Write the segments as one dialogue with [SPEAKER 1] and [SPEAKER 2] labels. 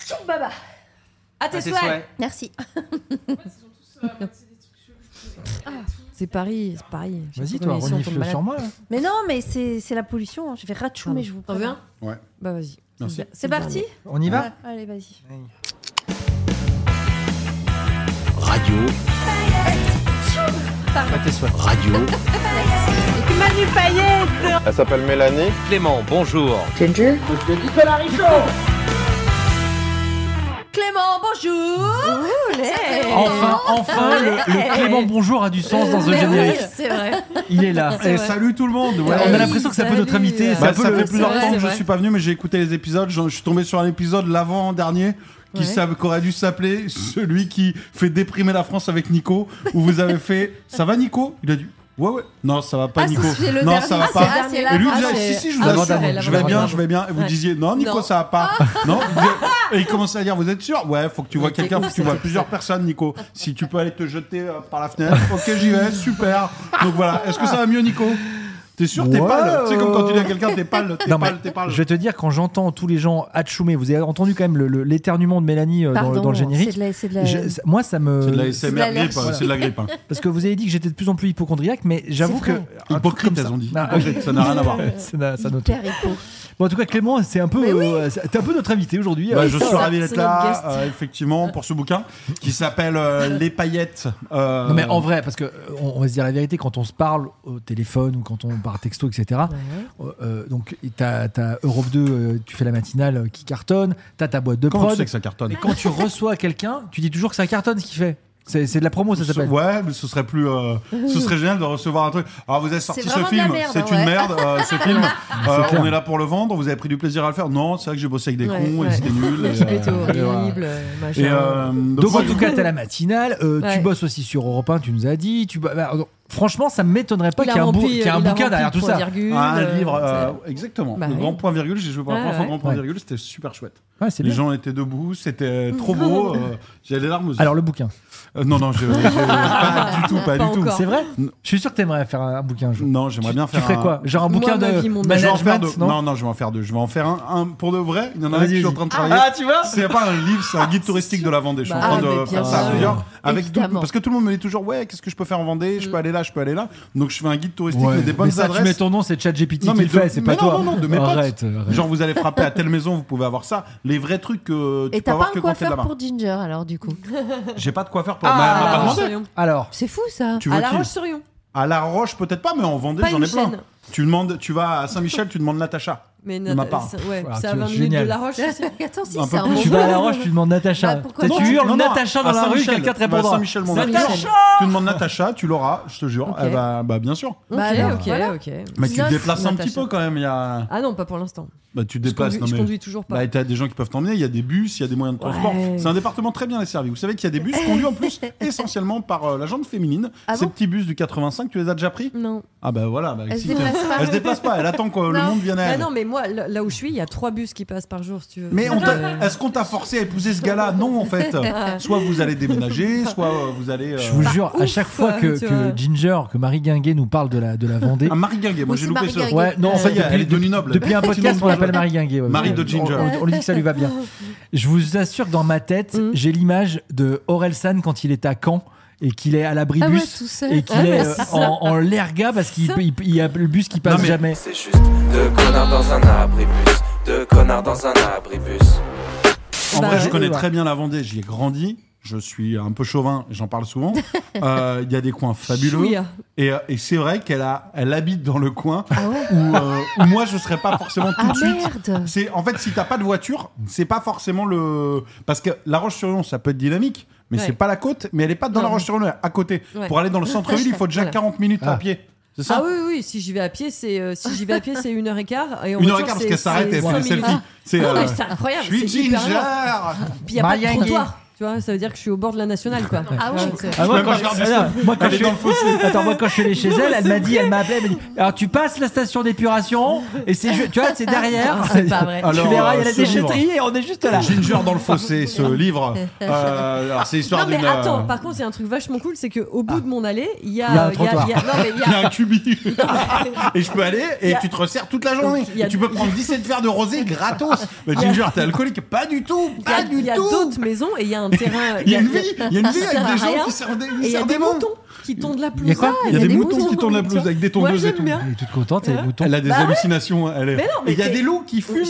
[SPEAKER 1] Tchoum, Baba. À tes
[SPEAKER 2] À tes
[SPEAKER 1] souhaits.
[SPEAKER 2] souhaits.
[SPEAKER 1] Merci.
[SPEAKER 3] C'est Paris, c'est Paris.
[SPEAKER 2] Vas-y,
[SPEAKER 3] Chaque émission,
[SPEAKER 2] toi,
[SPEAKER 3] on tombe
[SPEAKER 2] renifle
[SPEAKER 3] malade.
[SPEAKER 2] sur moi. là.
[SPEAKER 1] Mais non, mais c'est c'est la pollution. hein. Je vais ratchoumer,
[SPEAKER 3] Pardon.
[SPEAKER 1] je vous
[SPEAKER 3] T'en veux
[SPEAKER 1] préviens.
[SPEAKER 4] Ouais.
[SPEAKER 3] Bah vas-y.
[SPEAKER 4] Merci.
[SPEAKER 1] C'est parti
[SPEAKER 2] On y va
[SPEAKER 1] Allez, vas-y.
[SPEAKER 5] Radio,
[SPEAKER 2] À tes souhaits.
[SPEAKER 5] radio,
[SPEAKER 1] Manu Payet
[SPEAKER 6] Elle s'appelle Mélanie.
[SPEAKER 2] Clément, bonjour.
[SPEAKER 1] Clément, bonjour
[SPEAKER 2] Enfin, enfin, le, le Clément Bonjour a du sens dans ce
[SPEAKER 3] Mais
[SPEAKER 2] générique.
[SPEAKER 3] oui, c'est vrai.
[SPEAKER 2] Il est là.
[SPEAKER 4] Et Eh, salut tout le monde. Ouais.
[SPEAKER 2] On a l'impression que c'est un peu notre
[SPEAKER 3] Salut.
[SPEAKER 2] invité. c'est
[SPEAKER 4] Bah,
[SPEAKER 2] un peu
[SPEAKER 4] ça
[SPEAKER 2] le-
[SPEAKER 4] fait plusieurs
[SPEAKER 3] c'est vrai,
[SPEAKER 4] temps que je
[SPEAKER 3] c'est
[SPEAKER 4] suis pas venu, mais j'ai écouté les épisodes. Je, je suis tombé sur un épisode l'avant dernier qui
[SPEAKER 3] Ouais.
[SPEAKER 4] s'app- qui aurait dû s'appeler celui qui fait déprimer la France avec Nico, où vous avez fait ça va Nico Il a dit ouais ouais. Non ça va pas
[SPEAKER 1] Ah,
[SPEAKER 4] Nico.
[SPEAKER 1] c'est le
[SPEAKER 4] Non
[SPEAKER 1] dernier.
[SPEAKER 4] ça va
[SPEAKER 1] Ah,
[SPEAKER 4] pas.
[SPEAKER 1] c'est-
[SPEAKER 4] Et lui
[SPEAKER 3] Ah,
[SPEAKER 4] disait,
[SPEAKER 3] c'est-
[SPEAKER 4] si, si, je vous
[SPEAKER 3] Ah,
[SPEAKER 4] assure,
[SPEAKER 3] l'avant-dernier,
[SPEAKER 4] je vais bien,
[SPEAKER 3] l'avant-dernier.
[SPEAKER 4] je vais bien. Et vous
[SPEAKER 3] Ouais.
[SPEAKER 4] disiez, non, Nico,
[SPEAKER 1] Non.
[SPEAKER 4] ça va pas. Non. il disait- Et il commençait à dire, vous êtes sûr Ouais, faut que tu vois
[SPEAKER 3] Mais t'es
[SPEAKER 4] quelqu'un, faut
[SPEAKER 3] ouf,
[SPEAKER 4] que tu vois
[SPEAKER 3] ça.
[SPEAKER 4] plusieurs personnes, Nico. Si tu peux aller te jeter euh, par la fenêtre, ok, j'y vais, super. Donc voilà, est-ce que ça va mieux, Nico T'es sûr, t'es
[SPEAKER 2] Ouais,
[SPEAKER 4] pâle Tu sais, comme quand tu dis à
[SPEAKER 2] euh.
[SPEAKER 4] quelqu'un, t'es pâle, t'es
[SPEAKER 2] Non, mais
[SPEAKER 4] pâle, t'es pâle.
[SPEAKER 2] Je vais te dire, quand j'entends tous les gens atchoumer, vous avez entendu quand même le- le- l'éternuement de Mélanie euh, dans,
[SPEAKER 3] Pardon,
[SPEAKER 2] dans le
[SPEAKER 3] c'est
[SPEAKER 2] générique.
[SPEAKER 3] de la- c'est de la-
[SPEAKER 2] Je- ça- moi, ça me.
[SPEAKER 4] C'est de la
[SPEAKER 1] de
[SPEAKER 4] SMR
[SPEAKER 1] la
[SPEAKER 4] grippe,
[SPEAKER 1] lèche.
[SPEAKER 4] hein, c'est de la grippe. hein.
[SPEAKER 2] Parce que vous avez dit que j'étais de plus en plus hypochondriaque, mais j'avoue que.
[SPEAKER 3] vrai.
[SPEAKER 2] un truc
[SPEAKER 4] Hypocrite,
[SPEAKER 2] comme ça-
[SPEAKER 4] elles ont dit.
[SPEAKER 2] Ah,
[SPEAKER 4] Hypocrite, Ça n'a rien à voir.
[SPEAKER 2] ça n'a- ça n'a-
[SPEAKER 3] Hyper hypo.
[SPEAKER 2] Bon, en tout cas, Clément, c'est un peu, euh, c'est- t'es un peu notre invité aujourd'hui.
[SPEAKER 4] Bah,
[SPEAKER 2] Euh,
[SPEAKER 4] je
[SPEAKER 3] c'est
[SPEAKER 4] suis
[SPEAKER 3] ça,
[SPEAKER 4] ravi d'être
[SPEAKER 3] c'est notre guest.
[SPEAKER 4] là, euh, effectivement, pour ce bouquin qui s'appelle euh, Les paillettes. euh,
[SPEAKER 2] Non mais en vrai, parce que euh, on, on va se dire la vérité, quand on se parle au téléphone ou quand on par texto, etc. euh, euh, donc t'as as Europe 2, euh, tu fais la matinale euh, qui cartonne, t'as ta boîte de
[SPEAKER 4] Comment tu
[SPEAKER 2] prod.
[SPEAKER 4] sais que ça cartonne
[SPEAKER 2] Et quand tu reçois quelqu'un, tu dis toujours que ça cartonne ce qu'il fait. C'est c'est de la promo, ça s'appelle.
[SPEAKER 4] Ouais, mais ce serait plus, euh, ce serait génial de recevoir un truc. Alors vous avez sorti
[SPEAKER 1] C'est
[SPEAKER 4] ce
[SPEAKER 1] vraiment de la
[SPEAKER 4] film,
[SPEAKER 1] merde,
[SPEAKER 4] c'est
[SPEAKER 1] ouais.
[SPEAKER 4] une merde. euh, ce film, euh,
[SPEAKER 2] clair.
[SPEAKER 4] on est là pour le vendre. Vous avez pris du plaisir à le faire. Non, c'est vrai que j'ai bossé avec des
[SPEAKER 3] Ouais,
[SPEAKER 4] cons
[SPEAKER 3] ouais.
[SPEAKER 4] et c'était nul.
[SPEAKER 3] La
[SPEAKER 4] et,
[SPEAKER 3] était
[SPEAKER 4] euh, et voilà.
[SPEAKER 3] horrible, machin.
[SPEAKER 4] Et, euh, donc,
[SPEAKER 2] Donc en
[SPEAKER 4] voilà.
[SPEAKER 2] tout cas, t'as la matinale. euh,
[SPEAKER 3] Ouais.
[SPEAKER 2] Tu bosses aussi sur Europe 1, tu nous as dit. Tu bo- bah, donc, franchement, ça m'étonnerait pas
[SPEAKER 3] Il
[SPEAKER 2] qu'il
[SPEAKER 3] a
[SPEAKER 2] y ait un, bou-
[SPEAKER 3] rempli,
[SPEAKER 2] qu'il y ait un
[SPEAKER 1] euh,
[SPEAKER 3] il a
[SPEAKER 2] bouquin
[SPEAKER 3] rempli
[SPEAKER 2] derrière tout
[SPEAKER 3] le point
[SPEAKER 2] ça.
[SPEAKER 3] virgule,
[SPEAKER 4] un
[SPEAKER 3] euh,
[SPEAKER 4] livre, euh,
[SPEAKER 3] c'est-
[SPEAKER 4] exactement.
[SPEAKER 3] Bah
[SPEAKER 4] le
[SPEAKER 3] oui.
[SPEAKER 4] grand point virgule, j'ai joué pour la
[SPEAKER 3] Ouais,
[SPEAKER 4] première fois au
[SPEAKER 3] ouais.
[SPEAKER 4] grand point
[SPEAKER 2] Ouais.
[SPEAKER 4] virgule, c'était super chouette.
[SPEAKER 2] Ouais, c'est
[SPEAKER 4] Les
[SPEAKER 2] bien.
[SPEAKER 4] gens étaient debout, c'était trop beau. euh, J'avais les larmes aux yeux.
[SPEAKER 2] Alors le bouquin,
[SPEAKER 4] Euh, non, non, je, je- pas du tout, pas,
[SPEAKER 3] Pas
[SPEAKER 4] du tout.
[SPEAKER 3] encore.
[SPEAKER 2] c'est vrai
[SPEAKER 4] Non.
[SPEAKER 2] Je suis sûr que t'aimerais faire un, un bouquin un jour.
[SPEAKER 4] Non, j'aimerais
[SPEAKER 2] Tu-
[SPEAKER 4] bien
[SPEAKER 2] tu
[SPEAKER 4] faire.
[SPEAKER 2] ferais
[SPEAKER 4] un-
[SPEAKER 2] quoi Genre un
[SPEAKER 3] Moi,
[SPEAKER 2] bouquin
[SPEAKER 3] ma
[SPEAKER 2] de
[SPEAKER 3] vie, mon
[SPEAKER 4] Mais Bah, je vais en faire
[SPEAKER 2] management,
[SPEAKER 4] deux.
[SPEAKER 2] non,
[SPEAKER 4] Non, non, je vais en faire deux. Je vais en faire un, un pour de vrai. Il y en a un
[SPEAKER 2] Vas-y,
[SPEAKER 4] que je suis en
[SPEAKER 2] vas-y.
[SPEAKER 4] train de travailler.
[SPEAKER 2] tu vois
[SPEAKER 4] C'est pas un livre, c'est un guide touristique de la Vendée. Je suis
[SPEAKER 3] Bah,
[SPEAKER 4] en train
[SPEAKER 3] ah,
[SPEAKER 4] de
[SPEAKER 3] mais bien
[SPEAKER 4] faire ça à
[SPEAKER 3] sûr.
[SPEAKER 4] plusieurs. Avec tout,
[SPEAKER 3] Évidemment.
[SPEAKER 4] parce que tout le monde me dit toujours Ouais, qu'est-ce que je peux faire en Vendée Je peux aller là, je peux aller là. Donc je fais un guide touristique, mais des bonnes
[SPEAKER 2] mais ça,
[SPEAKER 4] adresses.
[SPEAKER 2] tu mets ton nom, c'est ChatGPT
[SPEAKER 4] Non,
[SPEAKER 2] qui
[SPEAKER 4] mais
[SPEAKER 2] le
[SPEAKER 4] de-
[SPEAKER 2] fait, c'est
[SPEAKER 4] mais
[SPEAKER 2] pas
[SPEAKER 4] non,
[SPEAKER 2] toi.
[SPEAKER 4] non, non, de mes potes.
[SPEAKER 2] arrête, arrête.
[SPEAKER 4] Genre, vous allez frapper à telle maison, vous pouvez avoir ça. Les vrais trucs que
[SPEAKER 3] Et
[SPEAKER 4] tu
[SPEAKER 3] t'as
[SPEAKER 4] peux
[SPEAKER 3] pas
[SPEAKER 4] avoir
[SPEAKER 3] un
[SPEAKER 4] que quand t'es
[SPEAKER 3] coiffeur
[SPEAKER 4] là-bas.
[SPEAKER 3] pour Ginger alors du coup
[SPEAKER 4] J'ai pas de coiffeur pour.
[SPEAKER 2] Ah,
[SPEAKER 4] Bah, elle m'a
[SPEAKER 2] alors,
[SPEAKER 4] pas demandé.
[SPEAKER 2] Alors,
[SPEAKER 3] C'est fou ça.
[SPEAKER 4] Tu veux
[SPEAKER 1] À La
[SPEAKER 4] qui
[SPEAKER 1] Roche-sur-Yon.
[SPEAKER 4] À La Roche, peut-être pas, mais en Vendée,
[SPEAKER 1] Pas
[SPEAKER 4] j'en
[SPEAKER 1] une
[SPEAKER 4] ai plein.
[SPEAKER 1] chaîne.
[SPEAKER 4] Tu demandes, tu vas à Saint-Michel, tu demandes Natacha.
[SPEAKER 1] Mais
[SPEAKER 4] De ma part.
[SPEAKER 1] c'est- ouais,
[SPEAKER 2] Voilà,
[SPEAKER 1] c'est à
[SPEAKER 2] tu-
[SPEAKER 1] 20
[SPEAKER 2] c'est
[SPEAKER 1] minutes
[SPEAKER 2] génial.
[SPEAKER 1] de La Roche.
[SPEAKER 3] Attends, si
[SPEAKER 4] Un
[SPEAKER 3] c'est
[SPEAKER 4] peu
[SPEAKER 3] un
[SPEAKER 4] plus.
[SPEAKER 2] tu vas à la roche, tu demandes Natacha.
[SPEAKER 3] Bah, pourquoi
[SPEAKER 2] T'as-
[SPEAKER 3] pas
[SPEAKER 2] tu
[SPEAKER 3] Non,
[SPEAKER 2] hurles
[SPEAKER 4] non,
[SPEAKER 2] Natacha
[SPEAKER 4] à
[SPEAKER 2] dans la rue,
[SPEAKER 4] Saint-Michel.
[SPEAKER 2] quelqu'un te
[SPEAKER 4] Bah,
[SPEAKER 2] répondra.
[SPEAKER 4] Saint-Michel, mon
[SPEAKER 2] Natacha
[SPEAKER 4] Saint-Michel. Tu demandes Natacha, tu l'auras, je te jure.
[SPEAKER 3] Ok.
[SPEAKER 4] Eh ben, bah, bien sûr.
[SPEAKER 3] Bah
[SPEAKER 1] Ok,
[SPEAKER 3] alors,
[SPEAKER 1] ok,
[SPEAKER 3] voilà.
[SPEAKER 1] ok.
[SPEAKER 4] Mais tu te
[SPEAKER 3] Neuf,
[SPEAKER 4] déplaces un
[SPEAKER 3] Natacha.
[SPEAKER 4] petit peu quand même. Il y a...
[SPEAKER 1] Ah non, pas pour l'instant.
[SPEAKER 4] Bah, tu te
[SPEAKER 1] Je
[SPEAKER 4] déplaces.
[SPEAKER 1] conduis-
[SPEAKER 4] non,
[SPEAKER 1] je
[SPEAKER 4] mais...
[SPEAKER 1] conduis toujours pas.
[SPEAKER 4] Bah, t'as des gens qui peuvent t'emmener, il y a des bus, il y a des moyens de transport.
[SPEAKER 3] Ouais.
[SPEAKER 4] C'est un département très bien desservi. Vous savez qu'il y a des bus conduits en plus essentiellement par euh, la gente féminine.
[SPEAKER 3] Ah
[SPEAKER 4] Ces
[SPEAKER 3] bon Mm.
[SPEAKER 4] petits bus du 85, tu les as déjà pris
[SPEAKER 1] Non.
[SPEAKER 4] Ah bah voilà. Bah,
[SPEAKER 3] Elle se
[SPEAKER 4] si,
[SPEAKER 3] déplace
[SPEAKER 4] t'as-
[SPEAKER 3] pas.
[SPEAKER 4] Elle se déplace pas, elle attend que le
[SPEAKER 3] Non.
[SPEAKER 4] monde vienne à
[SPEAKER 1] Bah
[SPEAKER 4] elle.
[SPEAKER 1] non, mais moi, là là où je suis, il y a trois bus qui passent par jour, si tu veux.
[SPEAKER 4] Mais on
[SPEAKER 1] Donc,
[SPEAKER 4] t'a-
[SPEAKER 1] euh,
[SPEAKER 4] est-ce qu'on t'a forcé à épouser ce gars-là Non, en fait. Soit vous allez déménager, soit euh, vous allez. euh,
[SPEAKER 2] Je vous jure, à
[SPEAKER 1] ouf,
[SPEAKER 2] chaque fois que,
[SPEAKER 1] tu
[SPEAKER 2] que
[SPEAKER 1] vois.
[SPEAKER 2] Ginger, que Marie Guinguet nous parle de la, de la Vendée.
[SPEAKER 4] Ah, Marie Guinguet, moi
[SPEAKER 3] Oui,
[SPEAKER 4] j'ai
[SPEAKER 3] c'est
[SPEAKER 4] loupé
[SPEAKER 3] Marie
[SPEAKER 4] ce.
[SPEAKER 3] Guinguet.
[SPEAKER 2] Ouais, non, en
[SPEAKER 4] Ça
[SPEAKER 2] fait,
[SPEAKER 4] y est, elle est
[SPEAKER 2] depuis,
[SPEAKER 4] devenue noble.
[SPEAKER 2] depuis un podcast, on l'appelle Marie Guinguet. ouais,
[SPEAKER 4] Marie
[SPEAKER 2] ouais.
[SPEAKER 4] de Ginger.
[SPEAKER 2] On, on lui dit que ça lui va bien. Je vous assure que dans ma tête,
[SPEAKER 1] Mm.
[SPEAKER 2] j'ai l'image de Orelsan quand il est à Caen et qu'il est à l'abri
[SPEAKER 3] Ah ouais,
[SPEAKER 2] bus
[SPEAKER 3] tout seul.
[SPEAKER 2] et qu'il
[SPEAKER 3] Ah
[SPEAKER 2] est
[SPEAKER 3] ouais,
[SPEAKER 2] euh,
[SPEAKER 3] c'est ça.
[SPEAKER 2] en, en l'erga parce qu'il il- il y a le bus qui passe
[SPEAKER 4] Non, mais-
[SPEAKER 2] jamais.
[SPEAKER 7] C'est juste deux connards dans un abribus, deux connards dans un abribus.
[SPEAKER 4] En
[SPEAKER 2] Bah
[SPEAKER 4] vrai, je
[SPEAKER 2] ouais.
[SPEAKER 4] connais
[SPEAKER 2] Ouais.
[SPEAKER 4] très bien la Vendée, j'y ai grandi. Je suis un peu chauvin, j'en parle souvent. Euh, Il y a des coins fabuleux.
[SPEAKER 1] Chouïa.
[SPEAKER 4] Et, euh, et c'est vrai qu'elle a, elle habite dans le coin
[SPEAKER 1] Ah
[SPEAKER 4] où, euh, où moi je serais pas forcément tout
[SPEAKER 3] Ah
[SPEAKER 4] de suite.
[SPEAKER 3] merde
[SPEAKER 4] C'est en fait si t'as pas de voiture, c'est pas forcément le parce que La Roche-sur-Yon ça peut être dynamique, mais
[SPEAKER 1] Ouais.
[SPEAKER 4] c'est pas la côte, mais elle est pas dans
[SPEAKER 1] Non.
[SPEAKER 4] La Roche-sur-Yon elle est à côté.
[SPEAKER 1] Ouais. Ah,
[SPEAKER 4] Pour aller dans le centre-ville, il faut déjà
[SPEAKER 1] Voilà.
[SPEAKER 4] 40 minutes à
[SPEAKER 2] Ah.
[SPEAKER 4] pied. C'est ça
[SPEAKER 1] Ah oui, oui, si j'y vais à pied, c'est euh, si j'y vais à pied, c'est une heure et quart. Et en
[SPEAKER 4] Une heure et
[SPEAKER 1] voiture,
[SPEAKER 4] quart parce
[SPEAKER 1] c'est-
[SPEAKER 4] qu'elle s'arrête et
[SPEAKER 1] c'est
[SPEAKER 4] elle fait des
[SPEAKER 1] 5000.
[SPEAKER 4] selfies. C'est,
[SPEAKER 1] Non, mais
[SPEAKER 4] euh,
[SPEAKER 1] c'est incroyable.
[SPEAKER 4] Je suis
[SPEAKER 1] c'est hyper
[SPEAKER 4] Ginger
[SPEAKER 1] loin. Puis il n'y a pas de
[SPEAKER 2] Marianne
[SPEAKER 1] trottoir. Tu vois, ça veut dire que je suis au bord de la nationale, quoi.
[SPEAKER 3] Ah ouais.
[SPEAKER 2] Ah, moi,
[SPEAKER 4] peux
[SPEAKER 2] quand
[SPEAKER 4] pas
[SPEAKER 2] je,
[SPEAKER 4] faire du
[SPEAKER 2] ah, moi, quand
[SPEAKER 4] Elle est
[SPEAKER 2] je-
[SPEAKER 4] dans le fossé.
[SPEAKER 2] Attends, moi, quand je suis allé chez elle, elle m'a dit, elle m'a appelé, elle m'a dit, alors tu passes la station d'épuration, et c'est, ju- tu vois, c'est derrière.
[SPEAKER 3] Non, c'est pas vrai.
[SPEAKER 2] Tu
[SPEAKER 4] Alors,
[SPEAKER 2] verras, il y
[SPEAKER 4] euh,
[SPEAKER 2] a la
[SPEAKER 4] ce
[SPEAKER 2] déchetterie et on est juste là.
[SPEAKER 4] Ginger dans le fossé, ce livre. Euh, alors, c'est l'histoire
[SPEAKER 1] Ah, Non
[SPEAKER 4] d'une.
[SPEAKER 1] mais attends,
[SPEAKER 4] euh, Ah.
[SPEAKER 1] par contre, il y a un truc vachement cool, c'est qu'au bout de mon allée, il y a,
[SPEAKER 2] Il y a un
[SPEAKER 1] euh,
[SPEAKER 2] trottoir.
[SPEAKER 1] il y a- non, mais il y a-
[SPEAKER 4] Il y a un cubi. et je peux aller et tu te resserres toute la journée.
[SPEAKER 1] Il y a-
[SPEAKER 4] Et tu peux prendre 17 verres de rosé gratos. Mais Ginger, t'es alcoolique Pas du tout
[SPEAKER 1] il y a-
[SPEAKER 4] Pas du
[SPEAKER 1] il y a
[SPEAKER 4] tout
[SPEAKER 1] d'autres maisons et il y a un terrain.
[SPEAKER 4] Il y a une vie Il y a une vie
[SPEAKER 1] ça sert
[SPEAKER 4] avec des
[SPEAKER 1] à rien.
[SPEAKER 4] gens qui servent des,
[SPEAKER 1] Et
[SPEAKER 4] qui
[SPEAKER 1] il y a
[SPEAKER 4] servent
[SPEAKER 1] des
[SPEAKER 4] des mômes.
[SPEAKER 1] moutons qui tondent la
[SPEAKER 2] Il y a
[SPEAKER 1] pelouse. Ah,
[SPEAKER 2] quoi
[SPEAKER 4] Il y a des moutons qui
[SPEAKER 1] moutons,
[SPEAKER 4] tournent la
[SPEAKER 1] tu
[SPEAKER 4] pelouse
[SPEAKER 1] vois.
[SPEAKER 4] avec des
[SPEAKER 1] Moi
[SPEAKER 4] tondeuses et
[SPEAKER 1] j'aime
[SPEAKER 4] tout.
[SPEAKER 1] bien.
[SPEAKER 2] Elle est toute contente, elle est mouton.
[SPEAKER 4] Elle a des
[SPEAKER 1] Bah ouais.
[SPEAKER 4] hallucinations. elle est-
[SPEAKER 1] Mais non, mais
[SPEAKER 4] et il y a
[SPEAKER 1] t'es-
[SPEAKER 4] des loups qui
[SPEAKER 1] Ou je
[SPEAKER 4] fument.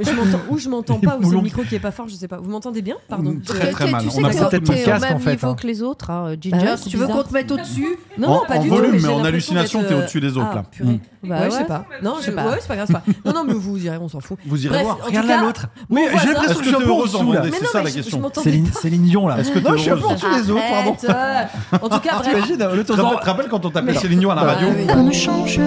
[SPEAKER 1] je m'entends- ou je m'entends pas, ou
[SPEAKER 4] Ou
[SPEAKER 1] c'est
[SPEAKER 4] l'on-
[SPEAKER 1] le micro qui est pas fort, je sais pas. Vous m'entendez bien Pardon.
[SPEAKER 4] Très, très mal.
[SPEAKER 3] Tu sais
[SPEAKER 4] On a
[SPEAKER 3] que
[SPEAKER 4] peut-être
[SPEAKER 3] t'es
[SPEAKER 4] le
[SPEAKER 3] au
[SPEAKER 2] casque,
[SPEAKER 3] même
[SPEAKER 2] en fait,
[SPEAKER 3] niveau
[SPEAKER 2] hein.
[SPEAKER 3] que les autres, hein, Ginger.
[SPEAKER 1] Bah ouais, c'est
[SPEAKER 3] tu veux
[SPEAKER 1] bizarre.
[SPEAKER 3] qu'on te mette au-dessus
[SPEAKER 1] Non,
[SPEAKER 4] En-
[SPEAKER 1] non, pas
[SPEAKER 4] en
[SPEAKER 1] du
[SPEAKER 4] volume,
[SPEAKER 1] tout.
[SPEAKER 4] mais
[SPEAKER 1] j'ai
[SPEAKER 4] en
[SPEAKER 1] l'impression
[SPEAKER 4] hallucination,
[SPEAKER 1] d'être,
[SPEAKER 4] t'es
[SPEAKER 1] euh,
[SPEAKER 4] au-dessus des autres,
[SPEAKER 1] ah,
[SPEAKER 4] là.
[SPEAKER 1] purée.
[SPEAKER 4] Mm.
[SPEAKER 3] Bah
[SPEAKER 1] ouais,
[SPEAKER 3] ouais.
[SPEAKER 1] je sais pas. Non,
[SPEAKER 3] Je
[SPEAKER 1] je
[SPEAKER 3] sais pas.
[SPEAKER 1] Ouais, c'est pas grave, c'est pas. Non, non, mais vous irez, on s'en fout.
[SPEAKER 4] Vous irez
[SPEAKER 1] Bref,
[SPEAKER 4] voir.
[SPEAKER 1] en
[SPEAKER 2] Regarde
[SPEAKER 1] tout cas,
[SPEAKER 2] là l'autre.
[SPEAKER 1] mon
[SPEAKER 2] Mais j'ai
[SPEAKER 1] voisin-
[SPEAKER 2] l'impression
[SPEAKER 4] Est-ce
[SPEAKER 2] que
[SPEAKER 4] que
[SPEAKER 2] je suis
[SPEAKER 4] t'es
[SPEAKER 2] un peu en
[SPEAKER 4] heureuse en
[SPEAKER 2] dessous, là.
[SPEAKER 4] Vendée
[SPEAKER 1] Mais
[SPEAKER 4] C'est
[SPEAKER 1] non,
[SPEAKER 4] ça,
[SPEAKER 1] mais
[SPEAKER 4] la
[SPEAKER 1] je-
[SPEAKER 4] question. Ah,
[SPEAKER 1] Je m'entendais
[SPEAKER 2] Céline, Céline Dion, là.
[SPEAKER 4] Est-ce que t'es
[SPEAKER 2] Non, je suis un peu
[SPEAKER 4] heureuse
[SPEAKER 2] en dessous des autres, pardon.
[SPEAKER 1] Arrête, euh, En tout cas, bref.
[SPEAKER 2] T'imagines, le
[SPEAKER 4] Tu hein. te rappelles-
[SPEAKER 2] temps
[SPEAKER 4] tu te rappelles quand on t'appelait Céline Dion à la
[SPEAKER 2] Bah,
[SPEAKER 4] radio
[SPEAKER 3] oui.
[SPEAKER 6] On ne change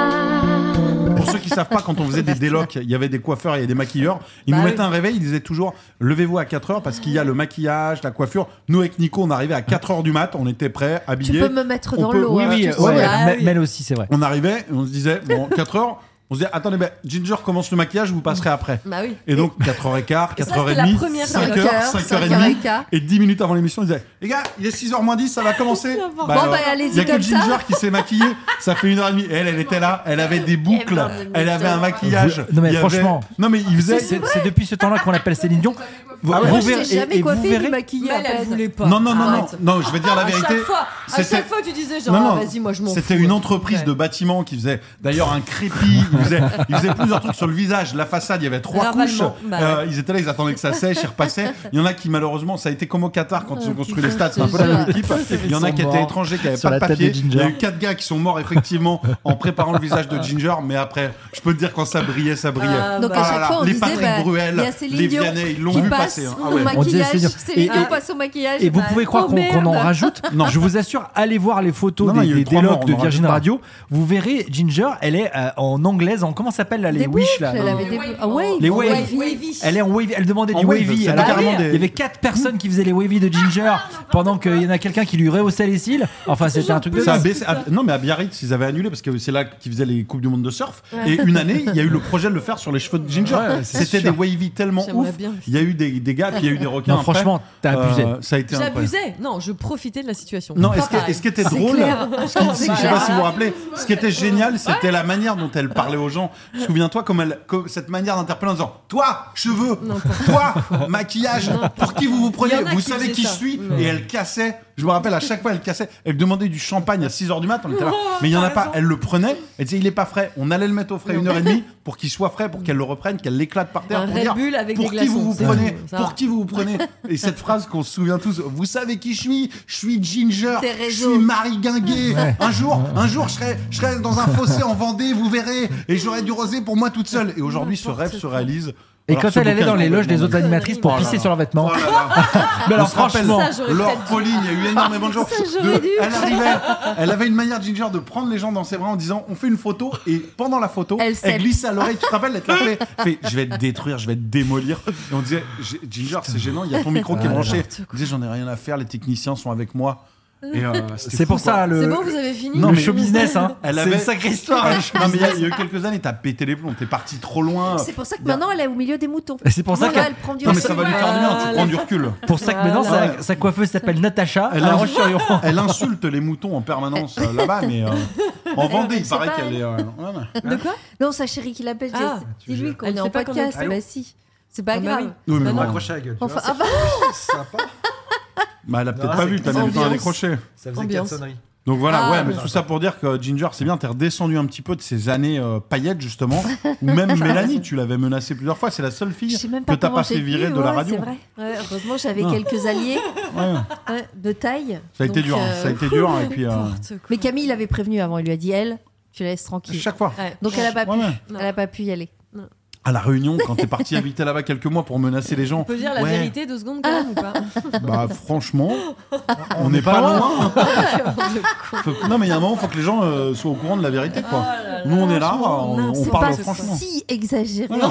[SPEAKER 6] pas.
[SPEAKER 4] Pour ceux qui savent pas, quand on faisait des délocs, il y avait des coiffeurs, il y avait des maquilleurs. Ils
[SPEAKER 1] Bah
[SPEAKER 4] nous
[SPEAKER 1] oui.
[SPEAKER 4] mettaient un réveil, ils disaient toujours levez-vous à 4 heures parce qu'il y a le maquillage, la coiffure. Nous, avec Nico, on arrivait à 4 heures du mat, on était prêts,
[SPEAKER 3] Tu
[SPEAKER 4] habillés.
[SPEAKER 3] peux me mettre
[SPEAKER 4] On
[SPEAKER 3] dans
[SPEAKER 4] peut-
[SPEAKER 3] l'eau.
[SPEAKER 2] Oui,
[SPEAKER 3] hein,
[SPEAKER 2] oui,
[SPEAKER 3] tu
[SPEAKER 2] ouais,
[SPEAKER 3] sais.
[SPEAKER 2] ouais,
[SPEAKER 1] Ah,
[SPEAKER 2] Mel-
[SPEAKER 1] oui.
[SPEAKER 2] Mel aussi, c'est vrai.
[SPEAKER 4] On arrivait, et on se disait bon, 4 heures, on se disait attendez, ben, Ginger commence le maquillage, vous passerez après.
[SPEAKER 1] Bah oui.
[SPEAKER 4] Et donc 4h15,
[SPEAKER 1] Et ça, c'était la
[SPEAKER 4] 4h30,
[SPEAKER 1] première
[SPEAKER 4] 5h,
[SPEAKER 3] cinq
[SPEAKER 4] 5h30.
[SPEAKER 3] heures
[SPEAKER 4] Et 10 minutes avant l'émission, ils disaient Les gars, il est 6h moins 10, ça va commencer.
[SPEAKER 1] N'importe
[SPEAKER 3] quoi. Bon,
[SPEAKER 4] euh,
[SPEAKER 3] bah, allez-y
[SPEAKER 4] Il y a que
[SPEAKER 3] comme ça.
[SPEAKER 4] Ginger qui s'est maquillée, ça fait 1h30. Et elle, elle était là, elle avait
[SPEAKER 1] Eh ben,
[SPEAKER 4] des boucles, elle avait un maquillage.
[SPEAKER 2] Non, mais
[SPEAKER 4] il y avait-
[SPEAKER 2] franchement.
[SPEAKER 4] Non,
[SPEAKER 1] Ah,
[SPEAKER 4] mais il faisait.
[SPEAKER 2] C'est c'est depuis ce temps-là qu'on l'appelle Céline Dion. Vous-
[SPEAKER 4] Ah ouais.
[SPEAKER 2] vous
[SPEAKER 3] Moi, je
[SPEAKER 2] verrez-
[SPEAKER 3] t'ai
[SPEAKER 2] et-
[SPEAKER 3] jamais
[SPEAKER 2] et vous
[SPEAKER 3] coiffée ni
[SPEAKER 2] verrez-
[SPEAKER 3] maquillée
[SPEAKER 1] Mais
[SPEAKER 3] à
[SPEAKER 1] elle, elle
[SPEAKER 3] peine.
[SPEAKER 1] voulait pas.
[SPEAKER 4] Non, non, non, non,
[SPEAKER 1] Arrête. Ah,
[SPEAKER 4] non, je vais dire la
[SPEAKER 1] À
[SPEAKER 4] vérité.
[SPEAKER 1] chaque fois, à
[SPEAKER 4] C'était-
[SPEAKER 1] chaque fois, tu disais genre,
[SPEAKER 4] Non, non,
[SPEAKER 1] ah, vas-y, moi je m'en fous.
[SPEAKER 4] C'était une entreprise de bâtiment qui faisait d'ailleurs un crépi. Ils faisaient, ils faisaient plusieurs trucs sur le visage, la façade. Il y avait trois couches.
[SPEAKER 1] Ravalement. Bah
[SPEAKER 4] Euh, Ils étaient là, ils attendaient que ça sèche, ils repassaient. Il y en a qui malheureusement, ça a été comme au Qatar quand
[SPEAKER 3] Oh,
[SPEAKER 4] ils ont construit les stades, c'est un peu la même équipe. Il y en a
[SPEAKER 2] Ils
[SPEAKER 4] qui
[SPEAKER 2] sont
[SPEAKER 4] étaient
[SPEAKER 2] morts
[SPEAKER 4] étrangers, qui n'avaient
[SPEAKER 2] sur
[SPEAKER 4] pas de
[SPEAKER 2] la tête
[SPEAKER 4] papier.
[SPEAKER 2] de
[SPEAKER 4] Il
[SPEAKER 2] Ginger.
[SPEAKER 4] y a eu quatre gars qui sont morts effectivement en préparant le visage de Ginger, mais après, je peux te dire quand ça brillait, ça brillait.
[SPEAKER 1] Ah,
[SPEAKER 3] Donc
[SPEAKER 1] bah.
[SPEAKER 3] à chaque
[SPEAKER 4] Voilà,
[SPEAKER 3] fois, on
[SPEAKER 4] les
[SPEAKER 3] disait,
[SPEAKER 4] Patrick
[SPEAKER 3] bah,
[SPEAKER 4] Bruel,
[SPEAKER 3] il y a Céline
[SPEAKER 4] les
[SPEAKER 3] Dion
[SPEAKER 4] Vianney, ils l'ont
[SPEAKER 3] qui
[SPEAKER 4] vu
[SPEAKER 3] passe
[SPEAKER 4] passer, hein. Ah
[SPEAKER 3] au
[SPEAKER 4] ouais.
[SPEAKER 2] On disait,
[SPEAKER 3] maquillage.
[SPEAKER 2] Céline Dion.
[SPEAKER 3] Céline
[SPEAKER 2] Et-
[SPEAKER 3] Dion
[SPEAKER 2] et-
[SPEAKER 3] passe au maquillage.
[SPEAKER 2] Et vous
[SPEAKER 3] bah,
[SPEAKER 2] pouvez croire
[SPEAKER 3] oh,
[SPEAKER 2] qu'on qu'on
[SPEAKER 3] merde.
[SPEAKER 2] en rajoute.
[SPEAKER 4] Non.
[SPEAKER 2] Je vous assure, allez voir les photos
[SPEAKER 4] Non, non,
[SPEAKER 2] des,
[SPEAKER 4] il y a eu
[SPEAKER 2] des
[SPEAKER 4] trois
[SPEAKER 2] délocs
[SPEAKER 4] morts, on
[SPEAKER 2] de
[SPEAKER 4] en rajoute
[SPEAKER 2] Virgin
[SPEAKER 4] pas.
[SPEAKER 2] Radio. Vous verrez, Ginger, elle est euh, en anglaise, en comment ça s'appelle là, les
[SPEAKER 3] Des
[SPEAKER 2] Wish là
[SPEAKER 3] boucles, elle
[SPEAKER 2] non.
[SPEAKER 3] avait des bou- Ah, wave.
[SPEAKER 2] Les waves.
[SPEAKER 1] Wavy.
[SPEAKER 2] Elle est en wavy, elle demandait
[SPEAKER 4] En
[SPEAKER 2] du
[SPEAKER 4] wave,
[SPEAKER 2] wavy.
[SPEAKER 4] c'était
[SPEAKER 2] Elle a-
[SPEAKER 4] carrément
[SPEAKER 2] Il
[SPEAKER 4] des-
[SPEAKER 2] y avait quatre personnes qui faisaient les wavy de Ginger pendant qu'il y en a quelqu'un qui lui rehaussait les cils. Enfin, c'était un truc de
[SPEAKER 4] Ça a
[SPEAKER 2] dingue.
[SPEAKER 4] baissé- à- non, mais à Biarritz, ils avaient annulé parce que c'est là qu'ils faisaient les Coupes du Monde de surf. Et une année, il y a eu le projet de le faire sur les cheveux de Ginger.
[SPEAKER 2] Ouais, ouais, c'est
[SPEAKER 4] C'était des
[SPEAKER 2] sûr.
[SPEAKER 4] wavy tellement
[SPEAKER 1] J'aimerais
[SPEAKER 4] ouf.
[SPEAKER 1] bien.
[SPEAKER 4] Il y a eu des, des gars, puis il y a eu des requins.
[SPEAKER 2] Non,
[SPEAKER 4] après. Euh,
[SPEAKER 2] franchement, t'as abusé.
[SPEAKER 4] ça a été incroyable.
[SPEAKER 1] J'abusais. Non, je profitais de la situation.
[SPEAKER 4] Non,
[SPEAKER 1] Pas
[SPEAKER 4] est-ce que-
[SPEAKER 1] pareil.
[SPEAKER 4] est-ce que était drôle
[SPEAKER 3] clair.
[SPEAKER 4] parce que- Je sais pas si vous vous rappelez. Ce qui était génial, c'était la manière dont elle parlait aux gens. Souviens-toi comme elle, comme cette manière d'interpeller en disant Toi, cheveux Toi, maquillage Pour qui vous vous prenez
[SPEAKER 1] Il y en a
[SPEAKER 4] Vous
[SPEAKER 1] qui
[SPEAKER 4] savez
[SPEAKER 1] faisaient
[SPEAKER 4] qui je
[SPEAKER 1] ça.
[SPEAKER 4] suis Et elle cassait. Je me rappelle, à chaque fois, elle cassait. Elle demandait du champagne à 6h du matin. On était là.
[SPEAKER 1] Oh,
[SPEAKER 4] Mais il n'y en a pas. Elle le prenait. Elle disait Il est pas frais. On allait le mettre au frais une heure et demie pour qu'il soit frais, pour qu'elle le reprenne, qu'elle l'éclate par terre.
[SPEAKER 1] Un
[SPEAKER 4] pour
[SPEAKER 1] Red
[SPEAKER 4] dire,
[SPEAKER 1] Bull avec
[SPEAKER 4] pour
[SPEAKER 1] des
[SPEAKER 4] qui vous
[SPEAKER 1] glaçons,
[SPEAKER 4] vous
[SPEAKER 1] c'est
[SPEAKER 4] prenez
[SPEAKER 1] bon, ça
[SPEAKER 4] Pour
[SPEAKER 1] va.
[SPEAKER 4] qui vous vous prenez Et cette phrase qu'on se souvient tous Vous savez qui je suis Je suis Ginger.
[SPEAKER 3] Tes
[SPEAKER 4] Je
[SPEAKER 3] réseaux.
[SPEAKER 4] suis Marie Guinguet. Un jour, un jour, je serai, je serai dans un fossé en Vendée, vous verrez, et j'aurai du rosé pour moi toute seule. Et aujourd'hui, ce rêve se réalise.
[SPEAKER 2] Et
[SPEAKER 4] Alors,
[SPEAKER 2] quand
[SPEAKER 4] ce
[SPEAKER 2] elle allait
[SPEAKER 4] bouquin
[SPEAKER 2] dans
[SPEAKER 4] est
[SPEAKER 2] les loges des
[SPEAKER 4] complètement
[SPEAKER 2] autres animatrices pour
[SPEAKER 4] Oh là
[SPEAKER 2] pisser
[SPEAKER 4] là.
[SPEAKER 2] sur leurs vêtements.
[SPEAKER 4] Oh là là.
[SPEAKER 2] Mais alors,
[SPEAKER 4] On se rappelle,
[SPEAKER 2] franchement,
[SPEAKER 1] ça, j'aurais
[SPEAKER 4] Laure
[SPEAKER 1] peut-être dû.
[SPEAKER 4] Pauline, il y a eu énormément de gens. de- elle arrivait, elle avait une manière Ginger de prendre les gens dans ses bras en disant on fait une photo et pendant la photo,
[SPEAKER 3] Elle
[SPEAKER 4] elle,
[SPEAKER 3] s'aide.
[SPEAKER 4] glisse à l'oreille. Tu te rappelles, elle te l'a fait, fait, je vais te détruire, je vais te démolir. Et on disait G- Ginger, c'est gênant, il y a ton micro qui est branché. Elle disait j'en ai rien à faire, les techniciens sont avec moi. Et, euh, c'était
[SPEAKER 2] c'est pour
[SPEAKER 4] fou, quoi.
[SPEAKER 2] ça le,
[SPEAKER 1] C'est bon, vous avez fini
[SPEAKER 2] le
[SPEAKER 4] Non, mais-
[SPEAKER 2] show business. Hein.
[SPEAKER 4] Elle
[SPEAKER 2] C'est
[SPEAKER 4] avait
[SPEAKER 2] une sacrée histoire.
[SPEAKER 4] Ouais, non, mais il y a- il y a eu quelques années, t'as pété les plombs, t'es parti trop loin.
[SPEAKER 3] C'est pour ça que maintenant, elle est au milieu des moutons.
[SPEAKER 2] Et c'est pour ça
[SPEAKER 3] Voilà,
[SPEAKER 2] que-
[SPEAKER 3] elle prend du
[SPEAKER 4] Non, mais ça va lui
[SPEAKER 3] recul.
[SPEAKER 4] faire du bien, tu prends du recul.
[SPEAKER 2] Pour ça que maintenant,
[SPEAKER 1] Voilà.
[SPEAKER 2] sa, sa coiffeuse s'appelle Natacha.
[SPEAKER 4] Elle
[SPEAKER 2] à La
[SPEAKER 4] a-
[SPEAKER 2] Roche-sur-Yon.
[SPEAKER 4] Elle insulte les moutons en permanence euh, là-bas, mais euh, en Vendée, il
[SPEAKER 3] c'est
[SPEAKER 4] paraît
[SPEAKER 3] pas
[SPEAKER 4] qu'elle
[SPEAKER 3] elle.
[SPEAKER 4] est. euh, ouais, ouais.
[SPEAKER 1] De quoi
[SPEAKER 3] Non, sa chérie qui l'appelle.
[SPEAKER 1] Ah,
[SPEAKER 3] dis- Dis-lui qu'on
[SPEAKER 1] Elle
[SPEAKER 3] est en
[SPEAKER 1] sait pas qu'on est-
[SPEAKER 3] podcast.
[SPEAKER 1] Allô
[SPEAKER 3] Bah si. C'est pas
[SPEAKER 1] Ah, bah oui.
[SPEAKER 3] grave.
[SPEAKER 4] Oui, mais
[SPEAKER 1] Bah non.
[SPEAKER 4] bon.
[SPEAKER 8] à gueule.
[SPEAKER 3] Enfin, ah bah,
[SPEAKER 8] sympa.
[SPEAKER 4] Bah, elle a peut-être
[SPEAKER 8] Non,
[SPEAKER 4] pas
[SPEAKER 8] c'est-
[SPEAKER 4] vu, t'as
[SPEAKER 8] c'est
[SPEAKER 4] mis du temps à
[SPEAKER 8] ambiance.
[SPEAKER 4] décrocher.
[SPEAKER 8] Ça
[SPEAKER 1] faisait Ambiance. quatre
[SPEAKER 8] sonneries.
[SPEAKER 4] Donc voilà,
[SPEAKER 3] Ah,
[SPEAKER 4] ouais, mais
[SPEAKER 8] mais-
[SPEAKER 4] tout ça pour dire que Ginger, c'est bien, t'es redescendu un petit peu de ces années euh, paillettes, justement. Ou même Mélanie, tu l'avais menacée plusieurs fois, c'est la seule
[SPEAKER 3] je
[SPEAKER 4] fille
[SPEAKER 3] sais même
[SPEAKER 4] que
[SPEAKER 3] pas
[SPEAKER 4] t'as
[SPEAKER 3] comment
[SPEAKER 4] pas
[SPEAKER 3] j'ai
[SPEAKER 4] fait virer
[SPEAKER 3] pu,
[SPEAKER 4] de la
[SPEAKER 3] ouais,
[SPEAKER 4] radio.
[SPEAKER 3] C'est vrai. Ouais, heureusement, j'avais
[SPEAKER 4] Ah.
[SPEAKER 3] quelques alliés
[SPEAKER 4] Ouais,
[SPEAKER 3] hein, de taille.
[SPEAKER 4] Ça a été
[SPEAKER 3] Donc,
[SPEAKER 4] dur, hein,
[SPEAKER 3] euh,
[SPEAKER 4] ça a été dur, et puis. euh,
[SPEAKER 3] Mais Camille l'avait prévenu avant. Il lui a dit, elle, tu la laisses tranquille.
[SPEAKER 4] Chaque fois.
[SPEAKER 3] Donc elle a pas
[SPEAKER 4] Ouais,
[SPEAKER 3] pu.
[SPEAKER 4] ouais.
[SPEAKER 3] Elle a pas pu y aller.
[SPEAKER 4] à la Réunion quand t'es parti habiter là-bas quelques mois pour menacer les gens.
[SPEAKER 1] On peut dire la
[SPEAKER 4] Ouais.
[SPEAKER 1] vérité deux secondes quand même ou pas
[SPEAKER 4] Bah franchement, on n'est pas loin. Faut- non mais il y a un moment, faut que les gens euh, soient au courant de la vérité quoi. Nous on est là, Oh, on, on
[SPEAKER 3] c'est
[SPEAKER 4] parle
[SPEAKER 3] pas
[SPEAKER 4] franchement.
[SPEAKER 3] si exagéré.
[SPEAKER 4] Voilà.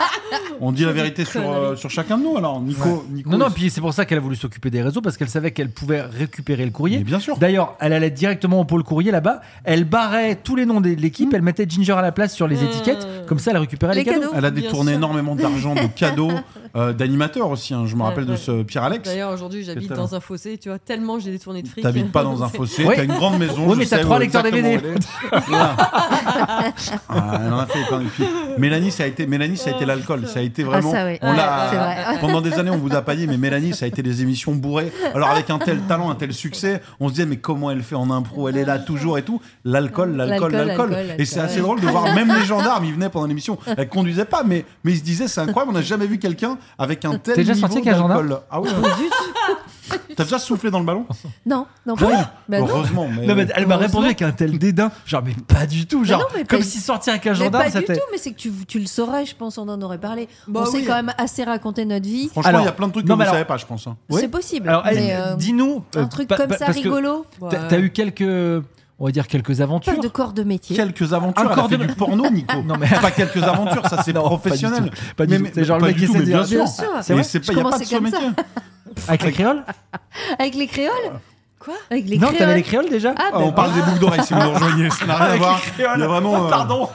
[SPEAKER 4] on dit la vérité sur, euh, sur chacun de nous alors. Nico, Nico
[SPEAKER 2] Non, non, puis c'est pour ça qu'elle a voulu s'occuper des réseaux, parce qu'elle savait qu'elle pouvait récupérer le courrier.
[SPEAKER 4] Mais bien sûr.
[SPEAKER 2] D'ailleurs, elle allait directement au pôle courrier là-bas, elle barrait tous les noms de l'équipe, elle mettait Ginger à la place sur les étiquettes, comme ça elle récupérait
[SPEAKER 3] Hmm. Les
[SPEAKER 2] les, cadeaux.
[SPEAKER 3] cadeaux.
[SPEAKER 4] elle a
[SPEAKER 1] Bien
[SPEAKER 4] détourné
[SPEAKER 1] sûr.
[SPEAKER 4] énormément d'argent, de cadeaux, euh, d'animateurs aussi. hein. Je me
[SPEAKER 1] Ouais,
[SPEAKER 4] rappelle de
[SPEAKER 1] ouais.
[SPEAKER 4] ce Pierre Alex.
[SPEAKER 1] D'ailleurs, aujourd'hui, j'habite
[SPEAKER 4] Totalement.
[SPEAKER 1] dans un fossé, tu vois, tellement j'ai détourné de fric.
[SPEAKER 4] T'habites pas dans un fossé,
[SPEAKER 2] Ouais.
[SPEAKER 4] t'as une grande maison.
[SPEAKER 2] Ouais,
[SPEAKER 4] je
[SPEAKER 2] mais t'as
[SPEAKER 4] sais
[SPEAKER 2] trois
[SPEAKER 4] où
[SPEAKER 2] lecteurs
[SPEAKER 4] exactement
[SPEAKER 2] DVD.
[SPEAKER 4] elle est. Voilà. Ah, elle en a fait plein. Et puis, Mélanie, ça a été, Mélanie, ça a été l'alcool. Ça a été
[SPEAKER 3] Ah,
[SPEAKER 4] vraiment.
[SPEAKER 3] ça, oui.
[SPEAKER 4] on l'a-
[SPEAKER 3] C'est vrai.
[SPEAKER 4] Pendant des années, on vous a pas dit, mais Mélanie, ça a été des émissions bourrées. Alors, avec un tel talent, un tel succès, on se disait, mais comment elle fait en impro Elle est là toujours et tout. L'alcool,
[SPEAKER 3] L'alcool,
[SPEAKER 4] l'alcool, l'alcool.
[SPEAKER 3] l'alcool,
[SPEAKER 4] Et c'est
[SPEAKER 3] l'alcool.
[SPEAKER 4] assez drôle de voir, même les gendarmes, ils venaient pendant l'émission. Elle conduisait pas, mais, mais ils se disaient, c'est incroyable, on n'a jamais vu quelqu'un avec un
[SPEAKER 2] T'es
[SPEAKER 4] tel
[SPEAKER 2] déjà
[SPEAKER 4] niveau
[SPEAKER 2] sorti avec un gendarme
[SPEAKER 4] d'alcool. Ah ouais. T'as déjà soufflé dans le ballon
[SPEAKER 3] Non, non,
[SPEAKER 4] Non,
[SPEAKER 3] pas. Bah non.
[SPEAKER 4] heureusement. mais-
[SPEAKER 2] Non, mais elle m'a répondu avec un tel dédain, genre mais pas du tout, genre
[SPEAKER 3] non, mais
[SPEAKER 2] comme
[SPEAKER 3] pas-
[SPEAKER 2] si sortir avec un
[SPEAKER 3] Mais
[SPEAKER 2] gendarme,
[SPEAKER 3] pas du
[SPEAKER 2] c'était.
[SPEAKER 3] tout, mais c'est que tu, tu le saurais, je pense, on en aurait parlé.
[SPEAKER 1] Bah
[SPEAKER 3] on
[SPEAKER 1] oui.
[SPEAKER 3] sait quand même assez raconter notre vie.
[SPEAKER 4] Franchement,
[SPEAKER 2] Alors,
[SPEAKER 4] il y a plein de trucs
[SPEAKER 2] non,
[SPEAKER 4] que vous
[SPEAKER 2] mais alors-
[SPEAKER 4] savez pas, je pense. hein.
[SPEAKER 3] C'est possible.
[SPEAKER 2] Alors, elle-
[SPEAKER 3] mais, euh,
[SPEAKER 2] dis-nous euh,
[SPEAKER 3] un truc
[SPEAKER 2] pa-
[SPEAKER 3] comme
[SPEAKER 2] pa-
[SPEAKER 3] ça,
[SPEAKER 2] parce que
[SPEAKER 3] rigolo. euh.
[SPEAKER 2] T'as t'as eu quelques, on va dire quelques
[SPEAKER 3] Pas
[SPEAKER 2] aventures.
[SPEAKER 3] de corps de métier.
[SPEAKER 4] Quelques aventures.
[SPEAKER 2] Encore
[SPEAKER 4] elle a fait
[SPEAKER 2] de-
[SPEAKER 4] du porno, Nico.
[SPEAKER 2] Non, mais-
[SPEAKER 4] C'est pas quelques aventures, ça c'est
[SPEAKER 2] Non, pas du
[SPEAKER 4] professionnel.
[SPEAKER 2] tout. Pas du tout. C'est genre le
[SPEAKER 4] pas
[SPEAKER 2] mec
[SPEAKER 4] du
[SPEAKER 2] qui
[SPEAKER 4] tout,
[SPEAKER 2] sait
[SPEAKER 4] mais
[SPEAKER 2] dire-
[SPEAKER 4] bien sûr.
[SPEAKER 3] Bien sûr.
[SPEAKER 2] C'est
[SPEAKER 4] Et
[SPEAKER 2] vrai
[SPEAKER 4] c'est
[SPEAKER 3] Je
[SPEAKER 4] pas, il y a pas de
[SPEAKER 3] commençais
[SPEAKER 4] ce
[SPEAKER 3] comme ça.
[SPEAKER 4] métier.
[SPEAKER 2] avec les créoles.
[SPEAKER 3] Avec les créoles
[SPEAKER 1] Quoi
[SPEAKER 3] Avec les
[SPEAKER 2] non,
[SPEAKER 3] créoles.
[SPEAKER 2] t'avais les créoles déjà.
[SPEAKER 3] Ah,
[SPEAKER 4] Ah, on
[SPEAKER 3] d'accord.
[SPEAKER 4] parle des boucles d'oreilles si vous nous rejoignez, ça n'a rien à
[SPEAKER 2] Avec
[SPEAKER 4] voir.
[SPEAKER 2] les
[SPEAKER 4] Il y a
[SPEAKER 2] créoles.
[SPEAKER 4] vraiment. euh,
[SPEAKER 2] Pardon.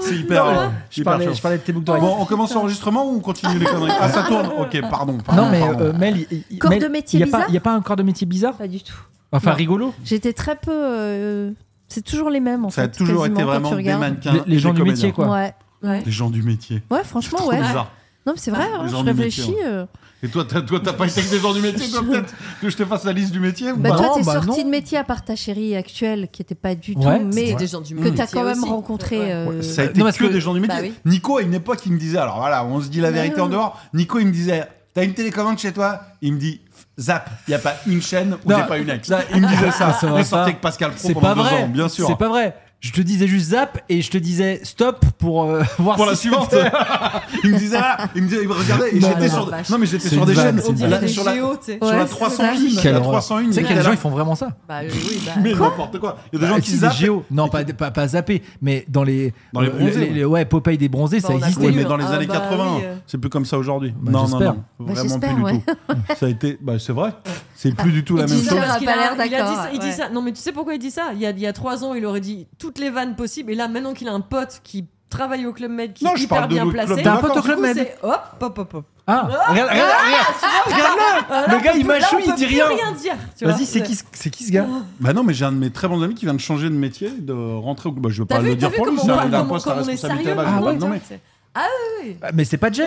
[SPEAKER 4] C'est hyper. euh,
[SPEAKER 2] Je
[SPEAKER 4] hyper
[SPEAKER 2] parlais,
[SPEAKER 4] chaud.
[SPEAKER 2] je parlais de tes boucles d'oreilles.
[SPEAKER 4] Bon, on commence l'enregistrement ou on continue les conneries Ah, ça tourne Ok, pardon. pardon,
[SPEAKER 2] Non, mais
[SPEAKER 4] pardon.
[SPEAKER 2] euh, Mel, il- il-
[SPEAKER 3] Corps
[SPEAKER 2] Mel,
[SPEAKER 3] de métier
[SPEAKER 2] il y a pas-
[SPEAKER 3] bizarre
[SPEAKER 2] Il n'y a pas un corps de métier bizarre
[SPEAKER 3] Pas du tout.
[SPEAKER 2] Enfin,
[SPEAKER 3] Non.
[SPEAKER 2] rigolo.
[SPEAKER 3] J'étais très peu. euh, C'est toujours les mêmes en
[SPEAKER 4] ça a
[SPEAKER 3] fait.
[SPEAKER 4] toujours été
[SPEAKER 3] quasiment, quand
[SPEAKER 4] vraiment
[SPEAKER 3] tu
[SPEAKER 4] des
[SPEAKER 3] regardes.
[SPEAKER 4] mannequins.
[SPEAKER 2] Les, les gens
[SPEAKER 4] des
[SPEAKER 2] du
[SPEAKER 4] comédiens.
[SPEAKER 2] métier, quoi.
[SPEAKER 3] Ouais. Ouais.
[SPEAKER 4] Les gens du métier.
[SPEAKER 3] Ouais, franchement,
[SPEAKER 4] Trop
[SPEAKER 3] ouais.
[SPEAKER 4] bizarre.
[SPEAKER 3] Non, mais c'est vrai, hein,
[SPEAKER 4] Les gens
[SPEAKER 3] je
[SPEAKER 4] du métier,
[SPEAKER 3] réfléchis.
[SPEAKER 4] ouais.
[SPEAKER 3] euh,
[SPEAKER 4] Et toi, t'as toi, t'as pas été avec des gens du métier, toi, peut-être que je te fasse la liste du métier ou
[SPEAKER 3] Bah,
[SPEAKER 2] Bah
[SPEAKER 4] pas
[SPEAKER 3] toi,
[SPEAKER 2] non,
[SPEAKER 3] t'es
[SPEAKER 2] bah
[SPEAKER 3] sorti
[SPEAKER 2] non.
[SPEAKER 3] de métier à part ta chérie actuelle qui était pas du tout,
[SPEAKER 2] Ouais,
[SPEAKER 3] mais
[SPEAKER 1] des gens du
[SPEAKER 3] que
[SPEAKER 1] métier
[SPEAKER 3] t'as quand même
[SPEAKER 1] aussi.
[SPEAKER 3] rencontré.
[SPEAKER 1] Ouais.
[SPEAKER 3] euh,
[SPEAKER 4] Ça a
[SPEAKER 2] Euh,
[SPEAKER 4] été
[SPEAKER 2] non,
[SPEAKER 4] que,
[SPEAKER 2] parce que-
[SPEAKER 4] des gens du métier.
[SPEAKER 1] bah oui.
[SPEAKER 4] Nico, à une époque, il me disait, alors voilà, on se dit la vérité en dehors. Nico, il me disait, t'as une télécommande chez toi Il me dit, zap, il n'y a pas une chaîne où
[SPEAKER 2] Non,
[SPEAKER 4] j'ai pas une ex.
[SPEAKER 2] non,
[SPEAKER 4] il me disait ça.
[SPEAKER 2] ça va
[SPEAKER 4] Il est
[SPEAKER 2] pas.
[SPEAKER 4] sorti avec Pascal Pro
[SPEAKER 2] C'est
[SPEAKER 4] pendant
[SPEAKER 2] pas
[SPEAKER 4] deux
[SPEAKER 2] vrai.
[SPEAKER 4] ans, bien sûr.
[SPEAKER 2] C'est pas vrai. Je te disais juste zap et je te disais stop pour euh, voir
[SPEAKER 4] Pour la
[SPEAKER 2] si
[SPEAKER 4] suivante, il me disait voilà, il me disait, il me regardait et
[SPEAKER 2] Non,
[SPEAKER 4] j'étais
[SPEAKER 2] non,
[SPEAKER 4] sur,
[SPEAKER 1] vache.
[SPEAKER 4] non mais j'étais
[SPEAKER 2] C'est
[SPEAKER 4] sur
[SPEAKER 2] une
[SPEAKER 4] des
[SPEAKER 2] vanne,
[SPEAKER 4] chaînes,
[SPEAKER 2] c'est une
[SPEAKER 1] On
[SPEAKER 4] La-
[SPEAKER 1] dirait des
[SPEAKER 4] sur la,
[SPEAKER 1] géos, tu sais.
[SPEAKER 4] sur
[SPEAKER 3] Ouais,
[SPEAKER 4] la
[SPEAKER 3] c'est
[SPEAKER 4] 301,
[SPEAKER 3] ça.
[SPEAKER 4] sur
[SPEAKER 2] Quelle
[SPEAKER 4] la
[SPEAKER 2] horreur.
[SPEAKER 4] 301, il
[SPEAKER 2] Tu sais
[SPEAKER 4] était
[SPEAKER 2] qu'il y a des gens
[SPEAKER 4] là.
[SPEAKER 2] ils font vraiment ça.
[SPEAKER 1] Bah oui, bah.
[SPEAKER 4] mais n'importe quoi. Il y a des gens
[SPEAKER 2] Ah,
[SPEAKER 4] qui
[SPEAKER 2] si,
[SPEAKER 4] zappent.
[SPEAKER 2] des géos. Non, pas, pas, pas zappé, mais dans les.
[SPEAKER 4] Dans les bronzés, ouais.
[SPEAKER 2] ouais, Popeye des bronzés,
[SPEAKER 1] Bah,
[SPEAKER 2] ça
[SPEAKER 1] on a
[SPEAKER 2] existait.
[SPEAKER 4] Ouais,
[SPEAKER 1] C'était
[SPEAKER 4] mais
[SPEAKER 1] dur.
[SPEAKER 4] dans les
[SPEAKER 1] Ah,
[SPEAKER 4] années
[SPEAKER 1] bah
[SPEAKER 4] 80,
[SPEAKER 1] oui, euh.
[SPEAKER 4] c'est plus comme ça aujourd'hui.
[SPEAKER 2] Bah,
[SPEAKER 4] non, non,
[SPEAKER 2] j'espère.
[SPEAKER 4] non, vraiment
[SPEAKER 3] j'espère,
[SPEAKER 4] plus
[SPEAKER 3] ouais.
[SPEAKER 4] du tout. ça a été, bah, c'est vrai, c'est plus du tout la
[SPEAKER 3] Et
[SPEAKER 4] même
[SPEAKER 3] tu
[SPEAKER 4] chose.
[SPEAKER 3] sais,
[SPEAKER 1] Parce
[SPEAKER 3] a
[SPEAKER 1] qu'il
[SPEAKER 3] pas
[SPEAKER 1] a-
[SPEAKER 3] l'air
[SPEAKER 1] il a dit
[SPEAKER 3] d'accord,
[SPEAKER 1] ça- Il dit
[SPEAKER 3] ouais.
[SPEAKER 1] ça. Non, mais tu sais pourquoi il dit ça il y, a, il y a trois ans, il aurait dit toutes les vannes possibles. Et là, maintenant qu'il a un pote qui travaille au Club Med, qui
[SPEAKER 4] Non,
[SPEAKER 1] est
[SPEAKER 4] je
[SPEAKER 1] hyper
[SPEAKER 4] parle de
[SPEAKER 1] bien
[SPEAKER 4] notre club
[SPEAKER 1] placé.
[SPEAKER 4] de
[SPEAKER 2] T'as un pote au
[SPEAKER 1] Du
[SPEAKER 2] Club
[SPEAKER 1] coup,
[SPEAKER 2] Med.
[SPEAKER 1] c'est Hop, hop, hop, hop.
[SPEAKER 2] Ah, regarde, regarde, regarde, regarde-le. Le gars, il
[SPEAKER 1] Là, on
[SPEAKER 2] mâchouille,
[SPEAKER 1] peut
[SPEAKER 2] il dit
[SPEAKER 1] plus
[SPEAKER 2] rien.
[SPEAKER 1] rien dire. tu vois.
[SPEAKER 2] Vas-y, c'est qui, ce- c'est qui ce gars
[SPEAKER 4] Bah non, mais j'ai un de mes très bons amis qui vient de changer de métier, de rentrer au. Bah, je vais
[SPEAKER 1] T'as
[SPEAKER 4] pas
[SPEAKER 1] vu,
[SPEAKER 4] le
[SPEAKER 1] t'as
[SPEAKER 4] dire
[SPEAKER 1] vu
[SPEAKER 4] pour lui,
[SPEAKER 1] comment,
[SPEAKER 4] c'est
[SPEAKER 1] on,
[SPEAKER 4] un
[SPEAKER 1] comment-
[SPEAKER 4] poste à
[SPEAKER 1] comment on est
[SPEAKER 4] responsabilité
[SPEAKER 1] sérieux
[SPEAKER 4] là-bas.
[SPEAKER 1] maintenant,
[SPEAKER 4] Ah ouais,
[SPEAKER 1] tu
[SPEAKER 4] non,
[SPEAKER 1] vois,
[SPEAKER 4] mais-
[SPEAKER 1] c'est-
[SPEAKER 2] Bah, Mais c'est pas Jay.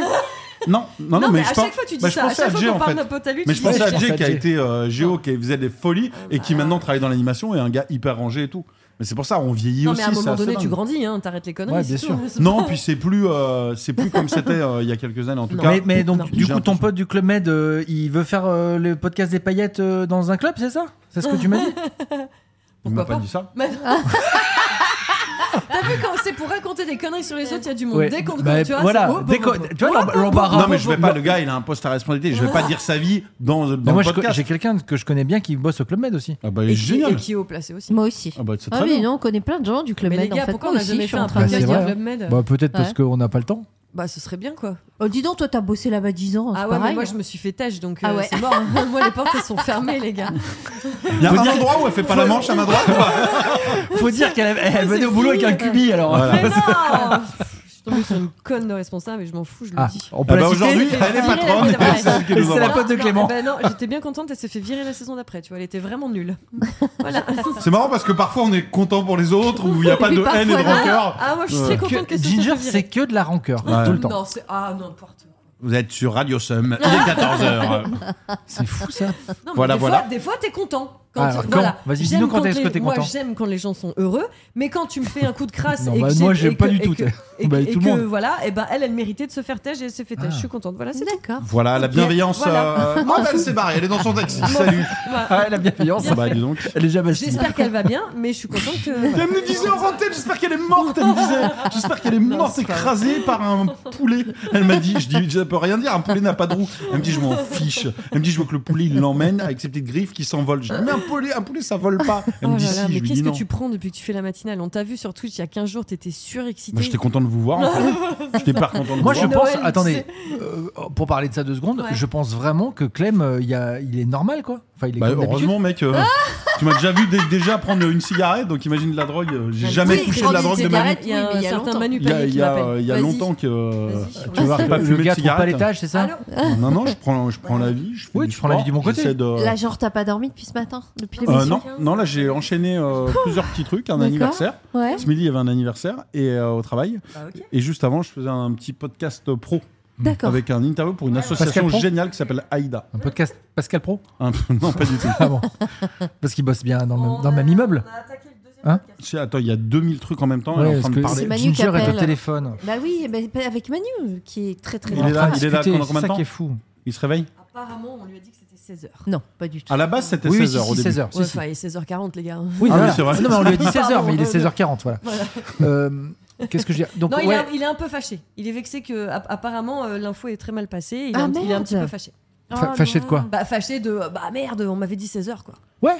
[SPEAKER 4] Non,
[SPEAKER 1] Non,
[SPEAKER 4] non, non,
[SPEAKER 1] mais,
[SPEAKER 4] mais,
[SPEAKER 1] à
[SPEAKER 4] je
[SPEAKER 1] chaque
[SPEAKER 4] pense.
[SPEAKER 1] fois tu dis
[SPEAKER 4] bah, je
[SPEAKER 1] ça, à
[SPEAKER 4] pensais à
[SPEAKER 1] chaque fois
[SPEAKER 4] Jay
[SPEAKER 1] qu'on
[SPEAKER 4] en
[SPEAKER 1] parle
[SPEAKER 4] fait.
[SPEAKER 1] d'un pote à lui,
[SPEAKER 4] Mais
[SPEAKER 1] tu
[SPEAKER 4] je
[SPEAKER 1] dis
[SPEAKER 4] pensais à
[SPEAKER 2] Jay.
[SPEAKER 4] Jay qui a
[SPEAKER 2] Jay.
[SPEAKER 4] été euh, Géo, qui faisait des folies et qui maintenant travaille dans l'animation et un gars hyper rangé et tout. Mais c'est pour ça, on vieillit
[SPEAKER 1] Non,
[SPEAKER 4] aussi.
[SPEAKER 1] mais à un
[SPEAKER 4] c'est
[SPEAKER 1] moment
[SPEAKER 4] assez
[SPEAKER 1] donné,
[SPEAKER 4] dingue.
[SPEAKER 1] tu grandis, hein, t'arrêtes les conneries.
[SPEAKER 2] Ouais, bien
[SPEAKER 1] c'est
[SPEAKER 2] sûr.
[SPEAKER 1] tout. C'est
[SPEAKER 4] Non,
[SPEAKER 1] pas-
[SPEAKER 4] puis c'est plus, euh, c'est plus comme c'était euh, il y a quelques années en tout cas.
[SPEAKER 2] Mais, mais donc, du coup,
[SPEAKER 4] J'ai
[SPEAKER 2] ton
[SPEAKER 4] l'impression.
[SPEAKER 2] pote du Club Med, euh, il veut faire euh, le podcast des paillettes euh, dans un club, c'est ça C'est ce que tu m'as dit
[SPEAKER 4] Il
[SPEAKER 1] pourquoi
[SPEAKER 4] m'a pas
[SPEAKER 1] pas
[SPEAKER 4] dit ça.
[SPEAKER 1] Mais- T'as vu quand c'est pour raconter des conneries sur les autres, il y a du monde.
[SPEAKER 2] Ouais.
[SPEAKER 1] Dès qu'on te
[SPEAKER 2] Bah,
[SPEAKER 1] compte, tu vois, c'est-
[SPEAKER 2] Voilà,
[SPEAKER 1] Hop,
[SPEAKER 2] dès
[SPEAKER 1] hop,
[SPEAKER 2] qu'on-
[SPEAKER 1] hop, hop.
[SPEAKER 2] tu vois,
[SPEAKER 3] Ah,
[SPEAKER 2] l'embarras.
[SPEAKER 4] Non, mais je vais pas, le gars, il a un poste à responsabilité. Je vais pas dire sa vie dans, dans
[SPEAKER 2] Mais
[SPEAKER 4] le
[SPEAKER 2] moi, je co-
[SPEAKER 4] podcast.
[SPEAKER 2] j'ai quelqu'un que je connais bien qui bosse au Club Med aussi.
[SPEAKER 4] Ah, bah,
[SPEAKER 1] Et qui-
[SPEAKER 4] génial.
[SPEAKER 1] Et qui est haut placé aussi.
[SPEAKER 3] Moi aussi.
[SPEAKER 4] Ah, bah, c'est
[SPEAKER 3] Ah
[SPEAKER 4] très
[SPEAKER 3] oui,
[SPEAKER 4] bien.
[SPEAKER 3] non, on connaît plein de gens du Club
[SPEAKER 1] Mais les
[SPEAKER 3] Med. En
[SPEAKER 1] gars,
[SPEAKER 3] fait,
[SPEAKER 1] pourquoi
[SPEAKER 3] moi
[SPEAKER 1] on a
[SPEAKER 3] aussi, je
[SPEAKER 1] jamais
[SPEAKER 3] suis
[SPEAKER 1] fait
[SPEAKER 3] en
[SPEAKER 1] un
[SPEAKER 3] train de
[SPEAKER 2] c'est
[SPEAKER 1] podcast du
[SPEAKER 2] vrai.
[SPEAKER 1] Club Med
[SPEAKER 2] Bah, peut-être parce
[SPEAKER 3] Ouais.
[SPEAKER 2] qu'on n'a pas le temps.
[SPEAKER 1] Bah, ce serait bien quoi.
[SPEAKER 3] Oh, dis donc, toi, t'as bossé là-bas 10 ans. c'est
[SPEAKER 1] Ah ouais, mais
[SPEAKER 3] pareil.
[SPEAKER 1] moi je me suis fait têche donc
[SPEAKER 3] Ah
[SPEAKER 1] euh,
[SPEAKER 3] ouais.
[SPEAKER 1] c'est mort. moi les portes elles sont fermées les gars.
[SPEAKER 4] Il y a un endroit où elle fait pas la manche à ma droite.
[SPEAKER 2] Faut dire qu'elle elle- elle
[SPEAKER 1] C'est
[SPEAKER 2] venait au boulot avec
[SPEAKER 1] fini, euh.
[SPEAKER 2] un
[SPEAKER 1] ouais.
[SPEAKER 2] cubi alors.
[SPEAKER 4] Voilà.
[SPEAKER 1] Mais non Je suis tombée sur une conne de responsable et je m'en fous, je le
[SPEAKER 2] Ah,
[SPEAKER 1] dis.
[SPEAKER 2] on peut
[SPEAKER 4] Ah bah,
[SPEAKER 2] la citer
[SPEAKER 4] Aujourd'hui,
[SPEAKER 1] Elle s'est
[SPEAKER 4] elle est
[SPEAKER 1] fait virer
[SPEAKER 4] patronne.
[SPEAKER 1] la semaine
[SPEAKER 4] C'est elle qui
[SPEAKER 2] Et
[SPEAKER 4] nous
[SPEAKER 2] c'est la
[SPEAKER 4] envoie.
[SPEAKER 2] pote de Clément.
[SPEAKER 1] Ben non, j'étais bien contente, elle s'est fait virer la saison d'après, tu vois, elle était vraiment nulle. Voilà.
[SPEAKER 4] C'est marrant parce que parfois on est content pour les autres où il n'y a pas
[SPEAKER 3] puis
[SPEAKER 4] de haine et de
[SPEAKER 3] parfois,
[SPEAKER 4] rancœur.
[SPEAKER 1] Ah, moi je suis
[SPEAKER 4] Ouais.
[SPEAKER 1] très
[SPEAKER 2] Que-
[SPEAKER 1] contente qu'elle se soit
[SPEAKER 2] Ginger,
[SPEAKER 1] fait
[SPEAKER 2] c'est
[SPEAKER 1] virer.
[SPEAKER 2] que de la rancœur
[SPEAKER 4] Ouais.
[SPEAKER 2] tout le temps.
[SPEAKER 1] Non, c'est. Ah, n'importe quoi.
[SPEAKER 4] Vous êtes sur Radio Sum, il est 14h.
[SPEAKER 2] C'est fou ça.
[SPEAKER 1] Non, mais
[SPEAKER 4] Voilà,
[SPEAKER 1] des
[SPEAKER 4] voilà.
[SPEAKER 1] Fois, des fois, t'es content. Quand,
[SPEAKER 2] Alors, quand
[SPEAKER 1] voilà,
[SPEAKER 2] Vas-y,
[SPEAKER 1] j'aime
[SPEAKER 2] dis-nous quand est-ce
[SPEAKER 1] les-
[SPEAKER 2] que t'es
[SPEAKER 1] Moi,
[SPEAKER 2] content.
[SPEAKER 1] j'aime quand les gens sont heureux, mais quand tu me fais un coup de crasse
[SPEAKER 2] Non,
[SPEAKER 1] et
[SPEAKER 2] bah,
[SPEAKER 1] que
[SPEAKER 2] moi,
[SPEAKER 1] j'ai-
[SPEAKER 2] j'aime
[SPEAKER 1] et
[SPEAKER 2] pas
[SPEAKER 1] que-
[SPEAKER 2] du
[SPEAKER 1] et
[SPEAKER 2] tout,
[SPEAKER 1] que-
[SPEAKER 2] t'es-
[SPEAKER 1] et que-
[SPEAKER 2] Bah,
[SPEAKER 1] et
[SPEAKER 2] tout le
[SPEAKER 1] que,
[SPEAKER 2] monde.
[SPEAKER 1] voilà, et ben elle, elle méritait de se faire têche et elle s'est fait têche.
[SPEAKER 2] Ah.
[SPEAKER 1] Je suis contente. Voilà, c'est tout.
[SPEAKER 3] D'accord.
[SPEAKER 4] Voilà, la bienveillance.
[SPEAKER 1] Voilà.
[SPEAKER 4] euh, Ah, bah, elle s'est barrée, elle est dans son taxi. Salut.
[SPEAKER 1] Voilà.
[SPEAKER 2] Ah, la bienveillance.
[SPEAKER 4] Ah, bah, dis donc.
[SPEAKER 2] Elle est déjà bastille.
[SPEAKER 1] J'espère qu'elle va bien, mais je suis contente que.
[SPEAKER 4] Elle me disait en rentrée, j'espère qu'elle est morte. Elle me disait, j'espère qu'elle est morte écrasée par un poulet. Elle m'a dit, je dis, je peux rien dire, un poulet n'a pas de roue. Elle me dit, je m'en fiche. Elle me dit, je veux que le poulet il l'emmène avec ses petites griffes qui s'envolent. Je dis, mais un poulet, un poulet ça vole pas. Elle
[SPEAKER 1] Oh
[SPEAKER 4] me dit,
[SPEAKER 1] là là,
[SPEAKER 4] si,
[SPEAKER 1] mais
[SPEAKER 4] je lui
[SPEAKER 1] qu'est-ce
[SPEAKER 4] dis
[SPEAKER 1] que
[SPEAKER 4] non. Bah,
[SPEAKER 1] tu prends depuis que tu fais la matinale On t'a vu sur Twitch il y a 15 jours, t'étais surexcité.
[SPEAKER 4] Bah, J'étais content de vous voir. En fait. J'étais pas content de
[SPEAKER 2] Moi,
[SPEAKER 4] vous
[SPEAKER 2] je
[SPEAKER 4] voir.
[SPEAKER 2] pense.
[SPEAKER 1] Noël,
[SPEAKER 2] attendez, euh, pour parler de ça deux secondes,
[SPEAKER 1] Ouais.
[SPEAKER 2] je pense vraiment que Clem, euh, il y a- il est normal, quoi. Enfin, il est
[SPEAKER 4] Bah,
[SPEAKER 2] comme d'habitude.
[SPEAKER 4] heureusement, mec, euh, tu m'as déjà vu dé- déjà prendre une cigarette, donc imagine de la drogue. euh,
[SPEAKER 1] Bah,
[SPEAKER 4] J'ai jamais
[SPEAKER 3] oui,
[SPEAKER 4] touché de la
[SPEAKER 3] grande
[SPEAKER 4] drogue de ma vie.
[SPEAKER 3] cigarette,
[SPEAKER 1] Il y a
[SPEAKER 3] Oui, mais
[SPEAKER 1] un
[SPEAKER 3] il y a
[SPEAKER 1] certain
[SPEAKER 3] longtemps.
[SPEAKER 1] Manu
[SPEAKER 4] Il y a,
[SPEAKER 1] Payet
[SPEAKER 4] il
[SPEAKER 1] qui
[SPEAKER 4] y a,
[SPEAKER 1] m'appelle.
[SPEAKER 4] euh, il y a
[SPEAKER 3] Vas-y.
[SPEAKER 4] longtemps que euh,
[SPEAKER 1] Vas-y,
[SPEAKER 4] tu vas
[SPEAKER 2] Le-
[SPEAKER 4] pas
[SPEAKER 2] le,
[SPEAKER 4] fumer de
[SPEAKER 2] gars trouve pas
[SPEAKER 4] cigarette.
[SPEAKER 2] l'étage, c'est ça
[SPEAKER 1] Allô
[SPEAKER 4] Non, non, je prends, je prends la vie. Je fais
[SPEAKER 2] Oui,
[SPEAKER 4] du
[SPEAKER 2] tu prends la vie
[SPEAKER 4] sport,
[SPEAKER 2] du bon côté.
[SPEAKER 4] j'essaie de-
[SPEAKER 3] Là, genre, t'as pas dormi depuis ce matin Depuis
[SPEAKER 4] Euh,
[SPEAKER 3] l'émission
[SPEAKER 4] non, non, là j'ai enchaîné euh, plusieurs petits trucs, un
[SPEAKER 3] Oh, D'accord.
[SPEAKER 4] anniversaire.
[SPEAKER 3] Ouais.
[SPEAKER 4] Ce midi, il y avait un anniversaire et euh, au travail. Et juste avant, je faisais un petit podcast euh, pro
[SPEAKER 3] D'accord.
[SPEAKER 4] avec un interview pour une
[SPEAKER 2] Pascal
[SPEAKER 4] association
[SPEAKER 2] Pro
[SPEAKER 4] géniale qui s'appelle AIDA.
[SPEAKER 2] Un podcast Pascal Pro
[SPEAKER 4] Un peu- non, pas du tout.
[SPEAKER 2] Ah bon Parce qu'il bosse bien dans le, même- dans le même immeuble.
[SPEAKER 4] C'est- Attends, il y a 2000 trucs en même temps. elle est en train de
[SPEAKER 3] C'est
[SPEAKER 4] parler.
[SPEAKER 3] Manu qui
[SPEAKER 2] Ginger est
[SPEAKER 3] appelle.
[SPEAKER 2] au téléphone.
[SPEAKER 3] Bah oui, bah, bah, avec Manu, qui est très très
[SPEAKER 4] Il
[SPEAKER 2] en
[SPEAKER 4] est là,
[SPEAKER 2] train de
[SPEAKER 4] il est là
[SPEAKER 2] discuter,
[SPEAKER 4] pendant
[SPEAKER 2] c'est
[SPEAKER 4] combien de
[SPEAKER 2] ça
[SPEAKER 4] temps
[SPEAKER 2] qui est fou.
[SPEAKER 4] Il se réveille
[SPEAKER 1] Apparemment, on lui a dit que c'était 16h.
[SPEAKER 3] Non, pas du tout.
[SPEAKER 4] À la base, c'était
[SPEAKER 2] Oui,
[SPEAKER 4] 16h au début.
[SPEAKER 2] 16h.
[SPEAKER 1] Ouais, enfin, il est 16h40, les gars.
[SPEAKER 2] Oui,
[SPEAKER 4] Ah
[SPEAKER 2] voilà.
[SPEAKER 4] oui, c'est vrai.
[SPEAKER 2] Non, mais on lui a dit 16h,
[SPEAKER 1] Pardon.
[SPEAKER 2] mais il est 16h40, voilà. Euh, Qu'est-ce que je veux dire Donc,
[SPEAKER 1] non, il, est
[SPEAKER 2] ouais,
[SPEAKER 1] un- il est un peu fâché. Il est vexé que, app- apparemment, euh, l'info est très mal passée. Il, est
[SPEAKER 3] Ah,
[SPEAKER 1] un, il est un petit
[SPEAKER 3] merde.
[SPEAKER 1] peu fâché.
[SPEAKER 3] Oh,
[SPEAKER 2] fa- fâché de quoi
[SPEAKER 1] Bah, fâché de. euh, Bah, merde, on m'avait dit 16h, quoi.
[SPEAKER 2] Ouais.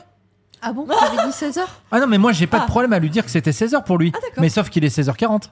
[SPEAKER 3] Ah bon T'avais dit 16h
[SPEAKER 2] Ah non, mais moi, j'ai pas
[SPEAKER 1] Ah.
[SPEAKER 2] de problème à lui dire que c'était 16h pour lui.
[SPEAKER 1] Ah, d'accord.
[SPEAKER 2] mais sauf qu'il est 16h40.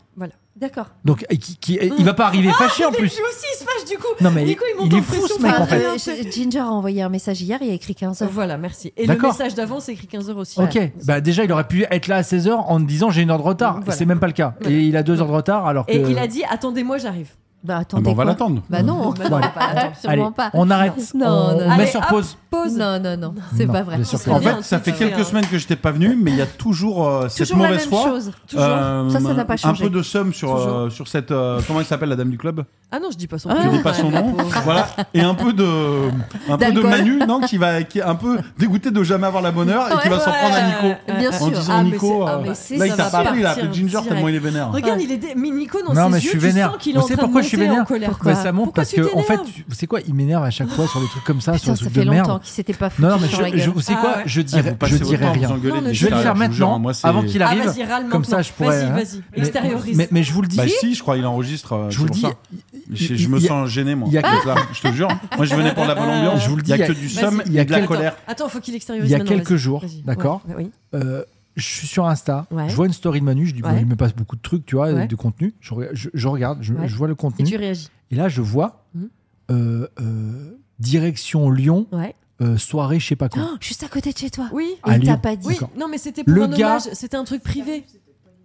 [SPEAKER 3] D'accord.
[SPEAKER 2] Donc, et qui, qui- et il va pas arriver fâché en
[SPEAKER 1] Et
[SPEAKER 2] plus.
[SPEAKER 1] lui aussi, il se fâche, du coup.
[SPEAKER 2] Non, mais
[SPEAKER 1] du coup, il, monte
[SPEAKER 2] il
[SPEAKER 1] en
[SPEAKER 2] est fou,
[SPEAKER 1] pression
[SPEAKER 2] ce mec,
[SPEAKER 1] pour
[SPEAKER 2] en fait.
[SPEAKER 1] arriver
[SPEAKER 3] Euh, je- Ginger a envoyé un message hier, il a écrit 15h.
[SPEAKER 1] Voilà, merci. Et le
[SPEAKER 2] D'accord.
[SPEAKER 1] message d'avant, c'est écrit 15h aussi.
[SPEAKER 2] Ok, bah déjà il aurait pu être là à 16h en disant j'ai une heure de retard.
[SPEAKER 1] Voilà.
[SPEAKER 2] C'est même pas le cas. Et il a deux heures de retard alors que.
[SPEAKER 1] Et il a dit Attendez-moi, j'arrive.
[SPEAKER 3] Bah
[SPEAKER 4] Ah,
[SPEAKER 3] attendez.
[SPEAKER 4] bah, on va
[SPEAKER 3] quoi
[SPEAKER 4] l'attendre.
[SPEAKER 3] Bah non,
[SPEAKER 1] Bah, non, on va pas l'attendre.
[SPEAKER 2] Allez,
[SPEAKER 3] absolument pas.
[SPEAKER 2] on arrête.
[SPEAKER 3] Non,
[SPEAKER 2] on,
[SPEAKER 3] non,
[SPEAKER 2] on met
[SPEAKER 1] Allez,
[SPEAKER 2] sur
[SPEAKER 1] hop.
[SPEAKER 2] pause.
[SPEAKER 1] Pause.
[SPEAKER 3] Non, non, non, c'est
[SPEAKER 2] Non,
[SPEAKER 3] pas vrai.
[SPEAKER 2] bien sûr que
[SPEAKER 4] En
[SPEAKER 2] non.
[SPEAKER 1] bien,
[SPEAKER 4] fait, ça
[SPEAKER 1] tu
[SPEAKER 4] fait
[SPEAKER 1] fais
[SPEAKER 4] quelques
[SPEAKER 1] un-
[SPEAKER 4] semaines que j'étais pas venu, mais il y a toujours euh, cette
[SPEAKER 3] Toujours la
[SPEAKER 4] mauvaise
[SPEAKER 3] même
[SPEAKER 4] foi.
[SPEAKER 3] chose. Toujours.
[SPEAKER 4] Euh,
[SPEAKER 3] Ça, ça n'a pas changé.
[SPEAKER 4] Un peu de somme sur,
[SPEAKER 1] Toujours.
[SPEAKER 4] euh, sur cette. euh, comment elle s'appelle, la dame du club
[SPEAKER 1] Ah non, je dis pas son
[SPEAKER 3] Ah.
[SPEAKER 1] nom.
[SPEAKER 4] Je dis pas son nom. voilà. Et un peu de. Un peu de
[SPEAKER 3] D'alcool.
[SPEAKER 4] Manu, non, qui, va, qui est un peu dégoûté de jamais avoir la bonne heure et qui va s'en prendre à Nico.
[SPEAKER 3] Bien
[SPEAKER 4] En
[SPEAKER 3] sûr.
[SPEAKER 4] disant
[SPEAKER 1] Ah, mais
[SPEAKER 4] Nico.
[SPEAKER 1] c'est- ah,
[SPEAKER 4] euh,
[SPEAKER 1] mais c'est-
[SPEAKER 4] là, il
[SPEAKER 1] ça
[SPEAKER 4] t'a
[SPEAKER 1] va
[SPEAKER 4] pas appelé, il a appelé
[SPEAKER 1] partir
[SPEAKER 4] Ginger tellement
[SPEAKER 1] direct.
[SPEAKER 4] il est vénère.
[SPEAKER 1] Regarde, il est. dé- Mais Nico, dans
[SPEAKER 2] non
[SPEAKER 1] ses
[SPEAKER 2] mais je
[SPEAKER 1] yeux,
[SPEAKER 2] suis
[SPEAKER 1] tu
[SPEAKER 2] vénère.
[SPEAKER 1] sens qu'il est
[SPEAKER 2] Vous
[SPEAKER 1] en train
[SPEAKER 2] savez
[SPEAKER 1] de
[SPEAKER 2] pourquoi je suis
[SPEAKER 1] monter en
[SPEAKER 2] vénère
[SPEAKER 1] colère.
[SPEAKER 2] Bah, ça monte
[SPEAKER 1] Pourquoi
[SPEAKER 2] parce
[SPEAKER 1] tu
[SPEAKER 2] que en fait,
[SPEAKER 1] t'énerves
[SPEAKER 2] tu- c'est quoi Il m'énerve à chaque fois sur les trucs comme ça, sur
[SPEAKER 3] Putain,
[SPEAKER 2] les
[SPEAKER 3] ça
[SPEAKER 2] trucs
[SPEAKER 3] fait
[SPEAKER 2] de
[SPEAKER 3] longtemps
[SPEAKER 2] merde.
[SPEAKER 3] qu'il s'était pas foutu
[SPEAKER 2] Non non mais
[SPEAKER 3] sur la
[SPEAKER 2] je,
[SPEAKER 3] gueule.
[SPEAKER 2] je- vous savez
[SPEAKER 1] Ah
[SPEAKER 2] quoi
[SPEAKER 1] ouais.
[SPEAKER 2] Je
[SPEAKER 4] Ah,
[SPEAKER 2] dirais,
[SPEAKER 4] vous passez
[SPEAKER 2] je
[SPEAKER 4] votre
[SPEAKER 2] dirai
[SPEAKER 4] temps à vous
[SPEAKER 2] rien.
[SPEAKER 4] engueuler
[SPEAKER 1] Non, mais
[SPEAKER 4] des
[SPEAKER 2] Je vais le
[SPEAKER 4] stars,
[SPEAKER 2] faire
[SPEAKER 4] vous jure,
[SPEAKER 2] maintenant,
[SPEAKER 4] moi, c'est-
[SPEAKER 2] avant qu'il
[SPEAKER 1] Ah,
[SPEAKER 2] arrive.
[SPEAKER 1] vas-y, râle
[SPEAKER 2] Comme ça,
[SPEAKER 1] maintenant.
[SPEAKER 2] je pourrais.
[SPEAKER 1] Vas-y,
[SPEAKER 2] hein.
[SPEAKER 1] vas-y,
[SPEAKER 2] Mais-
[SPEAKER 1] extériorise.
[SPEAKER 2] Mais, mais je vous le dis.
[SPEAKER 4] Bah si, je crois il enregistre. euh,
[SPEAKER 2] Je vous le
[SPEAKER 4] c'est
[SPEAKER 2] dis.
[SPEAKER 4] pour ça. Je, je me
[SPEAKER 2] il y a-
[SPEAKER 4] sens gêné, moi.
[SPEAKER 2] il y a-
[SPEAKER 4] avec ça, je te jure. Moi, je venais pour la bonne ambiance.
[SPEAKER 2] Je vous le
[SPEAKER 4] Il y
[SPEAKER 2] dis,
[SPEAKER 4] a que du
[SPEAKER 2] il
[SPEAKER 1] y a-
[SPEAKER 4] somme
[SPEAKER 2] il y
[SPEAKER 4] et
[SPEAKER 2] a
[SPEAKER 4] de la
[SPEAKER 2] quelques-
[SPEAKER 4] colère.
[SPEAKER 1] Attends, faut qu'il extériorise.
[SPEAKER 2] Il y a
[SPEAKER 1] maintenant,
[SPEAKER 2] quelques
[SPEAKER 1] vas-y,
[SPEAKER 2] jours,
[SPEAKER 1] vas-y.
[SPEAKER 2] d'accord
[SPEAKER 1] Ouais, oui.
[SPEAKER 2] Euh, je suis sur Insta,
[SPEAKER 1] Ouais.
[SPEAKER 2] je vois une story de Manu, je dis, bon,
[SPEAKER 1] Ouais.
[SPEAKER 2] il me passe beaucoup de trucs, tu vois,
[SPEAKER 1] Ouais.
[SPEAKER 2] de contenu. Je, rega- je- je regarde, je,
[SPEAKER 1] Ouais.
[SPEAKER 2] je vois le
[SPEAKER 1] Et
[SPEAKER 2] contenu.
[SPEAKER 1] tu réagis.
[SPEAKER 2] Et là, je vois
[SPEAKER 1] Mhm.
[SPEAKER 2] euh, euh, direction Lyon,
[SPEAKER 1] Ouais.
[SPEAKER 2] euh, soirée, je sais pas quoi.
[SPEAKER 3] Oh, juste à côté de chez toi.
[SPEAKER 1] Oui.
[SPEAKER 2] Ah,
[SPEAKER 3] Et il t'a
[SPEAKER 2] Lyon.
[SPEAKER 3] pas dit.
[SPEAKER 1] Oui.
[SPEAKER 2] D'accord.
[SPEAKER 1] Non, mais c'était pour
[SPEAKER 2] Le
[SPEAKER 1] un
[SPEAKER 2] gars-
[SPEAKER 1] hommage. C'était un truc privé.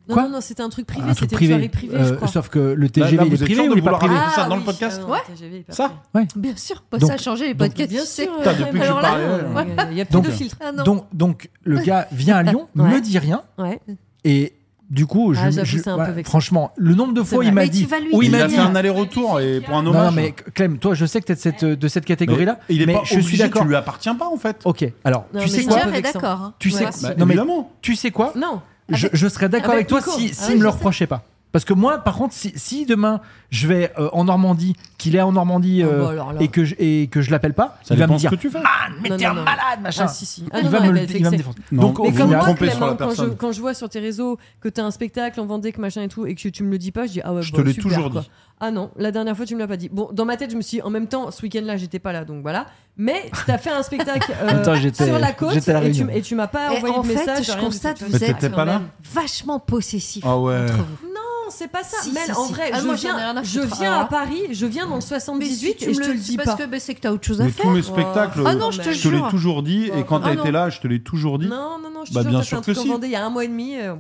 [SPEAKER 1] Non,
[SPEAKER 2] Quoi
[SPEAKER 1] non, non, c'était un truc privé.
[SPEAKER 2] Un truc
[SPEAKER 1] C'était une soirée privée, je
[SPEAKER 2] Euh,
[SPEAKER 1] crois.
[SPEAKER 2] sauf que le
[SPEAKER 4] Là,
[SPEAKER 2] TGV,
[SPEAKER 4] là,
[SPEAKER 2] il
[SPEAKER 4] vous
[SPEAKER 2] est
[SPEAKER 4] êtes
[SPEAKER 2] privé
[SPEAKER 4] sûr
[SPEAKER 2] ou il
[SPEAKER 4] de
[SPEAKER 2] est pas
[SPEAKER 4] vouloir
[SPEAKER 2] privé
[SPEAKER 4] raconter ça dans le
[SPEAKER 1] oui,
[SPEAKER 4] podcast
[SPEAKER 1] ah non,
[SPEAKER 3] Ouais.
[SPEAKER 1] TGV, il est pas
[SPEAKER 4] Ça
[SPEAKER 1] prêt.
[SPEAKER 3] Bien sûr,
[SPEAKER 2] Donc-
[SPEAKER 3] ça a changé les
[SPEAKER 2] donc-
[SPEAKER 3] podcasts.
[SPEAKER 1] Bien sûr.
[SPEAKER 3] c'est-
[SPEAKER 4] Putain, depuis que j'ai
[SPEAKER 3] Alors là,
[SPEAKER 4] parlé,
[SPEAKER 3] euh, ouais.
[SPEAKER 1] Il y a plus
[SPEAKER 2] Donc-
[SPEAKER 1] de filtre.
[SPEAKER 3] Ah non.
[SPEAKER 2] Donc, donc, le gars vient à Lyon,
[SPEAKER 1] Ouais.
[SPEAKER 2] me dit rien,
[SPEAKER 1] Ouais.
[SPEAKER 2] et du coup, je,
[SPEAKER 1] Ah, j'avoue,
[SPEAKER 2] je-
[SPEAKER 1] c'est un peu vexant.
[SPEAKER 2] franchement, le nombre de fois
[SPEAKER 1] vrai.
[SPEAKER 2] il m'a
[SPEAKER 3] Mais tu
[SPEAKER 2] dit,
[SPEAKER 3] vas lui
[SPEAKER 2] ou il
[SPEAKER 4] il
[SPEAKER 2] m'a
[SPEAKER 4] a
[SPEAKER 2] dit,
[SPEAKER 4] fait un aller-retour et pour un
[SPEAKER 2] non, non,
[SPEAKER 4] hommage.
[SPEAKER 2] mais Clem, toi, je sais que t'es de cette, de cette catégorie-là,
[SPEAKER 4] Mais il est
[SPEAKER 2] mais
[SPEAKER 4] pas
[SPEAKER 2] je suis
[SPEAKER 4] obligé,
[SPEAKER 2] d'accord.
[SPEAKER 4] Tu lui appartiens pas en fait.
[SPEAKER 2] Ok, alors,
[SPEAKER 1] Non,
[SPEAKER 2] tu
[SPEAKER 1] mais
[SPEAKER 2] sais
[SPEAKER 1] c'est
[SPEAKER 2] quoi
[SPEAKER 1] un peu
[SPEAKER 3] Ginger est
[SPEAKER 1] vexant.
[SPEAKER 3] d'accord. hein.
[SPEAKER 2] Tu sais
[SPEAKER 3] Ouais.
[SPEAKER 2] quoi
[SPEAKER 4] Bah,
[SPEAKER 2] Non, mais-
[SPEAKER 4] évidemment.
[SPEAKER 2] Tu sais quoi
[SPEAKER 1] Non.
[SPEAKER 2] je, je serais d'accord avec, toi
[SPEAKER 1] Avec Nico.
[SPEAKER 2] si,
[SPEAKER 1] Ah
[SPEAKER 2] si
[SPEAKER 1] oui,
[SPEAKER 2] il me
[SPEAKER 1] je
[SPEAKER 2] le
[SPEAKER 1] sais.
[SPEAKER 2] reprochait pas. Parce que moi, par contre, si, si demain je vais euh, en Normandie, qu'il est en Normandie
[SPEAKER 1] Ah, bah,
[SPEAKER 2] euh,
[SPEAKER 1] alors là.
[SPEAKER 2] et que je, et que je l'appelle pas,
[SPEAKER 4] Ça
[SPEAKER 2] il va
[SPEAKER 4] dépend
[SPEAKER 2] me
[SPEAKER 4] ce
[SPEAKER 2] dire
[SPEAKER 4] que tu fais.
[SPEAKER 2] Man, mais
[SPEAKER 1] Non,
[SPEAKER 2] t'es
[SPEAKER 1] non,
[SPEAKER 2] un
[SPEAKER 1] non.
[SPEAKER 2] malade, machin.
[SPEAKER 1] Ah, si, si. Ah,
[SPEAKER 2] il,
[SPEAKER 1] non,
[SPEAKER 2] va
[SPEAKER 1] non,
[SPEAKER 2] me
[SPEAKER 1] il va
[SPEAKER 2] le,
[SPEAKER 1] être
[SPEAKER 2] il va me
[SPEAKER 1] vexé.
[SPEAKER 2] défoncer.
[SPEAKER 4] Non,
[SPEAKER 2] Donc,
[SPEAKER 4] mais
[SPEAKER 2] au
[SPEAKER 1] Mais comme
[SPEAKER 4] vous
[SPEAKER 2] final-
[SPEAKER 1] moi,
[SPEAKER 4] trompez sur la
[SPEAKER 1] Clément, quand je,
[SPEAKER 4] personne.
[SPEAKER 1] quand je vois sur tes réseaux que t'as un spectacle en Vendée, que machin et tout, et que tu, tu me le dis pas, je dis ah ouais,
[SPEAKER 4] Je
[SPEAKER 1] bah,
[SPEAKER 4] te l'ai
[SPEAKER 1] super,
[SPEAKER 4] toujours
[SPEAKER 1] quoi.
[SPEAKER 4] dit.
[SPEAKER 1] Ah non, la dernière fois tu me l'as pas dit. Bon, dans ma tête, je me suis dit, en même temps, ce week-end-là, j'étais pas là, donc voilà. Mais t'as fait un spectacle euh,
[SPEAKER 2] En même temps, j'étais-
[SPEAKER 1] sur la côte
[SPEAKER 2] j'étais à La
[SPEAKER 1] et tu,
[SPEAKER 2] Réunion.
[SPEAKER 1] et tu m'as pas
[SPEAKER 3] Et
[SPEAKER 1] envoyé
[SPEAKER 3] en
[SPEAKER 1] de
[SPEAKER 3] fait,
[SPEAKER 1] message.
[SPEAKER 3] je
[SPEAKER 1] rien du tout,
[SPEAKER 3] constate
[SPEAKER 1] tu
[SPEAKER 3] que
[SPEAKER 1] vois.
[SPEAKER 3] vous
[SPEAKER 4] Mais t'étais
[SPEAKER 3] êtes
[SPEAKER 4] pas là
[SPEAKER 3] vachement possessif
[SPEAKER 4] Ah ouais.
[SPEAKER 3] entre vous.
[SPEAKER 1] Non, c'est pas ça.
[SPEAKER 3] Si,
[SPEAKER 1] Mel,
[SPEAKER 3] si,
[SPEAKER 1] en
[SPEAKER 3] si.
[SPEAKER 1] vrai,
[SPEAKER 3] Ah,
[SPEAKER 1] je
[SPEAKER 3] moi, j'en ai rien
[SPEAKER 1] viens,
[SPEAKER 3] à
[SPEAKER 1] je
[SPEAKER 3] foutre. Ah.
[SPEAKER 1] viens
[SPEAKER 3] Alors
[SPEAKER 1] à
[SPEAKER 3] là.
[SPEAKER 1] Paris, je viens dans le 78 et je te le dis pas.
[SPEAKER 3] parce que bah, c'est que t'as autre chose à
[SPEAKER 4] Mais
[SPEAKER 3] faire.
[SPEAKER 4] tous mes spectacles,
[SPEAKER 3] Ah non, je te
[SPEAKER 4] je te l'ai
[SPEAKER 3] jure.
[SPEAKER 4] toujours dit. Et quand
[SPEAKER 3] Ah
[SPEAKER 4] t'as
[SPEAKER 3] non.
[SPEAKER 4] été là, je te l'ai toujours dit.
[SPEAKER 1] Non, non, non, je te
[SPEAKER 4] Bah,
[SPEAKER 1] jure,
[SPEAKER 4] bien
[SPEAKER 1] t'as fait
[SPEAKER 4] sûr
[SPEAKER 1] un
[SPEAKER 4] que
[SPEAKER 1] truc en
[SPEAKER 4] si.
[SPEAKER 1] Vendée il y a un mois et demi. euh,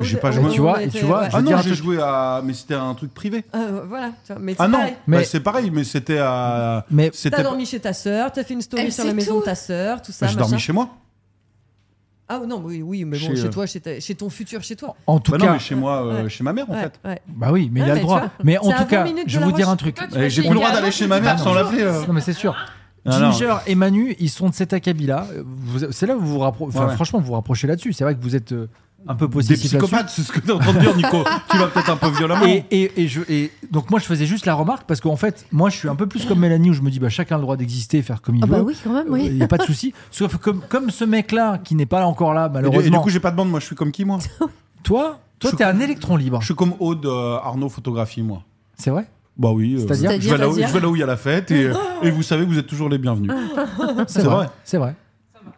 [SPEAKER 4] J'ai
[SPEAKER 1] on-
[SPEAKER 4] pas
[SPEAKER 1] on-
[SPEAKER 4] joué.
[SPEAKER 1] on
[SPEAKER 2] Tu vois, et
[SPEAKER 1] était-
[SPEAKER 2] tu vois,
[SPEAKER 1] ouais.
[SPEAKER 2] je
[SPEAKER 4] Ah
[SPEAKER 2] vais te dire
[SPEAKER 4] non,
[SPEAKER 2] un
[SPEAKER 4] j'ai
[SPEAKER 2] truc.
[SPEAKER 4] joué à. Mais c'était un truc privé.
[SPEAKER 1] Euh, voilà, tu vois, mais c'est
[SPEAKER 4] Ah non,
[SPEAKER 1] pareil.
[SPEAKER 2] Mais-
[SPEAKER 4] Bah, c'est pareil, mais c'était à.
[SPEAKER 2] Mais-
[SPEAKER 4] c'était
[SPEAKER 1] T'as dormi chez ta sœur, t'as fait une story
[SPEAKER 3] Elle
[SPEAKER 1] sur la
[SPEAKER 3] sait
[SPEAKER 1] maison
[SPEAKER 3] tout.
[SPEAKER 1] de ta sœur, tout ça.
[SPEAKER 4] Bah, J'ai dormi
[SPEAKER 1] machin.
[SPEAKER 4] chez moi.
[SPEAKER 1] Ah non, oui, oui, mais bon,
[SPEAKER 4] Chez,
[SPEAKER 1] chez,
[SPEAKER 4] euh,
[SPEAKER 1] toi, chez, ta- chez ton futur, chez toi.
[SPEAKER 2] En tout
[SPEAKER 4] Bah non,
[SPEAKER 2] cas,
[SPEAKER 4] mais chez moi, euh, chez ma mère en
[SPEAKER 1] Ouais,
[SPEAKER 4] fait.
[SPEAKER 1] ouais.
[SPEAKER 2] bah oui, mais
[SPEAKER 1] Ah,
[SPEAKER 2] il a
[SPEAKER 1] mais
[SPEAKER 2] le droit.
[SPEAKER 1] tu vois,
[SPEAKER 2] Mais en
[SPEAKER 1] c'est à
[SPEAKER 2] tout
[SPEAKER 1] 20
[SPEAKER 2] cas,
[SPEAKER 1] minutes de
[SPEAKER 2] je vais
[SPEAKER 1] la
[SPEAKER 2] vous dire
[SPEAKER 1] Roche.
[SPEAKER 2] un truc.
[SPEAKER 4] Et J'ai plus le droit d'aller chez ma mère sans l'appeler. euh.
[SPEAKER 2] Non, mais Bah, c'est sûr.
[SPEAKER 4] Alors,
[SPEAKER 2] Ginger et Manu, ils sont de cet acabit-là. Vous- C'est là où vous vous rapprochez.
[SPEAKER 4] Ouais, ouais.
[SPEAKER 2] Franchement, vous vous rapprochez là-dessus. C'est vrai que vous êtes euh, un peu
[SPEAKER 4] des
[SPEAKER 2] possessif là-dessus.
[SPEAKER 4] psychopathes, c'est ce que t'es en train de dire, Nico. tu vas peut-être un peu violemment.
[SPEAKER 2] Et, et- et je, et donc moi je faisais juste la remarque parce qu'en fait moi je suis un peu plus comme Mélanie où je me dis bah chacun a le droit d'exister et faire comme il
[SPEAKER 3] Ah
[SPEAKER 2] veut. Euh,
[SPEAKER 3] bah oui, quand même,
[SPEAKER 2] Il
[SPEAKER 3] oui.
[SPEAKER 2] n'y a pas de souci. Sauf comme, comme ce mec-là, qui n'est pas encore là,
[SPEAKER 4] Et du, et
[SPEAKER 2] malheureusement,
[SPEAKER 4] du coup, j'ai pas de bande, moi, je suis comme qui, moi
[SPEAKER 2] toi, toi,
[SPEAKER 4] je-
[SPEAKER 2] t'es un électron libre.
[SPEAKER 4] Je suis comme Aude euh, Arnaud Photographie, moi.
[SPEAKER 2] C'est vrai
[SPEAKER 4] Bah oui, euh,
[SPEAKER 2] C'est-à-dire
[SPEAKER 4] je, vais là où,
[SPEAKER 3] C'est-à-dire
[SPEAKER 4] je vais là où il y a la fête et, et vous savez que vous êtes toujours les bienvenus.
[SPEAKER 2] C'est
[SPEAKER 4] vrai.
[SPEAKER 2] C'est vrai.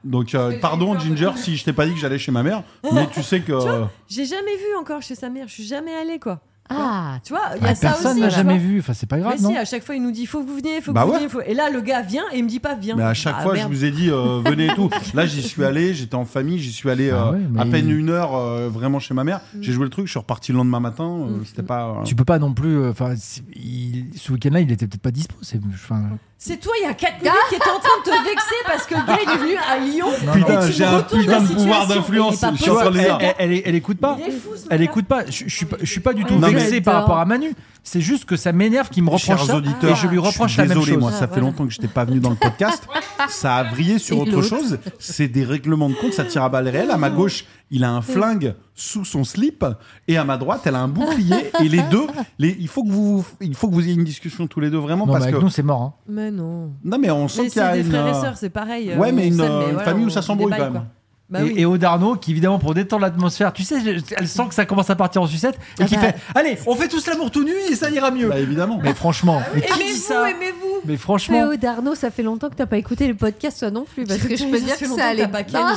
[SPEAKER 4] Donc, euh, pardon, Ginger, si je t'ai pas dit que j'allais chez ma mère, mais tu sais que. euh,
[SPEAKER 1] J'ai jamais vu encore chez sa mère, je suis jamais allée quoi.
[SPEAKER 3] Ah,
[SPEAKER 1] Tu vois, il y a
[SPEAKER 2] Ah,
[SPEAKER 1] ça
[SPEAKER 2] personne
[SPEAKER 1] aussi,
[SPEAKER 2] n'a
[SPEAKER 1] tu
[SPEAKER 2] jamais
[SPEAKER 1] vois.
[SPEAKER 2] vu. Enfin, c'est pas grave,
[SPEAKER 1] Mais
[SPEAKER 2] non
[SPEAKER 1] si, à chaque fois, il nous dit faut que vous veniez, faut que
[SPEAKER 4] Bah
[SPEAKER 1] vous
[SPEAKER 4] ouais.
[SPEAKER 1] veniez. faut- Et là, le gars vient et il me dit pas viens.
[SPEAKER 4] Mais à chaque
[SPEAKER 1] Ah,
[SPEAKER 4] fois,
[SPEAKER 1] merde.
[SPEAKER 4] je vous ai dit, euh, venez et tout. Là, j'y suis allé, j'étais en famille, j'y suis allé
[SPEAKER 2] Ah
[SPEAKER 4] euh,
[SPEAKER 2] ouais, mais-
[SPEAKER 4] à peine une heure euh, vraiment chez ma mère.
[SPEAKER 1] Mm.
[SPEAKER 4] J'ai joué le truc, je suis reparti le lendemain matin. euh, C'était pas. euh,
[SPEAKER 2] Tu peux pas non plus. euh, Enfin, si- il- ce week-end-là, il était peut-être pas dispo. C'est, enfin,
[SPEAKER 1] C'est toi, il y a 4 minutes qui était en train de te vexer parce que le gars, il est venu à Lyon.
[SPEAKER 4] Putain,
[SPEAKER 1] et tu
[SPEAKER 4] j'ai
[SPEAKER 1] me
[SPEAKER 4] un
[SPEAKER 1] retournes
[SPEAKER 4] putain
[SPEAKER 1] la
[SPEAKER 4] de pouvoir
[SPEAKER 1] situation.
[SPEAKER 4] d'influence,
[SPEAKER 1] Il est pas
[SPEAKER 4] je suis
[SPEAKER 2] tu
[SPEAKER 1] possible.
[SPEAKER 4] en
[SPEAKER 2] vois,
[SPEAKER 4] train de les
[SPEAKER 2] elle,
[SPEAKER 4] dire.
[SPEAKER 2] elle, elle- elle écoute pas.
[SPEAKER 1] Il est fou, ce
[SPEAKER 2] Elle
[SPEAKER 1] mec-là.
[SPEAKER 2] écoute pas. Je, je suis pas. je suis pas du tout
[SPEAKER 4] Non, mais-
[SPEAKER 2] vexé par rapport à Manu. C'est juste que ça m'énerve qu'il me reproche
[SPEAKER 4] Chers
[SPEAKER 2] ça.
[SPEAKER 4] auditeurs,
[SPEAKER 2] et je lui reproche
[SPEAKER 4] suis
[SPEAKER 2] la même
[SPEAKER 4] désolé,
[SPEAKER 2] chose.
[SPEAKER 4] moi, ça fait longtemps que je n'étais pas venu dans le podcast. ça a vrillé sur
[SPEAKER 3] Et
[SPEAKER 4] autre
[SPEAKER 3] l'autre.
[SPEAKER 4] chose. C'est des règlements de compte, ça tire à balles réelles. À ma gauche, il a un flingue sous son slip et à ma droite, elle a un bouclier. et les deux, les, il, faut que vous, il faut que vous ayez une discussion tous les deux vraiment
[SPEAKER 2] Non, mais
[SPEAKER 4] parce
[SPEAKER 2] avec
[SPEAKER 4] que.
[SPEAKER 2] nous, c'est mort. hein.
[SPEAKER 1] Mais non.
[SPEAKER 4] Non, mais on
[SPEAKER 1] Mais
[SPEAKER 4] sent qu'il y
[SPEAKER 1] c'est
[SPEAKER 4] a
[SPEAKER 1] des
[SPEAKER 4] une.
[SPEAKER 1] frères et
[SPEAKER 4] euh,
[SPEAKER 1] sœurs, c'est pareil.
[SPEAKER 4] ouais,
[SPEAKER 1] euh,
[SPEAKER 4] mais
[SPEAKER 1] on
[SPEAKER 4] une,
[SPEAKER 1] s'aime,
[SPEAKER 4] euh, une
[SPEAKER 1] voilà,
[SPEAKER 4] famille
[SPEAKER 1] on
[SPEAKER 4] où ça
[SPEAKER 1] se
[SPEAKER 4] s'embrouille
[SPEAKER 1] déballe,
[SPEAKER 4] quand même.
[SPEAKER 1] quoi. Bah
[SPEAKER 2] et,
[SPEAKER 1] oui.
[SPEAKER 2] et Aude Arnaud qui évidemment pour détendre l'atmosphère, tu sais, je- elle sent que ça commence à partir en sucette
[SPEAKER 3] Ah
[SPEAKER 2] et qui
[SPEAKER 3] bah.
[SPEAKER 2] fait allez, on fait tous l'amour tout nu et ça ira mieux.
[SPEAKER 4] Bah, évidemment.
[SPEAKER 2] Mais franchement, mais qui dit
[SPEAKER 1] Ah Aimez-vous,
[SPEAKER 2] ça
[SPEAKER 1] aimez-vous.
[SPEAKER 2] Mais franchement,
[SPEAKER 3] Féo d'Arnaud, ça fait longtemps que t'as pas écouté le podcast, toi non plus, parce que je peux
[SPEAKER 1] Ça
[SPEAKER 3] dire
[SPEAKER 1] fait
[SPEAKER 3] que
[SPEAKER 1] longtemps
[SPEAKER 3] ça allait
[SPEAKER 1] t'as pas
[SPEAKER 3] Non,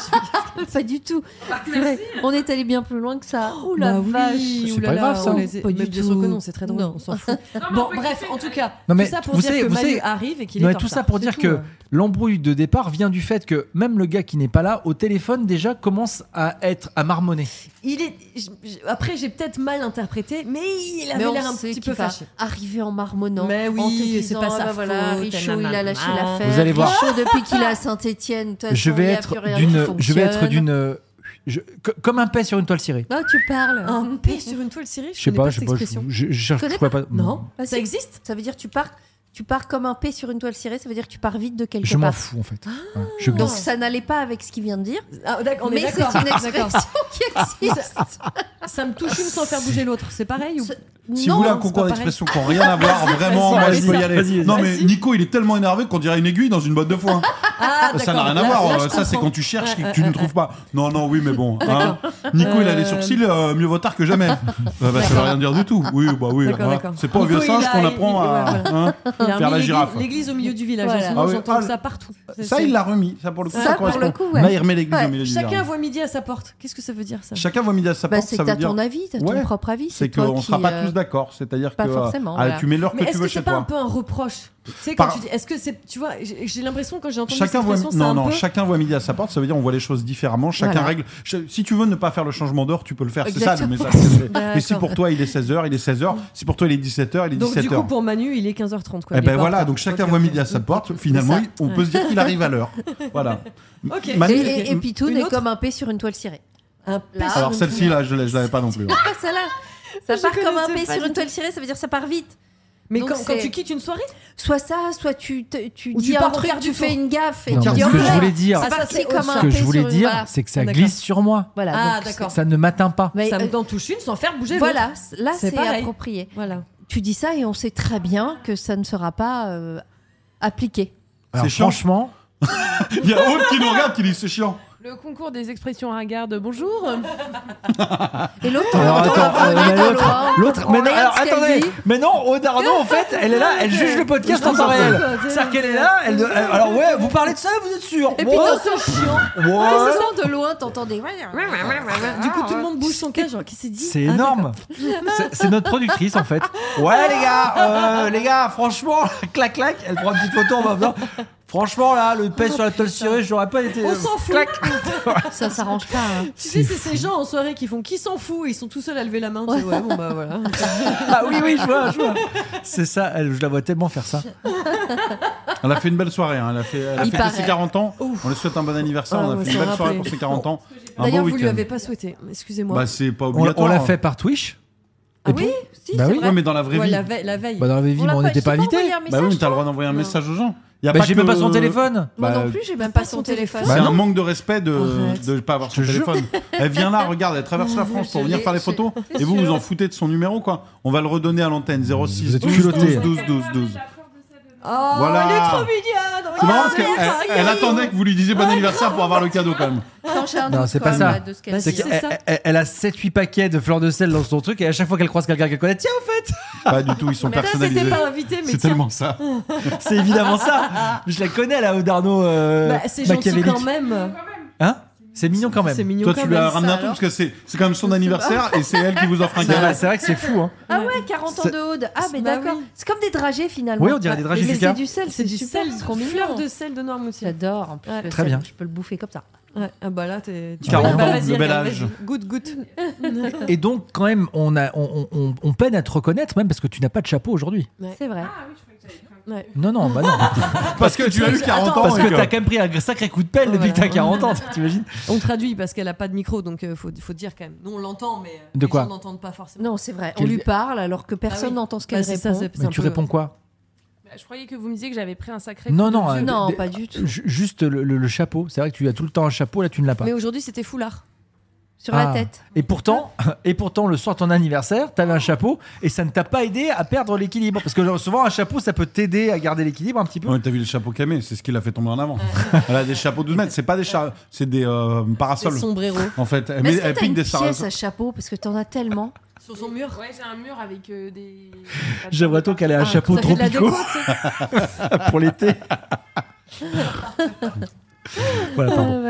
[SPEAKER 1] ken,
[SPEAKER 3] pas du tout. C'est vrai, On est allé bien plus loin que ça. Ouh la
[SPEAKER 1] Bah
[SPEAKER 3] vache.
[SPEAKER 1] oui,
[SPEAKER 2] C'est
[SPEAKER 1] oulala,
[SPEAKER 2] pas grave, ça.
[SPEAKER 1] on les-
[SPEAKER 3] Pas du
[SPEAKER 1] mais bien sûr que
[SPEAKER 3] tout.
[SPEAKER 1] non, c'est très drôle,
[SPEAKER 3] Non.
[SPEAKER 1] on s'en fout. bon, bref, en tout cas,
[SPEAKER 2] Non, mais
[SPEAKER 1] tout ça pour
[SPEAKER 2] vous
[SPEAKER 1] dire
[SPEAKER 2] savez-
[SPEAKER 1] que
[SPEAKER 2] vous
[SPEAKER 1] Manu
[SPEAKER 2] savez-
[SPEAKER 1] arrive et qu'il
[SPEAKER 2] Non,
[SPEAKER 1] est
[SPEAKER 2] mais
[SPEAKER 1] en
[SPEAKER 2] tout hein. ça
[SPEAKER 1] retard,
[SPEAKER 2] pour
[SPEAKER 1] c'est
[SPEAKER 2] dire
[SPEAKER 1] tout,
[SPEAKER 2] que
[SPEAKER 1] euh.
[SPEAKER 2] l'embrouille de départ vient du fait que même le gars qui n'est pas là au téléphone déjà commence à être à marmonner.
[SPEAKER 1] Il est. j- j- Après, j'ai peut-être mal interprété, mais il
[SPEAKER 3] Mais
[SPEAKER 1] avait
[SPEAKER 3] on
[SPEAKER 1] l'air un
[SPEAKER 3] sait
[SPEAKER 1] petit
[SPEAKER 3] qu'il
[SPEAKER 1] peu
[SPEAKER 3] va
[SPEAKER 1] fâché.
[SPEAKER 3] Arriver en marmonnant.
[SPEAKER 1] Mais oui,
[SPEAKER 3] en te
[SPEAKER 1] c'est
[SPEAKER 3] disant,
[SPEAKER 1] pas
[SPEAKER 3] ah
[SPEAKER 1] sa
[SPEAKER 3] bah voilà,
[SPEAKER 1] faute,
[SPEAKER 3] Richaud, il
[SPEAKER 1] nanana.
[SPEAKER 3] a lâché l'affaire.
[SPEAKER 2] Vous allez voir.
[SPEAKER 3] Richaud, depuis qu'il est à Saint-Etienne,
[SPEAKER 2] Je vais être d'une je vais être d'une je- co- comme un paix sur une toile cirée.
[SPEAKER 3] Non, tu parles.
[SPEAKER 1] Un P sur une toile cirée,
[SPEAKER 2] Je
[SPEAKER 1] je
[SPEAKER 2] sais
[SPEAKER 1] connais
[SPEAKER 2] pas, je
[SPEAKER 1] cette
[SPEAKER 2] sais pas, je,
[SPEAKER 1] expression.
[SPEAKER 2] je- je cherche
[SPEAKER 3] Tu
[SPEAKER 2] je
[SPEAKER 3] connais
[SPEAKER 2] trouvais pas.
[SPEAKER 1] Non,
[SPEAKER 3] Bah, si.
[SPEAKER 1] ça existe.
[SPEAKER 3] Ça veut dire tu pars, tu pars comme un P sur une toile cirée. Ça veut dire que tu pars vite de quelque
[SPEAKER 2] Je m'en
[SPEAKER 3] part.
[SPEAKER 2] fous en
[SPEAKER 3] Ah.
[SPEAKER 2] fait. Ouais, je
[SPEAKER 3] Donc
[SPEAKER 2] glisse.
[SPEAKER 3] ça n'allait pas avec ce qu'il vient de dire.
[SPEAKER 1] Ah, d'accord, on
[SPEAKER 3] mais
[SPEAKER 1] est
[SPEAKER 3] c'est
[SPEAKER 1] d'accord.
[SPEAKER 3] une
[SPEAKER 1] D'accord. Ah,
[SPEAKER 3] expression qui existe.
[SPEAKER 1] Ça me touche une sans faire bouger l'autre, c'est pareil ou...
[SPEAKER 4] Si
[SPEAKER 3] Non,
[SPEAKER 4] vous voulez un
[SPEAKER 3] c'est
[SPEAKER 4] concours
[SPEAKER 3] pas
[SPEAKER 4] d'expression qui n'a rien à voir, vraiment,
[SPEAKER 1] Vas-y,
[SPEAKER 4] moi
[SPEAKER 1] vas-y,
[SPEAKER 4] je peux y aller.
[SPEAKER 2] vas-y, vas-y.
[SPEAKER 4] Non, mais Nico, il est tellement énervé qu'on dirait une aiguille dans une botte de foin.
[SPEAKER 1] Ah,
[SPEAKER 4] Ça n'a
[SPEAKER 1] d'accord,
[SPEAKER 4] rien à
[SPEAKER 1] là-
[SPEAKER 4] voir.
[SPEAKER 1] là, je
[SPEAKER 4] euh, ça, c'est
[SPEAKER 1] comprends.
[SPEAKER 4] quand tu cherches
[SPEAKER 1] Ouais,
[SPEAKER 4] et que
[SPEAKER 1] ouais,
[SPEAKER 4] tu ne
[SPEAKER 1] ouais,
[SPEAKER 4] trouves pas. Non, non, oui, mais bon. hein. Nico, il a les sourcils, euh, mieux vaut tard que jamais. Euh, bah, ça veut rien dire du tout. Oui, bah oui.
[SPEAKER 1] D'accord,
[SPEAKER 4] hein.
[SPEAKER 1] d'accord.
[SPEAKER 4] C'est pas au
[SPEAKER 1] Nico,
[SPEAKER 4] vieux singe
[SPEAKER 1] il a-
[SPEAKER 4] qu'on
[SPEAKER 1] il-
[SPEAKER 4] apprend
[SPEAKER 1] il-
[SPEAKER 4] à
[SPEAKER 1] ouais,
[SPEAKER 4] hein,
[SPEAKER 1] Il a
[SPEAKER 4] faire la
[SPEAKER 1] remis
[SPEAKER 4] girafe.
[SPEAKER 1] l'église- L'église au milieu du village.
[SPEAKER 3] Voilà.
[SPEAKER 1] En ce moment,
[SPEAKER 4] Ah ouais,
[SPEAKER 1] j'entends
[SPEAKER 4] ah,
[SPEAKER 1] ça partout.
[SPEAKER 4] Ça, il l'a remis. Ça, pour le coup,
[SPEAKER 3] Ça,
[SPEAKER 4] ça
[SPEAKER 3] pour le
[SPEAKER 4] correspond.
[SPEAKER 3] coup, ouais.
[SPEAKER 4] Là, il remet l'église
[SPEAKER 3] Ouais.
[SPEAKER 4] au milieu du
[SPEAKER 1] Chacun
[SPEAKER 4] jardin.
[SPEAKER 1] voit midi à sa porte. Qu'est-ce que ça veut dire ça
[SPEAKER 4] Chacun voit mis à sa
[SPEAKER 3] Bah,
[SPEAKER 4] porte.
[SPEAKER 3] c'est
[SPEAKER 4] Ça
[SPEAKER 3] que
[SPEAKER 4] veut
[SPEAKER 3] t'as
[SPEAKER 4] dire.
[SPEAKER 3] ton avis, t'as
[SPEAKER 4] Ouais.
[SPEAKER 3] ton propre avis.
[SPEAKER 4] C'est
[SPEAKER 3] toi
[SPEAKER 4] qu'on ne
[SPEAKER 3] qui,
[SPEAKER 4] sera pas
[SPEAKER 3] euh,
[SPEAKER 4] tous d'accord. C'est-à-dire que.
[SPEAKER 3] pas
[SPEAKER 4] euh,
[SPEAKER 3] forcément,
[SPEAKER 4] ah,
[SPEAKER 3] voilà.
[SPEAKER 4] Tu mets l'heure
[SPEAKER 1] Mais
[SPEAKER 4] que tu
[SPEAKER 1] est-ce
[SPEAKER 4] veux
[SPEAKER 1] que
[SPEAKER 4] chez
[SPEAKER 1] c'est pas un
[SPEAKER 4] toi.
[SPEAKER 1] peu un reproche Tu sais, quand
[SPEAKER 4] Par-
[SPEAKER 1] tu dis, est-ce que c'est, tu vois, j'ai j'ai l'impression quand j'ai entendu
[SPEAKER 4] Chacun
[SPEAKER 1] cette
[SPEAKER 4] voit,
[SPEAKER 1] expression, c'est
[SPEAKER 4] non,
[SPEAKER 1] un
[SPEAKER 4] non,
[SPEAKER 1] peu-
[SPEAKER 4] chacun voit midi à sa porte, ça veut dire on voit les choses différemment, chacun
[SPEAKER 3] Voilà.
[SPEAKER 4] règle. Ch- Si tu veux ne pas faire le changement d'heure, tu peux le faire, c'est ça le
[SPEAKER 3] Exactement.
[SPEAKER 4] message. que je fais.
[SPEAKER 3] D'accord.
[SPEAKER 4] Mais si pour toi il est 16h, il est 16h, si pour toi il est 17h, il est
[SPEAKER 1] Mm. Donc
[SPEAKER 4] 17h.
[SPEAKER 1] du coup, pour Manu, il est 15h30. Quoi.
[SPEAKER 4] Eh
[SPEAKER 1] Il est
[SPEAKER 4] ben
[SPEAKER 1] pas en
[SPEAKER 4] voilà,
[SPEAKER 1] retard.
[SPEAKER 4] donc chacun
[SPEAKER 1] Ok,
[SPEAKER 4] voit
[SPEAKER 1] ok.
[SPEAKER 4] midi à sa porte, finalement
[SPEAKER 3] ça.
[SPEAKER 4] il- on peut se dire qu'il arrive à l'heure. Voilà.
[SPEAKER 1] Ok.
[SPEAKER 4] Manu-
[SPEAKER 3] Et, et, et Pitoun
[SPEAKER 1] Une
[SPEAKER 3] est
[SPEAKER 1] autre
[SPEAKER 3] comme un P sur une toile cirée.
[SPEAKER 1] Un peu
[SPEAKER 3] Là.
[SPEAKER 1] sur
[SPEAKER 4] Alors
[SPEAKER 1] une
[SPEAKER 4] celle-ci
[SPEAKER 1] toile.
[SPEAKER 4] là, je l'ai- je l'avais pas non plus. hein.
[SPEAKER 3] Ah, celle-là Ça
[SPEAKER 1] Je
[SPEAKER 3] part comme un
[SPEAKER 1] connaissais
[SPEAKER 3] P
[SPEAKER 1] pas
[SPEAKER 3] sur
[SPEAKER 1] du
[SPEAKER 3] une toile cirée, ça veut dire ça part vite.
[SPEAKER 1] Mais
[SPEAKER 3] Donc
[SPEAKER 1] quand, quand
[SPEAKER 3] c'est-
[SPEAKER 1] tu quittes une soirée,
[SPEAKER 3] Soit ça, soit tu, te- tu
[SPEAKER 1] Ou
[SPEAKER 3] dis
[SPEAKER 1] tu
[SPEAKER 3] un
[SPEAKER 1] pars au
[SPEAKER 3] truc,
[SPEAKER 1] quart du
[SPEAKER 3] tu fais
[SPEAKER 1] tour.
[SPEAKER 3] une gaffe et
[SPEAKER 2] Non,
[SPEAKER 3] tu
[SPEAKER 2] mais
[SPEAKER 3] dis oh
[SPEAKER 2] ce que je
[SPEAKER 3] ouais,
[SPEAKER 2] voulais dire,
[SPEAKER 3] ça
[SPEAKER 1] Ah,
[SPEAKER 3] parti
[SPEAKER 1] c'est
[SPEAKER 3] comme
[SPEAKER 1] autre
[SPEAKER 3] un
[SPEAKER 2] Ce que
[SPEAKER 3] P
[SPEAKER 2] je voulais
[SPEAKER 3] sur une- Ah,
[SPEAKER 2] dire,
[SPEAKER 3] voilà.
[SPEAKER 2] c'est que ça
[SPEAKER 1] D'accord.
[SPEAKER 2] glisse sur moi.
[SPEAKER 3] Voilà,
[SPEAKER 1] Ah,
[SPEAKER 3] donc
[SPEAKER 1] d'accord.
[SPEAKER 2] Ça ne m'atteint pas.
[SPEAKER 3] Mais,
[SPEAKER 1] ça
[SPEAKER 3] euh,
[SPEAKER 1] me t'en touche une sans faire bouger l'autre.
[SPEAKER 3] Voilà, là
[SPEAKER 1] C'est
[SPEAKER 3] c'est
[SPEAKER 1] pareil.
[SPEAKER 3] approprié.
[SPEAKER 1] Voilà.
[SPEAKER 3] Tu dis ça et on sait très bien que ça ne sera pas euh, appliqué.
[SPEAKER 2] Alors,
[SPEAKER 4] C'est chiant.
[SPEAKER 2] franchement,
[SPEAKER 4] Il y a Aude qui nous regarde qui dit c'est chiant.
[SPEAKER 8] Le concours des expressions ringardes, bonjour. Ah,
[SPEAKER 3] Et l'autre,
[SPEAKER 2] Alors,
[SPEAKER 3] on
[SPEAKER 2] attends,
[SPEAKER 3] regarde
[SPEAKER 2] euh, mais
[SPEAKER 3] dans
[SPEAKER 2] l'autre-
[SPEAKER 3] l'autre.
[SPEAKER 2] l'autre,
[SPEAKER 3] ah, On
[SPEAKER 2] mais non,
[SPEAKER 3] regarde
[SPEAKER 2] alors
[SPEAKER 3] ce qu'elle
[SPEAKER 2] attendez,
[SPEAKER 3] dit.
[SPEAKER 2] mais non, Aude Arnaud, en fait, elle est là, elle juge le podcast en temps réel. C'est-à-dire qu'elle est là, elle, doit- elle- alors ouais, vous parlez de ça, vous êtes sûr
[SPEAKER 3] Et
[SPEAKER 2] Ouais,
[SPEAKER 3] puis dans ce chiant,
[SPEAKER 2] ouais.
[SPEAKER 3] quand ça sort de loin, t'entendais.
[SPEAKER 1] Du coup, Ah,
[SPEAKER 8] hein.
[SPEAKER 1] tout le monde bouge son cage. genre, Qui s'est dit
[SPEAKER 3] Ah,
[SPEAKER 2] C'est énorme. C'est- C'est notre productrice en fait. Ouais les gars, euh, les gars, franchement, clac clac, elle prend une petite photo en bas. Non, Franchement là, le pèse sur la toile cirée, j'aurais pas été. euh,
[SPEAKER 1] On s'en fout.
[SPEAKER 3] Ça s'arrange pas. hein.
[SPEAKER 1] Tu sais, c'est ces gens en soirée qui font qui s'en fout et ils sont tout seuls à lever la main. tu sais, Ouais, bon bah voilà.
[SPEAKER 2] Ah oui oui, je vois, je vois. C'est ça, elle- je la vois tellement faire ça.
[SPEAKER 4] Elle a fait une belle soirée, hein, elle a fait, elle a
[SPEAKER 3] Il
[SPEAKER 4] fêté
[SPEAKER 3] paraît.
[SPEAKER 4] ses 40 ans. On lui souhaite un bon anniversaire,
[SPEAKER 1] Ah,
[SPEAKER 4] on a
[SPEAKER 1] ouais,
[SPEAKER 4] fait
[SPEAKER 1] ça
[SPEAKER 4] une belle
[SPEAKER 1] va
[SPEAKER 4] soirée
[SPEAKER 1] rappeler.
[SPEAKER 4] pour ses 40 ans. Un
[SPEAKER 1] D'ailleurs,
[SPEAKER 4] bon
[SPEAKER 1] vous lui
[SPEAKER 4] week-end.
[SPEAKER 1] avez pas souhaité. Excusez-moi.
[SPEAKER 4] Bah c'est pas
[SPEAKER 2] On,
[SPEAKER 4] obligatoire.
[SPEAKER 2] on l'a fait par Twitch.
[SPEAKER 3] Ah
[SPEAKER 2] Et
[SPEAKER 3] oui,
[SPEAKER 2] puis-
[SPEAKER 3] si,
[SPEAKER 2] Bah
[SPEAKER 3] c'est
[SPEAKER 2] oui.
[SPEAKER 3] vrai.
[SPEAKER 4] Ouais, mais dans la vraie
[SPEAKER 1] Ouais,
[SPEAKER 4] vie.
[SPEAKER 1] la, ve- la veille.
[SPEAKER 2] Bah, dans la vraie vie,
[SPEAKER 3] l'a
[SPEAKER 2] mais on
[SPEAKER 3] pas-
[SPEAKER 2] n'était
[SPEAKER 3] je
[SPEAKER 2] pas
[SPEAKER 3] t'ai
[SPEAKER 2] invité.
[SPEAKER 3] envoyé un
[SPEAKER 4] Bah oui, mais
[SPEAKER 3] message,
[SPEAKER 4] t'as le
[SPEAKER 3] toi.
[SPEAKER 4] droit d'envoyer un
[SPEAKER 3] Non.
[SPEAKER 4] message aux gens. Y a
[SPEAKER 2] Bah,
[SPEAKER 4] pas
[SPEAKER 2] j'ai
[SPEAKER 4] que-
[SPEAKER 2] même pas son téléphone.
[SPEAKER 3] Moi
[SPEAKER 4] Bah,
[SPEAKER 3] non plus, j'ai même pas son téléphone.
[SPEAKER 4] C'est
[SPEAKER 2] non.
[SPEAKER 4] un manque de respect de,
[SPEAKER 3] Arrête.
[SPEAKER 4] de pas avoir son
[SPEAKER 2] Je te jure.
[SPEAKER 4] téléphone. Elle vient là, regarde, elle traverse la France pour
[SPEAKER 3] Je
[SPEAKER 4] venir
[SPEAKER 3] l'ai,
[SPEAKER 4] faire les
[SPEAKER 3] je-
[SPEAKER 4] photos.
[SPEAKER 3] c'est
[SPEAKER 4] Et vous, vous
[SPEAKER 3] sûr.
[SPEAKER 4] en foutez de son numéro, quoi. On va le redonner à l'antenne 06
[SPEAKER 2] Vous êtes
[SPEAKER 4] 12
[SPEAKER 2] culottés.
[SPEAKER 4] 12 12 12 12.
[SPEAKER 1] Oh,
[SPEAKER 4] Voilà.
[SPEAKER 1] elle est
[SPEAKER 3] Bah,
[SPEAKER 1] trop
[SPEAKER 3] ah,
[SPEAKER 1] mignonne.
[SPEAKER 4] C'est marrant
[SPEAKER 1] regarde,
[SPEAKER 4] parce qu'elle
[SPEAKER 1] elle est
[SPEAKER 4] elle- elle
[SPEAKER 1] mignonne.
[SPEAKER 4] attendait que vous lui disiez bon anniversaire pour avoir le cadeau, quand même.
[SPEAKER 3] Non, j'ai un
[SPEAKER 2] Non,
[SPEAKER 3] doute
[SPEAKER 2] c'est
[SPEAKER 3] quand
[SPEAKER 2] pas
[SPEAKER 3] même,
[SPEAKER 2] ça.
[SPEAKER 3] là, de ce qu'elle
[SPEAKER 1] Bah,
[SPEAKER 3] dit.
[SPEAKER 2] C'est
[SPEAKER 1] si,
[SPEAKER 2] qu'elle-
[SPEAKER 1] c'est ça.
[SPEAKER 2] elle- elle- elle a 7-8 paquets de fleurs de sel dans son truc et à chaque fois qu'elle croise quelqu'un qu'elle connaît, tiens, au fait,
[SPEAKER 4] Pas du tout, ils sont
[SPEAKER 1] Mais là, c'était
[SPEAKER 4] personnalisés.
[SPEAKER 1] pas invité, mais
[SPEAKER 4] C'est
[SPEAKER 1] tiens.
[SPEAKER 4] tellement ça.
[SPEAKER 2] c'est évidemment ça. Je la connais, la Odarno euh,
[SPEAKER 1] Bah, c'est gentil
[SPEAKER 2] machiavélique.
[SPEAKER 1] quand même.
[SPEAKER 3] ah,
[SPEAKER 2] Hein C'est mignon quand même.
[SPEAKER 1] C'est mignon
[SPEAKER 4] Toi,
[SPEAKER 1] quand
[SPEAKER 4] tu lui
[SPEAKER 1] même.
[SPEAKER 4] as ramené un
[SPEAKER 3] ça,
[SPEAKER 4] truc parce que c'est c'est quand même son anniversaire et c'est elle qui vous offre un
[SPEAKER 2] C'est vrai,
[SPEAKER 4] cadeau.
[SPEAKER 2] c'est vrai que c'est fou. Hein.
[SPEAKER 3] Ah ouais, 40 ans
[SPEAKER 2] C'est-
[SPEAKER 3] de Aude. Ah, mais
[SPEAKER 1] Bah
[SPEAKER 3] d'accord.
[SPEAKER 1] oui.
[SPEAKER 3] C'est comme des dragées finalement.
[SPEAKER 2] Oui, on dirait des dragées,
[SPEAKER 3] Mais
[SPEAKER 2] Lucas.
[SPEAKER 3] c'est du sel,
[SPEAKER 1] C'est du sel,
[SPEAKER 3] c'est trop
[SPEAKER 1] fleur
[SPEAKER 3] mignon.
[SPEAKER 1] de sel de Noirmoutier.
[SPEAKER 3] J'adore. En plus,
[SPEAKER 1] Ouais.
[SPEAKER 3] le
[SPEAKER 2] Très
[SPEAKER 3] sel,
[SPEAKER 2] bien.
[SPEAKER 3] Je peux le bouffer comme ça.
[SPEAKER 1] Ouais, ah bah là, t'es. tu
[SPEAKER 4] 40
[SPEAKER 1] vois, bah
[SPEAKER 4] ans,
[SPEAKER 1] vas-y,
[SPEAKER 4] le bel
[SPEAKER 1] regarde,
[SPEAKER 4] âge.
[SPEAKER 1] vas-y. Goutte, goutte.
[SPEAKER 2] Et donc, quand même, on, a, on, on- on peine à te reconnaître, même parce que tu n'as pas de chapeau aujourd'hui.
[SPEAKER 1] Ouais.
[SPEAKER 3] C'est vrai.
[SPEAKER 1] Ouais.
[SPEAKER 2] Non, non, bah
[SPEAKER 1] Oh
[SPEAKER 2] non.
[SPEAKER 4] Parce que tu as eu 40 ans.
[SPEAKER 2] parce
[SPEAKER 4] et
[SPEAKER 2] que t'as quand même pris un sacré coup de pelle depuis que t'as
[SPEAKER 1] Voilà.
[SPEAKER 2] 40 ans, t'imagines
[SPEAKER 1] On traduit parce qu'elle a pas de micro, donc euh, faut, faut dire quand même. Nous, on l'entend, mais. euh,
[SPEAKER 2] De
[SPEAKER 1] les
[SPEAKER 2] quoi
[SPEAKER 1] gens n'entendent pas forcément.
[SPEAKER 3] Non, c'est vrai. On
[SPEAKER 2] Quelle-
[SPEAKER 3] lui parle alors que personne
[SPEAKER 1] Ah oui.
[SPEAKER 3] n'entend ce qu'elle
[SPEAKER 1] Bah, c'est ça,
[SPEAKER 3] répond.
[SPEAKER 1] c'est-
[SPEAKER 2] Mais
[SPEAKER 1] un
[SPEAKER 2] tu
[SPEAKER 1] peu-
[SPEAKER 2] réponds quoi
[SPEAKER 8] Bah, Je croyais que vous me disiez que j'avais pris un sacré.
[SPEAKER 2] Non,
[SPEAKER 8] coup de
[SPEAKER 2] non,
[SPEAKER 8] vieux.
[SPEAKER 2] euh,
[SPEAKER 3] Non,
[SPEAKER 2] des-
[SPEAKER 3] pas du tout.
[SPEAKER 2] Ju- Juste le, le- le chapeau. C'est vrai que tu as tout le temps un chapeau, là tu ne l'as pas.
[SPEAKER 1] Mais aujourd'hui, c'était foulard.
[SPEAKER 3] Sur
[SPEAKER 2] Ah.
[SPEAKER 3] la tête.
[SPEAKER 2] Et pourtant, et pourtant, le soir de ton anniversaire, t'avais un chapeau et ça ne t'a pas aidé à perdre l'équilibre. Parce que genre, souvent, un chapeau, ça peut t'aider à garder l'équilibre un petit peu.
[SPEAKER 4] Ouais, t'as vu le chapeau camé, c'est ce qui l'a fait tomber en avant. Elle a des chapeaux 12 mètres, c'est pas des cha- c'est des euh,
[SPEAKER 1] C'est
[SPEAKER 4] parasols.
[SPEAKER 1] sombrero.
[SPEAKER 4] En fait, elle, met-
[SPEAKER 3] Est-ce que
[SPEAKER 4] elle
[SPEAKER 3] t'as
[SPEAKER 4] pique
[SPEAKER 3] une
[SPEAKER 4] des
[SPEAKER 3] pièce
[SPEAKER 4] parasols.
[SPEAKER 3] à chapeau parce que t'en as tellement
[SPEAKER 1] Sur son mur.
[SPEAKER 8] Ouais, j'ai un mur avec euh, des.
[SPEAKER 2] J'aimerais tant qu'elle ait un
[SPEAKER 3] Ah,
[SPEAKER 2] chapeau
[SPEAKER 1] Ça fait de la
[SPEAKER 2] tropico
[SPEAKER 1] déco, tu sais.
[SPEAKER 2] pour l'été. voilà, pardon.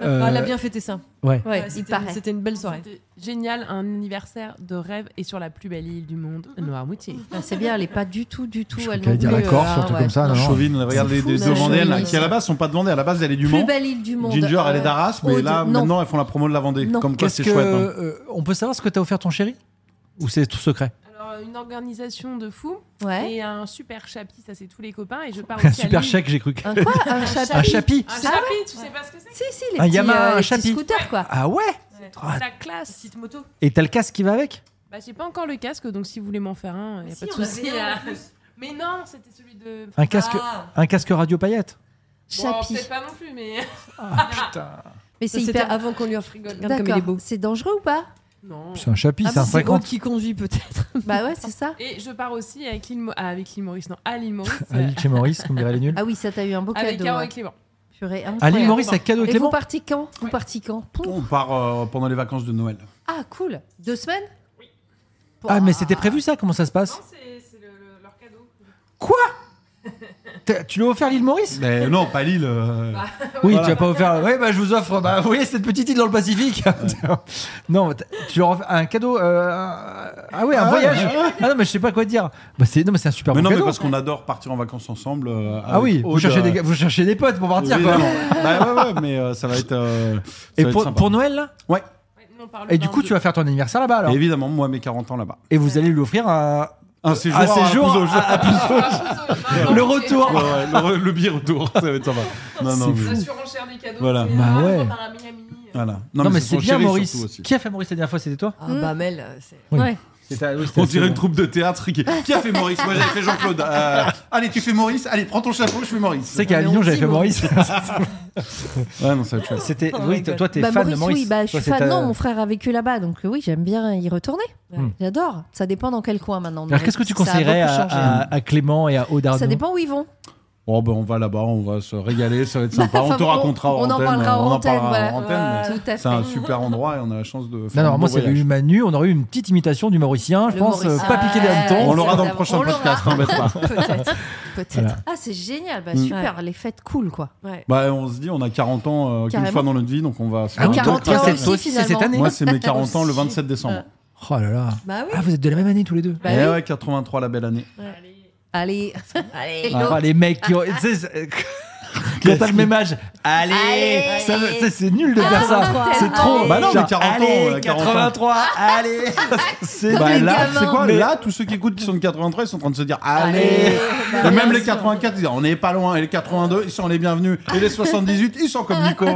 [SPEAKER 2] Euh,
[SPEAKER 1] Ah, Elle a bien fêté ça.
[SPEAKER 2] ouais.
[SPEAKER 3] Ouais, il
[SPEAKER 1] c'était,
[SPEAKER 3] paraît.
[SPEAKER 1] c'était une belle soirée.
[SPEAKER 8] C'était Génial, un anniversaire de rêve et sur la plus belle île du monde,
[SPEAKER 1] Mhm.
[SPEAKER 8] Noirmoutier.
[SPEAKER 3] Ah, c'est bien, elle est pas du tout, du tout.
[SPEAKER 2] Je
[SPEAKER 3] elle
[SPEAKER 2] voulais
[SPEAKER 3] non
[SPEAKER 2] dire
[SPEAKER 3] plus,
[SPEAKER 2] la Corse,
[SPEAKER 3] euh,
[SPEAKER 2] un truc
[SPEAKER 3] ouais.
[SPEAKER 2] comme ça. non, non.
[SPEAKER 4] Chauvine, regarde les, les
[SPEAKER 3] fou,
[SPEAKER 4] deux
[SPEAKER 3] la
[SPEAKER 4] Vendéennes là,
[SPEAKER 3] Chauvine.
[SPEAKER 4] qui à la base sont pas de Vendée, à la base elle est du
[SPEAKER 3] Plus
[SPEAKER 4] Mans.
[SPEAKER 3] belle île du monde.
[SPEAKER 4] Ginger, elle est
[SPEAKER 3] euh,
[SPEAKER 4] d'Arras, mais
[SPEAKER 3] Aude,
[SPEAKER 4] là
[SPEAKER 3] non.
[SPEAKER 4] maintenant elles font la promo de la Vendée.
[SPEAKER 3] Non.
[SPEAKER 4] Comme quoi
[SPEAKER 2] Qu'est-ce
[SPEAKER 4] c'est
[SPEAKER 2] que,
[SPEAKER 4] chouette. hein.
[SPEAKER 2] euh, on peut savoir ce que t'as offert ton chéri Ou c'est tout secret
[SPEAKER 8] Alors, une organisation de fous
[SPEAKER 3] Ouais.
[SPEAKER 8] et un super chapi, ça c'est tous les copains. Et je
[SPEAKER 3] Ah
[SPEAKER 8] pars aussi
[SPEAKER 2] Un
[SPEAKER 8] à
[SPEAKER 2] super
[SPEAKER 8] Lille.
[SPEAKER 2] chèque, j'ai cru. que-
[SPEAKER 3] Un quoi Un
[SPEAKER 2] Un
[SPEAKER 3] chapitre.
[SPEAKER 2] chapi
[SPEAKER 8] Un
[SPEAKER 3] Ah
[SPEAKER 8] chapi, tu sais pas ce que c'est
[SPEAKER 3] Si, si, les
[SPEAKER 2] Un
[SPEAKER 3] petits,
[SPEAKER 2] Yamaha,
[SPEAKER 3] euh,
[SPEAKER 2] un
[SPEAKER 3] les petits
[SPEAKER 2] chapitre.
[SPEAKER 3] scooters, quoi.
[SPEAKER 2] Ah ouais Ah,
[SPEAKER 8] La classe.
[SPEAKER 1] Petite moto.
[SPEAKER 2] Et t'as le casque qui va avec
[SPEAKER 8] Bah, j'ai pas encore le casque, donc si vous voulez m'en faire un, y a
[SPEAKER 1] Si,
[SPEAKER 8] pas de
[SPEAKER 1] on avait
[SPEAKER 8] souci.
[SPEAKER 1] un en
[SPEAKER 8] hein. Mais non, c'était celui de.
[SPEAKER 2] Un casque,
[SPEAKER 3] Ah.
[SPEAKER 2] un casque radio paillette
[SPEAKER 8] Bon,
[SPEAKER 3] Chapi.
[SPEAKER 8] peut-être pas non plus, mais.
[SPEAKER 3] Ah, Mais
[SPEAKER 1] c'est
[SPEAKER 3] c'est hyper.
[SPEAKER 1] avant qu'on lui offre rigole. Regarde comme il est beau.
[SPEAKER 3] D'accord. C'est dangereux ou pas
[SPEAKER 8] Non.
[SPEAKER 2] C'est un chapi,
[SPEAKER 3] Ah,
[SPEAKER 2] c'est un 50.
[SPEAKER 1] qui conduit peut-être.
[SPEAKER 3] Bah ouais, c'est ça.
[SPEAKER 8] Et je pars aussi avec l'île Mo- ah, avec l'île Maurice, non, à l'île Maurice. euh,
[SPEAKER 2] À l'île chez Maurice, comme dirait les nuls.
[SPEAKER 3] Ah oui, ça t'a eu un beau
[SPEAKER 8] avec
[SPEAKER 3] cadeau.
[SPEAKER 8] Caro et
[SPEAKER 3] ouais.
[SPEAKER 8] Clément.
[SPEAKER 3] Purée,
[SPEAKER 2] À l'île
[SPEAKER 3] incroyable.
[SPEAKER 2] Maurice, avec cadeau
[SPEAKER 3] Et vous
[SPEAKER 2] Clément
[SPEAKER 3] partez quand Vous partez quand Pouf.
[SPEAKER 4] On part euh, pendant les vacances de Noël.
[SPEAKER 3] Ah cool. Deux semaines
[SPEAKER 2] Ah, mais c'était prévu ça Comment ça se passe
[SPEAKER 8] c'est leur cadeau.
[SPEAKER 2] Quoi T'as- Tu lui as offert l'île Maurice
[SPEAKER 4] Mais non, pas Lille. euh,
[SPEAKER 3] Bah.
[SPEAKER 2] Oui,
[SPEAKER 4] Voilà.
[SPEAKER 2] tu vas pas offert. Oui, bah je vous offre. Bah, vous voyez cette petite île dans le Pacifique. non, t- tu leur offres un cadeau. euh, un- Ah oui, un
[SPEAKER 4] Ah,
[SPEAKER 2] voyage.
[SPEAKER 4] ouais.
[SPEAKER 2] Ah non, mais je sais pas quoi dire. Bah, c'est non, mais c'est un super
[SPEAKER 4] Mais
[SPEAKER 2] bon
[SPEAKER 4] non, mais
[SPEAKER 2] cadeau.
[SPEAKER 4] parce qu'on adore partir en vacances ensemble. euh,
[SPEAKER 2] Ah
[SPEAKER 4] avec
[SPEAKER 2] oui, vous
[SPEAKER 4] Aude,
[SPEAKER 2] cherchez, des...
[SPEAKER 4] euh,
[SPEAKER 2] gars- vous cherchez des potes pour partir.
[SPEAKER 4] oui,
[SPEAKER 2] quoi.
[SPEAKER 4] non. Bah ouais, ouais, mais euh, ça va être. euh, ça
[SPEAKER 2] Et
[SPEAKER 4] va être
[SPEAKER 2] pour,
[SPEAKER 4] sympa.
[SPEAKER 2] pour Noël là
[SPEAKER 4] Ouais,
[SPEAKER 2] Et du coup, tu vas faire ton anniversaire là-bas alors.
[SPEAKER 4] Et
[SPEAKER 2] Et,
[SPEAKER 4] évidemment, moi mes 40 ans là-bas.
[SPEAKER 2] vous allez lui offrir un,
[SPEAKER 4] Un séjour.
[SPEAKER 2] un
[SPEAKER 4] à la
[SPEAKER 2] séjour ah,
[SPEAKER 4] Pouzauge.
[SPEAKER 2] à- à Pouzauge. Le retour.
[SPEAKER 4] Ouais, ouais, le, re- le billet retour, ça va être sympa. Non, non,
[SPEAKER 2] C'est
[SPEAKER 4] mais-
[SPEAKER 8] La surenchère des cadeaux.
[SPEAKER 4] Voilà.
[SPEAKER 8] c'est,
[SPEAKER 2] Bah
[SPEAKER 8] ah,
[SPEAKER 2] ouais.
[SPEAKER 8] on part à Miami.
[SPEAKER 4] Voilà.
[SPEAKER 2] Non, mais
[SPEAKER 4] ce
[SPEAKER 2] c'est
[SPEAKER 4] sont
[SPEAKER 2] bien
[SPEAKER 4] chéris,
[SPEAKER 2] Maurice.
[SPEAKER 4] surtout, aussi.
[SPEAKER 2] Qui a fait Maurice la dernière fois C'était toi
[SPEAKER 1] Ah bah Mel, euh, c'est.
[SPEAKER 2] Oui.
[SPEAKER 3] Ouais.
[SPEAKER 2] C'était- oui, c'était
[SPEAKER 4] On
[SPEAKER 2] assez
[SPEAKER 4] dirait une
[SPEAKER 2] bon.
[SPEAKER 4] troupe de théâtre qui, qui a fait Maurice. Moi j'avais fait Jean-Claude. Euh, allez, tu fais Maurice. Allez, prends ton chapeau, je fais Maurice.
[SPEAKER 2] Tu sais qu'à
[SPEAKER 1] Mais on
[SPEAKER 2] Avignon, j'avais
[SPEAKER 1] dit
[SPEAKER 2] fait Maurice.
[SPEAKER 4] Ouais, non, ça va être chouette.
[SPEAKER 2] C'était.
[SPEAKER 1] Oh
[SPEAKER 2] Oui,
[SPEAKER 1] my God.
[SPEAKER 2] toi, t'es
[SPEAKER 3] Bah,
[SPEAKER 2] fan
[SPEAKER 3] Maurice,
[SPEAKER 2] de Maurice.
[SPEAKER 3] oui, bah, je
[SPEAKER 2] Toi,
[SPEAKER 3] suis
[SPEAKER 2] c'est
[SPEAKER 3] fan.
[SPEAKER 2] ta-
[SPEAKER 3] Non, mon frère a vécu là-bas, donc euh, oui, j'aime bien y retourner.
[SPEAKER 1] Hmm.
[SPEAKER 3] J'adore. Ça dépend dans quel coin maintenant.
[SPEAKER 2] Alors, qu'est-ce que tu
[SPEAKER 3] Ça a
[SPEAKER 2] conseillerais
[SPEAKER 3] beaucoup
[SPEAKER 2] à,
[SPEAKER 3] changé.
[SPEAKER 2] à- à Clément et à Aude Arnaud
[SPEAKER 3] Ça dépend où ils vont.
[SPEAKER 4] Oh, ben on va là-bas, on va se régaler, ça va être sympa.
[SPEAKER 3] Bah,
[SPEAKER 4] on te
[SPEAKER 3] enfin,
[SPEAKER 4] racontera
[SPEAKER 3] on- on
[SPEAKER 4] en
[SPEAKER 3] en
[SPEAKER 4] antenne.
[SPEAKER 3] parlera en
[SPEAKER 4] on en
[SPEAKER 3] antenne,
[SPEAKER 4] parlera en
[SPEAKER 3] voilà.
[SPEAKER 4] antenne.
[SPEAKER 3] Tout à
[SPEAKER 4] C'est un
[SPEAKER 3] fait.
[SPEAKER 4] super endroit et on a la chance de
[SPEAKER 2] Non,
[SPEAKER 4] faire
[SPEAKER 2] non,
[SPEAKER 4] un
[SPEAKER 2] moi,
[SPEAKER 4] beau
[SPEAKER 2] ça avait
[SPEAKER 4] voyage.
[SPEAKER 2] eu Manu, on aurait eu une petite imitation du Mauricien, je
[SPEAKER 3] Le
[SPEAKER 2] pense, euh,
[SPEAKER 3] Mauricien.
[SPEAKER 2] pas piqué des
[SPEAKER 3] Ah,
[SPEAKER 2] hannetons.
[SPEAKER 4] On l'aura dans le
[SPEAKER 3] évidemment,
[SPEAKER 4] prochain
[SPEAKER 3] on l'aura.
[SPEAKER 4] podcast, t'embête pas.
[SPEAKER 3] Peut-être. Peut-être.
[SPEAKER 2] Voilà.
[SPEAKER 3] Ah, c'est génial. Bah,
[SPEAKER 4] Mm.
[SPEAKER 3] super. Les fêtes cool, quoi.
[SPEAKER 1] Ouais.
[SPEAKER 4] Bah, on se dit, on a 40 ans euh, qu'une
[SPEAKER 3] Carrément.
[SPEAKER 4] fois dans notre vie, donc on va se
[SPEAKER 2] Ah oui,
[SPEAKER 4] faire un
[SPEAKER 2] donc,
[SPEAKER 3] 40
[SPEAKER 4] truc.
[SPEAKER 2] toi,
[SPEAKER 3] ans
[SPEAKER 2] c'est-
[SPEAKER 3] aussi,
[SPEAKER 2] toi aussi, c'est cette
[SPEAKER 3] finalement.
[SPEAKER 2] année.
[SPEAKER 4] Moi, c'est mes 40 ans le 27 décembre.
[SPEAKER 2] Oh là là.
[SPEAKER 1] Bah oui.
[SPEAKER 2] Ah, vous êtes de la même année tous les deux.
[SPEAKER 3] Euh, Bah
[SPEAKER 4] Eh
[SPEAKER 3] oui.
[SPEAKER 4] ouais, 83, la belle année.
[SPEAKER 3] Allez. Allez.
[SPEAKER 2] Ah, les mecs qui ont. tu sais, c'est- Quand t'as le même âge. Allez,
[SPEAKER 3] Allez.
[SPEAKER 2] ça veut- ça, C'est nul de faire ça.
[SPEAKER 3] tellement.
[SPEAKER 2] C'est trop.
[SPEAKER 4] Bah non, mais
[SPEAKER 2] Genre,
[SPEAKER 4] 40 ans,
[SPEAKER 2] allez,
[SPEAKER 4] euh, 40 ans.
[SPEAKER 2] 83, allez.
[SPEAKER 4] C'est
[SPEAKER 3] Comme les
[SPEAKER 4] Bah, là,
[SPEAKER 3] gamins.
[SPEAKER 4] c'est quoi
[SPEAKER 2] Mais-
[SPEAKER 4] Là, tous ceux qui écoutent qui sont de 83, ils sont en train de se dire Allez
[SPEAKER 3] bah,
[SPEAKER 4] Et même
[SPEAKER 3] bien
[SPEAKER 4] les
[SPEAKER 3] sûr.
[SPEAKER 4] 84, ils disent On n'est pas loin. Et les 82, ils sont les bienvenus. Et les 78, ils sont comme Nico.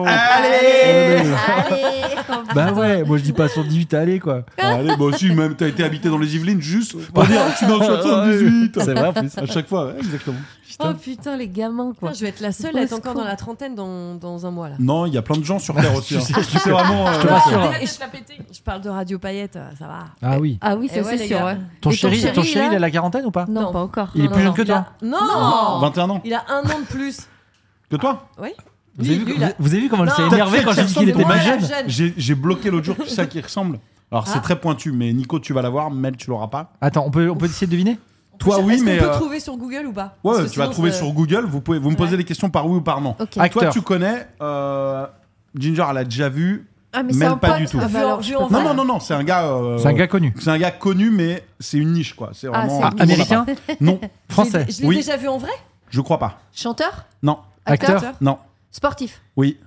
[SPEAKER 2] Allez
[SPEAKER 3] Allez
[SPEAKER 2] Bah ouais, moi je dis pas 78, allez quoi.
[SPEAKER 4] Allez, bah si, même t'as été habité dans les Yvelines juste pour dire Je suis dans le 78.
[SPEAKER 2] C'est vrai en plus.
[SPEAKER 4] À chaque fois, ouais, exactement.
[SPEAKER 3] Oh putain, les gamins, quoi.
[SPEAKER 1] Putain, je vais être la seule
[SPEAKER 3] Au
[SPEAKER 1] à être encore
[SPEAKER 3] secours.
[SPEAKER 1] dans la trentaine dans, dans un mois là.
[SPEAKER 4] Non, il y a plein de gens sur Terre aussi.
[SPEAKER 2] Je
[SPEAKER 4] hein.
[SPEAKER 2] sais, je
[SPEAKER 4] C'est vraiment. euh,
[SPEAKER 2] te rassure.
[SPEAKER 1] Ah, et je, je parle de Radio Paillette, euh, ça va.
[SPEAKER 2] Ah oui.
[SPEAKER 3] Ah oui,
[SPEAKER 1] Eh
[SPEAKER 3] ça
[SPEAKER 1] ouais,
[SPEAKER 3] c'est
[SPEAKER 1] les
[SPEAKER 3] sûr.
[SPEAKER 1] gars.
[SPEAKER 3] ouais.
[SPEAKER 2] Ton
[SPEAKER 3] Et ton
[SPEAKER 2] chéri, ton
[SPEAKER 3] chéri,
[SPEAKER 2] chéri,
[SPEAKER 3] là
[SPEAKER 2] il a la quarantaine ou pas
[SPEAKER 3] Non,
[SPEAKER 1] Non.
[SPEAKER 3] pas encore.
[SPEAKER 2] Il est plus jeune que
[SPEAKER 1] il a-
[SPEAKER 2] toi.
[SPEAKER 1] Non,
[SPEAKER 4] 21 ans.
[SPEAKER 1] Il a un an de plus.
[SPEAKER 4] Que toi
[SPEAKER 2] Vous avez
[SPEAKER 1] Lui,
[SPEAKER 2] vu,
[SPEAKER 1] lui, il a-
[SPEAKER 2] vous- vous avez vu comment elle
[SPEAKER 1] Non.
[SPEAKER 2] s'est énervée quand j'ai dit qu'il était
[SPEAKER 1] Ouais,
[SPEAKER 2] pas
[SPEAKER 1] jeune.
[SPEAKER 2] jeune
[SPEAKER 4] J'ai j'ai bloqué l'autre jour ça qui ressemble. Alors c'est très pointu, mais Nico, tu vas l'avoir. Mel, tu l'auras pas.
[SPEAKER 2] Attends, on peut, on peut essayer de deviner
[SPEAKER 4] Toi, oui,
[SPEAKER 1] Est-ce qu'on
[SPEAKER 4] mais.
[SPEAKER 1] peut
[SPEAKER 4] euh,
[SPEAKER 1] trouver sur Google ou pas Parce
[SPEAKER 4] Ouais,
[SPEAKER 1] que
[SPEAKER 4] tu vas
[SPEAKER 1] sinon,
[SPEAKER 4] trouver
[SPEAKER 1] ça-
[SPEAKER 4] sur Google. Vous pouvez, vous me posez des questions par oui ou par non.
[SPEAKER 3] Ok.
[SPEAKER 2] Ah,
[SPEAKER 4] Toi,
[SPEAKER 2] Acteur.
[SPEAKER 4] tu connais. euh, Ginger, elle a déjà vu.
[SPEAKER 3] Ah, mais
[SPEAKER 4] Même
[SPEAKER 3] c'est un
[SPEAKER 4] pas
[SPEAKER 3] pote.
[SPEAKER 4] du tout.
[SPEAKER 3] Ah, bah, alors, je
[SPEAKER 1] Vu
[SPEAKER 3] peux
[SPEAKER 1] en
[SPEAKER 3] pas.
[SPEAKER 4] Non, non, non, non, c'est un gars. euh,
[SPEAKER 2] C'est un gars connu.
[SPEAKER 4] c'est un gars connu, mais c'est une niche, quoi. C'est
[SPEAKER 3] Ah,
[SPEAKER 4] vraiment.
[SPEAKER 3] c'est
[SPEAKER 4] tout
[SPEAKER 2] Ah,
[SPEAKER 4] le monde
[SPEAKER 2] américain
[SPEAKER 4] l'a pas. Non,
[SPEAKER 2] Français
[SPEAKER 1] Je l'ai
[SPEAKER 4] Oui.
[SPEAKER 1] déjà vu en vrai
[SPEAKER 4] je crois pas.
[SPEAKER 3] Chanteur
[SPEAKER 4] Non,
[SPEAKER 2] Acteur
[SPEAKER 4] non,
[SPEAKER 3] Sportif.
[SPEAKER 4] oui.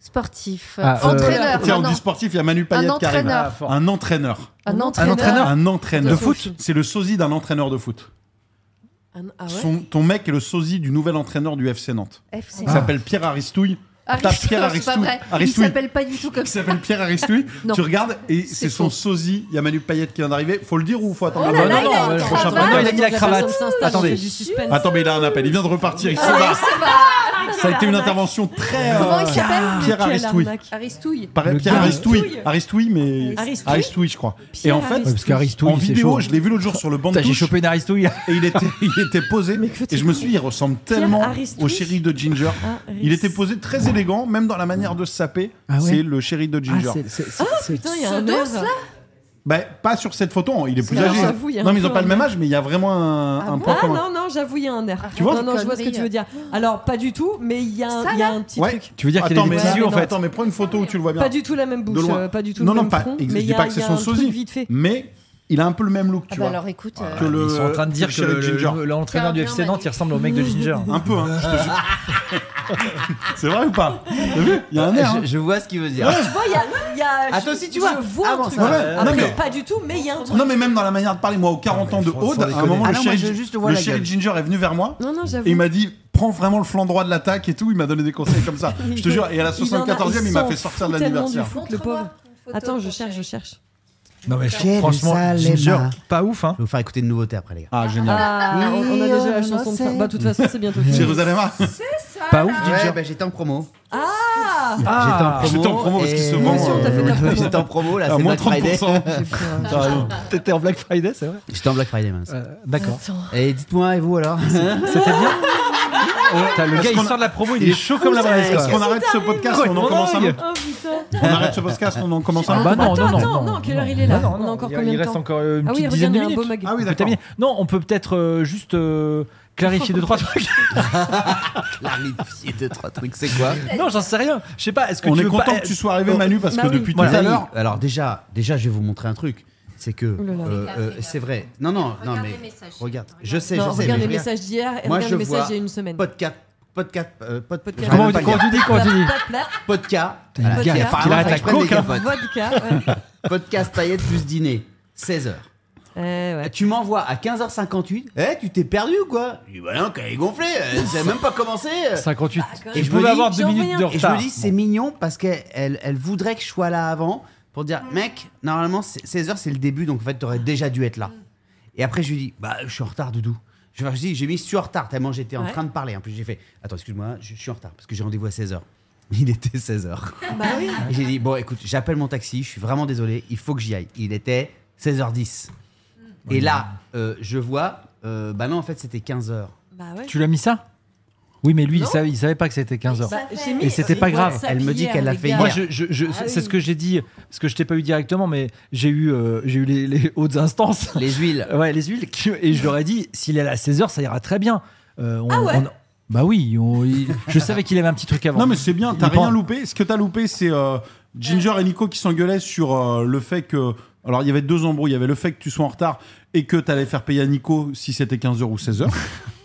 [SPEAKER 3] Sportif.
[SPEAKER 2] Ah, euh,
[SPEAKER 3] entraîneur.
[SPEAKER 4] Tiens, on
[SPEAKER 3] non,
[SPEAKER 4] dit sportif, il y a Manu Payet qui arrive. Ah,
[SPEAKER 3] entraîneur. Ah,
[SPEAKER 4] Un entraîneur.
[SPEAKER 3] Un
[SPEAKER 2] Un
[SPEAKER 3] entraîneur.
[SPEAKER 2] entraîneur
[SPEAKER 4] Un entraîneur.
[SPEAKER 2] De foot
[SPEAKER 4] C'est le sosie d'un entraîneur de foot.
[SPEAKER 1] Ah, non, ah ouais
[SPEAKER 4] Son- ton mec est le sosie du nouvel entraîneur du FC Nantes.
[SPEAKER 3] FC.
[SPEAKER 4] Il s'appelle Pierre Aristouille. Tape
[SPEAKER 3] Aristote,
[SPEAKER 4] Pierre
[SPEAKER 3] Ah. c'est pas
[SPEAKER 4] Aristouille.
[SPEAKER 3] vrai. Il
[SPEAKER 4] Aristouille.
[SPEAKER 3] s'appelle pas du tout comme
[SPEAKER 4] Il
[SPEAKER 3] ça.
[SPEAKER 4] s'appelle Pierre Aristouille.
[SPEAKER 3] Non.
[SPEAKER 4] tu regardes et
[SPEAKER 3] C'est
[SPEAKER 4] c'est son
[SPEAKER 3] faux.
[SPEAKER 4] sosie. Il y a Manu Payet qui vient d'arriver. Faut le dire ou faut attendre
[SPEAKER 3] Oh
[SPEAKER 4] le
[SPEAKER 3] là là,
[SPEAKER 4] prochain
[SPEAKER 3] il a
[SPEAKER 4] Non,
[SPEAKER 3] une
[SPEAKER 4] le
[SPEAKER 1] Ah bah
[SPEAKER 4] prochain
[SPEAKER 3] cravate.
[SPEAKER 4] panel.
[SPEAKER 2] Ah bah Non, il a dit la cravate. Attendez. Ah.
[SPEAKER 4] Attends, mais il a un appel. Il vient de repartir.
[SPEAKER 3] Ah
[SPEAKER 4] Il se barre. Ça a été une intervention très. euh,
[SPEAKER 3] Comment il s'appelle
[SPEAKER 4] Pierre Aristouille.
[SPEAKER 3] Aristouille. Ah
[SPEAKER 4] Pareil,
[SPEAKER 2] Le
[SPEAKER 4] Pierre
[SPEAKER 2] gars.
[SPEAKER 4] Aristouille. Aristouille, mais.
[SPEAKER 1] Aristouille
[SPEAKER 4] Aristouille, je crois. Et
[SPEAKER 1] Pierre
[SPEAKER 4] en fait,
[SPEAKER 2] Ouais, parce qu'Aristouille,
[SPEAKER 4] en
[SPEAKER 2] c'est
[SPEAKER 4] vidéo,
[SPEAKER 2] chaud.
[SPEAKER 4] je l'ai Ah, vu l'autre jour sur le banc de
[SPEAKER 2] Putain, J'ai
[SPEAKER 4] touche.
[SPEAKER 2] chopé une aristouille.
[SPEAKER 4] Et il était, il était posé.
[SPEAKER 1] Mais que
[SPEAKER 4] Et je me suis dit, il ressemble tellement
[SPEAKER 1] Aristouille
[SPEAKER 4] au chéri de Ginger.
[SPEAKER 1] Ah,
[SPEAKER 4] Il était posé très élégant, même dans la manière de se saper.
[SPEAKER 2] Ah ouais
[SPEAKER 4] C'est le chéri de Ginger.
[SPEAKER 1] Ah, Putain, il y a un air.
[SPEAKER 4] Bah, pas sur cette photo, hein, il est plus
[SPEAKER 1] Alors,
[SPEAKER 4] âgé.
[SPEAKER 1] j'avoue, il y a
[SPEAKER 4] non,
[SPEAKER 1] un
[SPEAKER 4] mais ils ont
[SPEAKER 1] peu
[SPEAKER 4] pas
[SPEAKER 1] un
[SPEAKER 4] le même âge, mais il y a vraiment un, un point
[SPEAKER 1] Ah
[SPEAKER 4] commun.
[SPEAKER 1] non, non, j'avoue, il y a un air.
[SPEAKER 4] Tu vois
[SPEAKER 1] Non, non, je vois ce que
[SPEAKER 3] Connerie.
[SPEAKER 1] tu veux dire. Alors, pas du tout, mais il y a
[SPEAKER 3] Ça,
[SPEAKER 1] un- il y a
[SPEAKER 3] là
[SPEAKER 1] un petit
[SPEAKER 4] Ouais.
[SPEAKER 1] truc.
[SPEAKER 2] Tu veux dire qu'il y a
[SPEAKER 4] Attends,
[SPEAKER 2] des
[SPEAKER 4] mais,
[SPEAKER 2] petits yeux en
[SPEAKER 4] non,
[SPEAKER 2] fait
[SPEAKER 4] attends, mais prends une photo où tu le vois bien.
[SPEAKER 1] Pas du tout la même bouche,
[SPEAKER 4] De loin.
[SPEAKER 1] euh, pas du tout
[SPEAKER 4] non,
[SPEAKER 1] le
[SPEAKER 4] non,
[SPEAKER 1] même
[SPEAKER 4] pas.
[SPEAKER 1] front,
[SPEAKER 4] ex-
[SPEAKER 1] mais
[SPEAKER 4] je
[SPEAKER 1] il
[SPEAKER 4] dis
[SPEAKER 1] y
[SPEAKER 4] pas
[SPEAKER 1] a-
[SPEAKER 4] que
[SPEAKER 1] il
[SPEAKER 4] c'est
[SPEAKER 1] y a
[SPEAKER 4] son
[SPEAKER 1] un truc
[SPEAKER 4] sosie.
[SPEAKER 1] vite fait.
[SPEAKER 4] Mais il a un peu le même look,
[SPEAKER 3] Ah
[SPEAKER 4] tu
[SPEAKER 3] bah
[SPEAKER 4] vois.
[SPEAKER 3] alors écoute. euh,
[SPEAKER 4] Que le-
[SPEAKER 2] Ils sont en train de dire
[SPEAKER 4] le
[SPEAKER 2] que
[SPEAKER 4] chéri
[SPEAKER 2] le-
[SPEAKER 4] Ginger.
[SPEAKER 2] le- l'entraîneur du FC Nantes il ressemble au mec
[SPEAKER 1] Mmh.
[SPEAKER 2] de Ginger.
[SPEAKER 4] Un peu, hein, je te jure. C'est vrai ou pas T'as vu Il y a un air. hein.
[SPEAKER 9] Je, je vois ce qu'il veut dire.
[SPEAKER 1] Je vois, il y a. il y a-
[SPEAKER 9] Attends,
[SPEAKER 1] je-
[SPEAKER 9] si tu vois.
[SPEAKER 1] Je vois
[SPEAKER 9] Ah
[SPEAKER 1] un
[SPEAKER 9] bon,
[SPEAKER 1] truc.
[SPEAKER 9] ça
[SPEAKER 4] va.
[SPEAKER 1] Après,
[SPEAKER 4] Non, mais-
[SPEAKER 1] pas du tout, mais il y a un truc.
[SPEAKER 4] Non, mais même dans la manière de parler, moi, aux 40 ans de
[SPEAKER 2] faut- faut
[SPEAKER 4] Aude, à un
[SPEAKER 2] déconner.
[SPEAKER 4] moment,
[SPEAKER 9] Ah
[SPEAKER 4] le
[SPEAKER 9] non, moi,
[SPEAKER 4] chéri,
[SPEAKER 9] je- juste vois
[SPEAKER 4] le
[SPEAKER 9] la
[SPEAKER 4] chéri
[SPEAKER 9] gueule.
[SPEAKER 4] Ginger est venu vers moi.
[SPEAKER 1] Non, non, j'avoue.
[SPEAKER 4] Et il m'a dit, prends vraiment le flanc droit de l'attaque et tout. Il m'a donné des conseils comme ça. Je te jure. Et à
[SPEAKER 1] Il en
[SPEAKER 4] la
[SPEAKER 1] a-
[SPEAKER 4] 74e, il m'a fait sortir de
[SPEAKER 1] s'en fout tellement
[SPEAKER 4] l'anniversaire.
[SPEAKER 1] du foot, le pauvre. Attends, je cherche, je cherche.
[SPEAKER 2] Non mais
[SPEAKER 9] Pierre
[SPEAKER 2] franchement
[SPEAKER 9] Salema.
[SPEAKER 2] Ginger, pas ouf hein.
[SPEAKER 9] Je vais vous faire écouter une nouveauté après, les gars.
[SPEAKER 4] Ah, génial.
[SPEAKER 1] Mmh. Ah, on, on a déjà la
[SPEAKER 9] Oui, on
[SPEAKER 1] chanson de
[SPEAKER 9] sait.
[SPEAKER 1] fin. Bah, de toute façon, c'est bientôt fini.
[SPEAKER 4] Jérusalem. ah.
[SPEAKER 2] Pas ouf
[SPEAKER 9] Ouais,
[SPEAKER 2] Ginger.
[SPEAKER 9] bah, j'étais en promo.
[SPEAKER 1] Ah
[SPEAKER 2] Ah
[SPEAKER 4] J'étais en promo parce qu'il se vend, euh,
[SPEAKER 1] Bien sûr, t'as fait ta promo.
[SPEAKER 9] J'étais en promo, là,
[SPEAKER 4] À
[SPEAKER 9] c'est
[SPEAKER 4] moins
[SPEAKER 9] Black Friday.
[SPEAKER 4] 30%.
[SPEAKER 1] euh,
[SPEAKER 4] T'as raison.
[SPEAKER 2] T'étais en Black Friday c'est vrai.
[SPEAKER 9] J'étais en Black Friday, mince.
[SPEAKER 2] Euh, D'accord.
[SPEAKER 9] Et dites-moi, et vous alors
[SPEAKER 2] C'était bien. Putain, le
[SPEAKER 4] Est-ce
[SPEAKER 2] gars il
[SPEAKER 4] qu'on a-
[SPEAKER 2] sort de la promo il est chaud comme la braise
[SPEAKER 4] Est-ce
[SPEAKER 2] quoi.
[SPEAKER 4] qu'on arrête ce podcast On en
[SPEAKER 2] Quoi,
[SPEAKER 4] commence un
[SPEAKER 2] dingue.
[SPEAKER 4] autre
[SPEAKER 1] Oh putain
[SPEAKER 4] On arrête ce podcast On en commence un
[SPEAKER 2] Ah
[SPEAKER 4] autre
[SPEAKER 2] bah non,
[SPEAKER 1] Attends,
[SPEAKER 2] non, non,
[SPEAKER 1] attends,
[SPEAKER 2] non,
[SPEAKER 1] non, quelle heure il est là
[SPEAKER 2] Non, non,
[SPEAKER 1] On a
[SPEAKER 2] non,
[SPEAKER 1] encore
[SPEAKER 2] il-
[SPEAKER 1] combien
[SPEAKER 2] Il
[SPEAKER 1] de
[SPEAKER 2] reste
[SPEAKER 1] temps
[SPEAKER 2] encore euh, une
[SPEAKER 1] Ah oui,
[SPEAKER 2] petite dizaine
[SPEAKER 1] regarde,
[SPEAKER 2] de
[SPEAKER 1] il y a un beau
[SPEAKER 2] minutes.
[SPEAKER 1] magasin.
[SPEAKER 4] Ah oui,
[SPEAKER 2] Peut-être
[SPEAKER 4] d'accord.
[SPEAKER 2] terminer. Non, on peut peut-être euh, juste euh, clarifier deux trois trucs.
[SPEAKER 9] Clarifier deux, trois trucs, c'est quoi
[SPEAKER 2] Non, j'en sais rien. Je sais pas. Est-ce que
[SPEAKER 4] On
[SPEAKER 2] tu
[SPEAKER 4] est
[SPEAKER 2] veux
[SPEAKER 4] content
[SPEAKER 2] pas...
[SPEAKER 4] que tu sois arrivé, Manu, parce
[SPEAKER 1] Bah
[SPEAKER 4] que
[SPEAKER 1] oui.
[SPEAKER 4] depuis tout
[SPEAKER 9] Voilà.
[SPEAKER 4] à l'heure.
[SPEAKER 9] Alors déjà, déjà, je vais vous montrer un truc. C'est que
[SPEAKER 1] là là.
[SPEAKER 9] euh, euh, c'est vrai. Non, non, non, mais regarde. Je sais,
[SPEAKER 1] Non,
[SPEAKER 9] je sais.
[SPEAKER 1] regarde
[SPEAKER 9] mais
[SPEAKER 1] les messages d'hier et
[SPEAKER 9] Moi,
[SPEAKER 1] regarde
[SPEAKER 9] je
[SPEAKER 1] les messages
[SPEAKER 9] vois
[SPEAKER 1] d'il y a une semaine.
[SPEAKER 9] Podcast, podcast, euh, pod-
[SPEAKER 1] Podcast.
[SPEAKER 9] j'arrive
[SPEAKER 2] Comment on dit-
[SPEAKER 9] pas à
[SPEAKER 2] comment
[SPEAKER 9] dire.
[SPEAKER 2] tu dis Comment tu dis
[SPEAKER 1] Plat,
[SPEAKER 9] Podcast.
[SPEAKER 2] Putain,
[SPEAKER 9] Voilà,
[SPEAKER 2] il y a
[SPEAKER 9] qui
[SPEAKER 2] gaffe,
[SPEAKER 9] apparemment,
[SPEAKER 2] qu'il arrête
[SPEAKER 9] faut
[SPEAKER 2] la
[SPEAKER 9] que je prenne
[SPEAKER 2] coke,
[SPEAKER 9] des
[SPEAKER 2] hein.
[SPEAKER 9] capotes.
[SPEAKER 1] vodka. ouais.
[SPEAKER 9] Podcast paillettes plus dîner. 16h.
[SPEAKER 1] Eh ouais.
[SPEAKER 9] Tu m'envoies à 15h58. Eh, tu t'es perdu ou quoi Je dis, bah non, quand il est gonflé, euh, ça a même pas commencé.
[SPEAKER 1] bah,
[SPEAKER 9] euh.
[SPEAKER 2] 58.
[SPEAKER 9] Et
[SPEAKER 2] Et
[SPEAKER 9] je
[SPEAKER 2] je
[SPEAKER 9] me
[SPEAKER 2] pouvais
[SPEAKER 9] dis,
[SPEAKER 2] avoir deux
[SPEAKER 1] j'ai
[SPEAKER 2] minutes de
[SPEAKER 1] envoyé
[SPEAKER 9] Et je
[SPEAKER 2] retard.
[SPEAKER 9] me dis, c'est mignon parce qu'elle elle, elle voudrait que je sois là avant pour dire, mec, normalement, 16h, c'est le début, donc en fait, t'aurais déjà dû être là. Et après, je lui dis, bah, je suis en retard, Doudou. Je, je dis, j'ai mis, je suis en retard, tellement j'étais en
[SPEAKER 1] Ouais.
[SPEAKER 9] train de parler. En plus, j'ai fait, attends, excuse-moi, je, je suis en retard parce que j'ai rendez-vous à 16h. Il était 16h.
[SPEAKER 1] Bah oui.
[SPEAKER 9] Et J'ai dit, bon, écoute, j'appelle mon taxi, je suis vraiment désolé, il faut que j'y aille. Il était 16h10. Et là, euh, je vois, euh, bah non, en fait, c'était 15h.
[SPEAKER 1] Bah ouais.
[SPEAKER 2] Tu l'as mis ça Oui, mais lui, il
[SPEAKER 1] Non.
[SPEAKER 2] savait, il savait pas que c'était 15 heures.
[SPEAKER 1] Bah, j'ai mis-
[SPEAKER 2] Et c'était pas
[SPEAKER 1] ouais,
[SPEAKER 2] grave.
[SPEAKER 1] ça
[SPEAKER 9] Elle me dit
[SPEAKER 1] hier,
[SPEAKER 9] qu'elle l'a
[SPEAKER 1] les
[SPEAKER 9] fait
[SPEAKER 1] gars.
[SPEAKER 2] Moi,
[SPEAKER 9] hier.
[SPEAKER 2] je, je- je-
[SPEAKER 1] Ah
[SPEAKER 2] c'est
[SPEAKER 1] oui.
[SPEAKER 2] c'est ce que j'ai dit, parce que je t'ai pas eu directement, mais j'ai eu, euh, j'ai eu les, les hautes instances,
[SPEAKER 9] Les huiles.
[SPEAKER 2] ouais, les huiles, qui- et je leur ai dit, s'il est là à 16h, ça ira très bien. Euh, on-
[SPEAKER 1] Ah ouais
[SPEAKER 2] on- bah oui, on- il- je savais qu'il avait un petit truc avant.
[SPEAKER 4] Non, mais c'est bien, t'as
[SPEAKER 2] Il
[SPEAKER 4] rien
[SPEAKER 2] prend-
[SPEAKER 4] loupé. Ce que t'as loupé, c'est euh, Ginger et Nico qui s'engueulaient sur euh, le fait que. Alors, il y avait deux embrouilles. Il y avait le fait que tu sois en retard et que t'allais faire payer à Nico si c'était 15h ou 16h.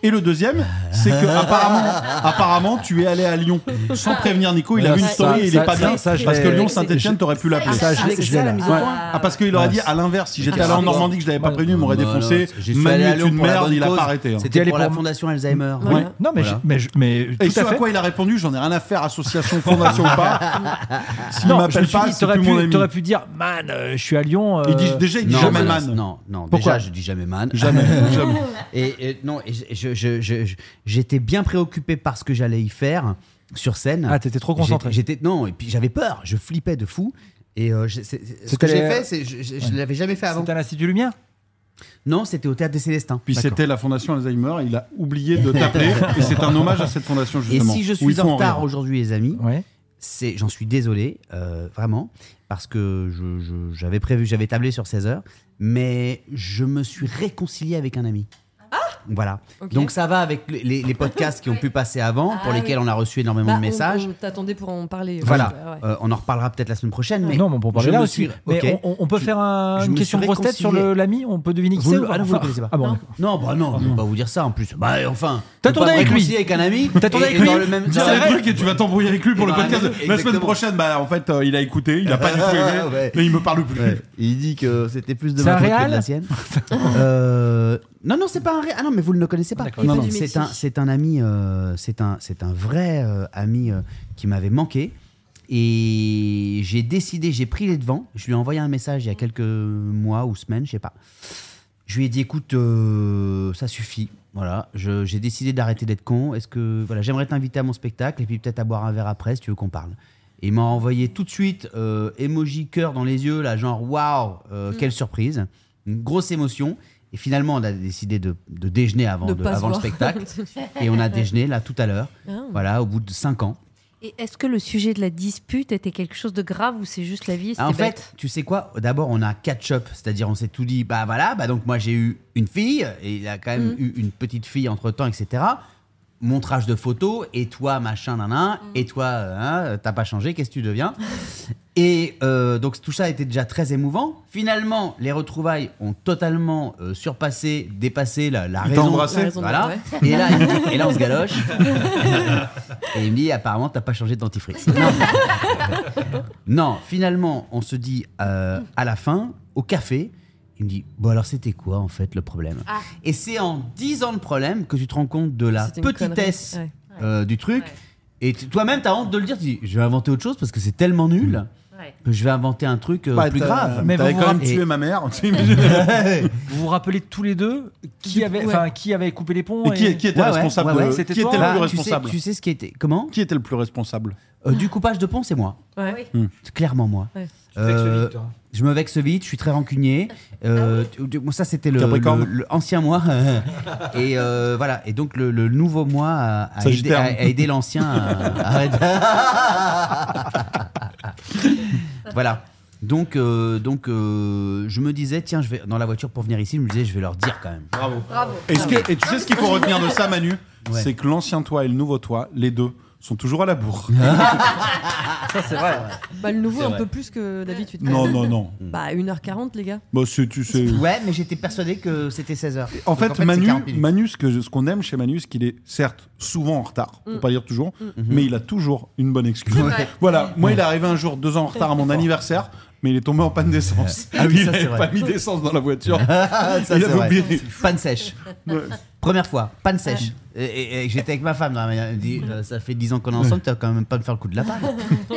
[SPEAKER 4] Et le deuxième, c'est que apparemment, apparemment, tu es allé à Lyon sans prévenir Nico. Il
[SPEAKER 2] Ouais,
[SPEAKER 4] a vu une
[SPEAKER 2] ça,
[SPEAKER 4] story et il
[SPEAKER 2] ça,
[SPEAKER 4] est pas
[SPEAKER 2] ça,
[SPEAKER 4] bien.
[SPEAKER 2] ça, je
[SPEAKER 4] parce
[SPEAKER 2] l'ai-
[SPEAKER 4] que Lyon Saint-Etienne, t'aurais pu l'appeler.
[SPEAKER 2] Ça, je l'ai- je l'ai là. Ouais.
[SPEAKER 1] Bah,
[SPEAKER 2] Ah,
[SPEAKER 4] Ah, parce qu'il aurait dit à l'inverse. Si j'étais allé en Normandie, que je l'avais pas prévenu, il m'aurait défoncé.
[SPEAKER 9] J'y suis
[SPEAKER 4] Manu
[SPEAKER 9] allé à
[SPEAKER 4] est
[SPEAKER 9] Lyon
[SPEAKER 4] une
[SPEAKER 9] pour la
[SPEAKER 4] merde.
[SPEAKER 9] bonne
[SPEAKER 4] Il a
[SPEAKER 9] cause.
[SPEAKER 4] pas arrêté. hein.
[SPEAKER 9] C'était
[SPEAKER 2] allé
[SPEAKER 9] pour la
[SPEAKER 2] pour-
[SPEAKER 9] fondation Alzheimer.
[SPEAKER 4] Ouais.
[SPEAKER 2] Non, mais,
[SPEAKER 9] Voilà.
[SPEAKER 2] je- mais, je- mais
[SPEAKER 4] Et
[SPEAKER 2] tout
[SPEAKER 4] ce
[SPEAKER 2] à
[SPEAKER 4] à
[SPEAKER 2] fait.
[SPEAKER 4] quoi il a répondu, j'en ai rien à faire, association, fondation ou pas.
[SPEAKER 2] non, je
[SPEAKER 4] S'il
[SPEAKER 2] me
[SPEAKER 4] m'appelle
[SPEAKER 2] suis
[SPEAKER 4] pas,
[SPEAKER 2] dit,
[SPEAKER 4] c'est
[SPEAKER 2] t'aurais
[SPEAKER 4] plus
[SPEAKER 2] pu,
[SPEAKER 4] mon ami.
[SPEAKER 2] t'aurais pu dire, man, euh, je suis à Lyon.
[SPEAKER 4] Il dit-
[SPEAKER 2] euh,
[SPEAKER 4] déjà, il dit
[SPEAKER 9] Non,
[SPEAKER 4] jamais
[SPEAKER 9] mais-
[SPEAKER 4] man.
[SPEAKER 9] Non, non.
[SPEAKER 2] Pourquoi
[SPEAKER 9] déjà, je dis jamais man.
[SPEAKER 4] Jamais, jamais.
[SPEAKER 9] Et, et non, et je- je- je- je- je- j'étais bien préoccupé par ce que j'allais y faire sur scène.
[SPEAKER 2] Ah, t'étais trop concentré.
[SPEAKER 9] J'étais j'étais- non, et puis j'avais peur, je flippais de fou. Et euh, je- c'est- c'est- ce
[SPEAKER 2] C'était-
[SPEAKER 9] que j'ai fait, c'est- je, je- je l'avais jamais fait avant.
[SPEAKER 2] C'était à l'Institut Lumière
[SPEAKER 9] Non, c'était au théâtre des Célestins.
[SPEAKER 4] Puis
[SPEAKER 2] D'accord.
[SPEAKER 4] c'était la fondation Alzheimer, il a oublié de t'appeler, et c'est un hommage à cette fondation
[SPEAKER 9] Et
[SPEAKER 4] justement.
[SPEAKER 9] si je
[SPEAKER 4] où il
[SPEAKER 9] suis
[SPEAKER 4] faut
[SPEAKER 9] en retard
[SPEAKER 4] rire.
[SPEAKER 9] aujourd'hui, les amis,
[SPEAKER 2] Ouais.
[SPEAKER 9] c'est j'en suis désolé, euh, vraiment, parce que je- je- j'avais prévu, j'avais tablé sur 16 heures, mais je me suis réconcilié avec un ami. Voilà.
[SPEAKER 1] Ah Ok.
[SPEAKER 9] Donc ça va avec les- les, les podcasts qui ont pu passer avant,
[SPEAKER 1] Ah
[SPEAKER 9] pour lesquels
[SPEAKER 1] oui.
[SPEAKER 9] on a reçu énormément
[SPEAKER 1] Bah,
[SPEAKER 9] de
[SPEAKER 1] on-
[SPEAKER 9] messages.
[SPEAKER 1] on T'attendait pour en parler.
[SPEAKER 9] Voilà,
[SPEAKER 1] Ouais, ouais.
[SPEAKER 9] Euh, on en reparlera peut-être la semaine prochaine. Mais
[SPEAKER 2] non, mais on peut en parler
[SPEAKER 9] je
[SPEAKER 2] là
[SPEAKER 9] me
[SPEAKER 2] aussi.
[SPEAKER 9] suis-
[SPEAKER 2] Mais
[SPEAKER 9] ok.
[SPEAKER 2] on, on- on peut faire un-
[SPEAKER 9] je
[SPEAKER 2] une
[SPEAKER 9] me
[SPEAKER 2] question
[SPEAKER 9] suis
[SPEAKER 2] grosse tête sur le-
[SPEAKER 9] réconcilié.
[SPEAKER 2] l'ami On peut deviner qui
[SPEAKER 9] Vous
[SPEAKER 2] c'est
[SPEAKER 9] le-
[SPEAKER 2] ou
[SPEAKER 9] ah non, vous le
[SPEAKER 2] Enfin,
[SPEAKER 9] connaissez pas.
[SPEAKER 2] Ah bon,
[SPEAKER 9] Non.
[SPEAKER 2] d'accord.
[SPEAKER 9] Non, bah non, je peux pas vous dire ça en plus. Bah enfin.
[SPEAKER 2] Ah. T'as
[SPEAKER 9] je peux
[SPEAKER 2] tourné
[SPEAKER 9] pas me
[SPEAKER 2] avec lui.
[SPEAKER 9] réconcilier avec un ami.
[SPEAKER 2] T'as tourné
[SPEAKER 9] et-
[SPEAKER 2] avec
[SPEAKER 9] et dans
[SPEAKER 2] lui.
[SPEAKER 9] le même-
[SPEAKER 2] Dis
[SPEAKER 9] dans
[SPEAKER 4] Dis
[SPEAKER 9] le
[SPEAKER 2] la
[SPEAKER 4] un
[SPEAKER 9] même-
[SPEAKER 4] truc et tu vas t'embrouiller avec lui pour le
[SPEAKER 9] Bah,
[SPEAKER 4] podcast. La semaine
[SPEAKER 9] exactement. Ah,
[SPEAKER 4] prochaine, bah en fait, euh, il a écouté, il a pas du tout aimé,
[SPEAKER 9] Ouais.
[SPEAKER 4] mais il me parle plus.
[SPEAKER 9] Ouais, Il dit que c'était plus de
[SPEAKER 2] C'est
[SPEAKER 9] ma
[SPEAKER 2] un
[SPEAKER 9] faute que de
[SPEAKER 2] réal
[SPEAKER 9] la sienne. Euh, non, non, c'est pas un réal. Ah non, mais vous ne le connaissez pas.
[SPEAKER 2] D'accord. Il
[SPEAKER 1] fait du
[SPEAKER 9] C'est
[SPEAKER 1] métier.
[SPEAKER 9] un, c'est un ami, euh, c'est un, c'est un vrai euh, ami euh, qui m'avait manqué. Et j'ai décidé, j'ai pris les devants. Je lui ai envoyé un message il y a quelques mois ou semaines, je sais pas. Je lui ai dit, écoute, euh, ça suffit. Voilà, je- j'ai décidé d'arrêter d'être con. Est-ce que voilà, j'aimerais t'inviter à mon spectacle et puis peut-être à boire un verre après si tu veux qu'on parle. Et il m'a envoyé tout de suite euh, emoji cœur dans les yeux, là genre waouh, euh,
[SPEAKER 1] Mm.
[SPEAKER 9] quelle surprise, une grosse émotion. Et finalement, on a décidé de, de déjeuner avant,
[SPEAKER 1] De
[SPEAKER 9] de-
[SPEAKER 1] pas se
[SPEAKER 9] avant le
[SPEAKER 1] voir. Ah.
[SPEAKER 9] spectacle. et on a déjeuné là tout à l'heure. Voilà, au bout de 5 ans.
[SPEAKER 10] Et est-ce que le sujet de la dispute était quelque chose de grave ou c'est juste la vie
[SPEAKER 9] Ah, en fait, tu sais quoi D'abord, on a catch-up, c'est-à-dire on s'est tout dit, bah voilà, bah donc moi j'ai eu une fille, et il a quand
[SPEAKER 1] Mm.
[SPEAKER 9] même eu une petite fille entre-temps, etc. Montrage de photos, et toi, machin, nanan, et
[SPEAKER 1] Mm.
[SPEAKER 9] toi, euh, hein, t'as pas changé, qu'est-ce que tu deviens Et euh, donc tout ça était déjà très émouvant. Finalement, les retrouvailles ont totalement euh, surpassé, dépassé la, la
[SPEAKER 4] Il t'a
[SPEAKER 9] raison.
[SPEAKER 4] embrassé
[SPEAKER 1] La raison de-
[SPEAKER 9] Voilà.
[SPEAKER 1] ouais.
[SPEAKER 9] Et, là, il me dit- et là, on se galoche. et il me dit, apparemment, t'as pas changé de dentifrice. Non. Non, finalement, on se dit euh, à la fin, au café, il me dit, bon alors c'était quoi en fait le problème
[SPEAKER 10] Ah.
[SPEAKER 9] Et c'est en 10 ans de problème que tu te rends compte de la
[SPEAKER 1] C'était une connerie,
[SPEAKER 9] petitesse
[SPEAKER 1] ouais.
[SPEAKER 9] euh, du truc.
[SPEAKER 10] Ouais.
[SPEAKER 9] Et tu- toi-même, t'as honte de le dire, tu dis, je vais inventer autre chose parce que c'est tellement nul
[SPEAKER 10] Ouais.
[SPEAKER 9] que je vais inventer un truc euh,
[SPEAKER 4] Bah,
[SPEAKER 9] plus
[SPEAKER 4] t'as-
[SPEAKER 9] grave.
[SPEAKER 2] Mais
[SPEAKER 4] T'avais
[SPEAKER 2] vous
[SPEAKER 4] quand
[SPEAKER 2] vous
[SPEAKER 4] même
[SPEAKER 9] rappelez-
[SPEAKER 4] tué ma mère. tu imagines
[SPEAKER 2] Vous vous rappelez tous les deux qui
[SPEAKER 1] Du-
[SPEAKER 2] avait,
[SPEAKER 1] ouais.
[SPEAKER 2] enfin, qui avait coupé les ponts
[SPEAKER 4] Et qui,
[SPEAKER 2] et-
[SPEAKER 4] qui était
[SPEAKER 9] Ouais, ouais,
[SPEAKER 4] responsable
[SPEAKER 9] ouais, ouais,
[SPEAKER 4] de-
[SPEAKER 2] c'était
[SPEAKER 4] Qui
[SPEAKER 2] toi.
[SPEAKER 4] était le
[SPEAKER 9] Bah,
[SPEAKER 4] plus
[SPEAKER 9] tu, sais,
[SPEAKER 4] responsable
[SPEAKER 9] tu sais ce qui était. Comment
[SPEAKER 4] Qui était le plus responsable
[SPEAKER 9] Euh, Du coupage de pont, c'est moi.
[SPEAKER 1] Ouais.
[SPEAKER 4] Hmm.
[SPEAKER 9] C'est clairement moi.
[SPEAKER 1] Ouais.
[SPEAKER 9] Euh, je me vexe vite, je suis très rancunier. Euh, tu- tu- moi, ça, c'était le,
[SPEAKER 4] Capricorne.
[SPEAKER 9] le- le ancien moi. et euh, voilà. Et donc, le, le nouveau moi a, a aidé,
[SPEAKER 4] Sagittaire.
[SPEAKER 9] a- a aidé l'ancien à, à- voilà. Donc, euh, donc euh, je me disais, tiens, je vais dans la voiture pour venir ici. Je me disais, je vais leur dire quand même.
[SPEAKER 4] Bravo. Et, ce que- et tu sais ce qu'il faut retenir de ça, Manu
[SPEAKER 9] Ouais.
[SPEAKER 4] C'est que l'ancien toi et le nouveau toi, les deux, sont toujours à la bourre.
[SPEAKER 9] Ah.
[SPEAKER 1] Bah, le nouveau,
[SPEAKER 9] C'est
[SPEAKER 1] un
[SPEAKER 9] vrai.
[SPEAKER 1] peu plus que d'habitude.
[SPEAKER 9] Mm.
[SPEAKER 4] non, non, non.
[SPEAKER 1] Bah, 1h40, les gars.
[SPEAKER 4] Bah, c'est- tu sais.
[SPEAKER 9] Ouais, mais j'étais persuadé que c'était 16h.
[SPEAKER 4] En fait,
[SPEAKER 9] c'est
[SPEAKER 4] Manu,
[SPEAKER 9] 40 minutes.
[SPEAKER 4] Manu, ce que- ce qu'on aime chez Manu, c'est qu'il est certes souvent en retard, pour pas dire toujours,
[SPEAKER 9] Mhm.
[SPEAKER 4] mais il a toujours une bonne excuse.
[SPEAKER 9] vrai.
[SPEAKER 4] Voilà, moi il est arrivé un jour deux ans en retard à mon anniversaire, mais il est tombé en panne d'essence.
[SPEAKER 9] Ah oui,
[SPEAKER 4] il
[SPEAKER 9] ça, c'est
[SPEAKER 4] avait
[SPEAKER 9] vrai.
[SPEAKER 4] pas mis d'essence dans la voiture.
[SPEAKER 9] Ah, ça,
[SPEAKER 4] Il avait
[SPEAKER 9] c'est vrai.
[SPEAKER 4] oublié.
[SPEAKER 9] Panne sèche.
[SPEAKER 4] Ouais.
[SPEAKER 9] Première fois, panne sèche. Et, et- et j'étais avec ma femme. là, Elle me dit euh, Ça fait 10 ans qu'on est ensemble, t'as quand même pas me faire le coup de la panne.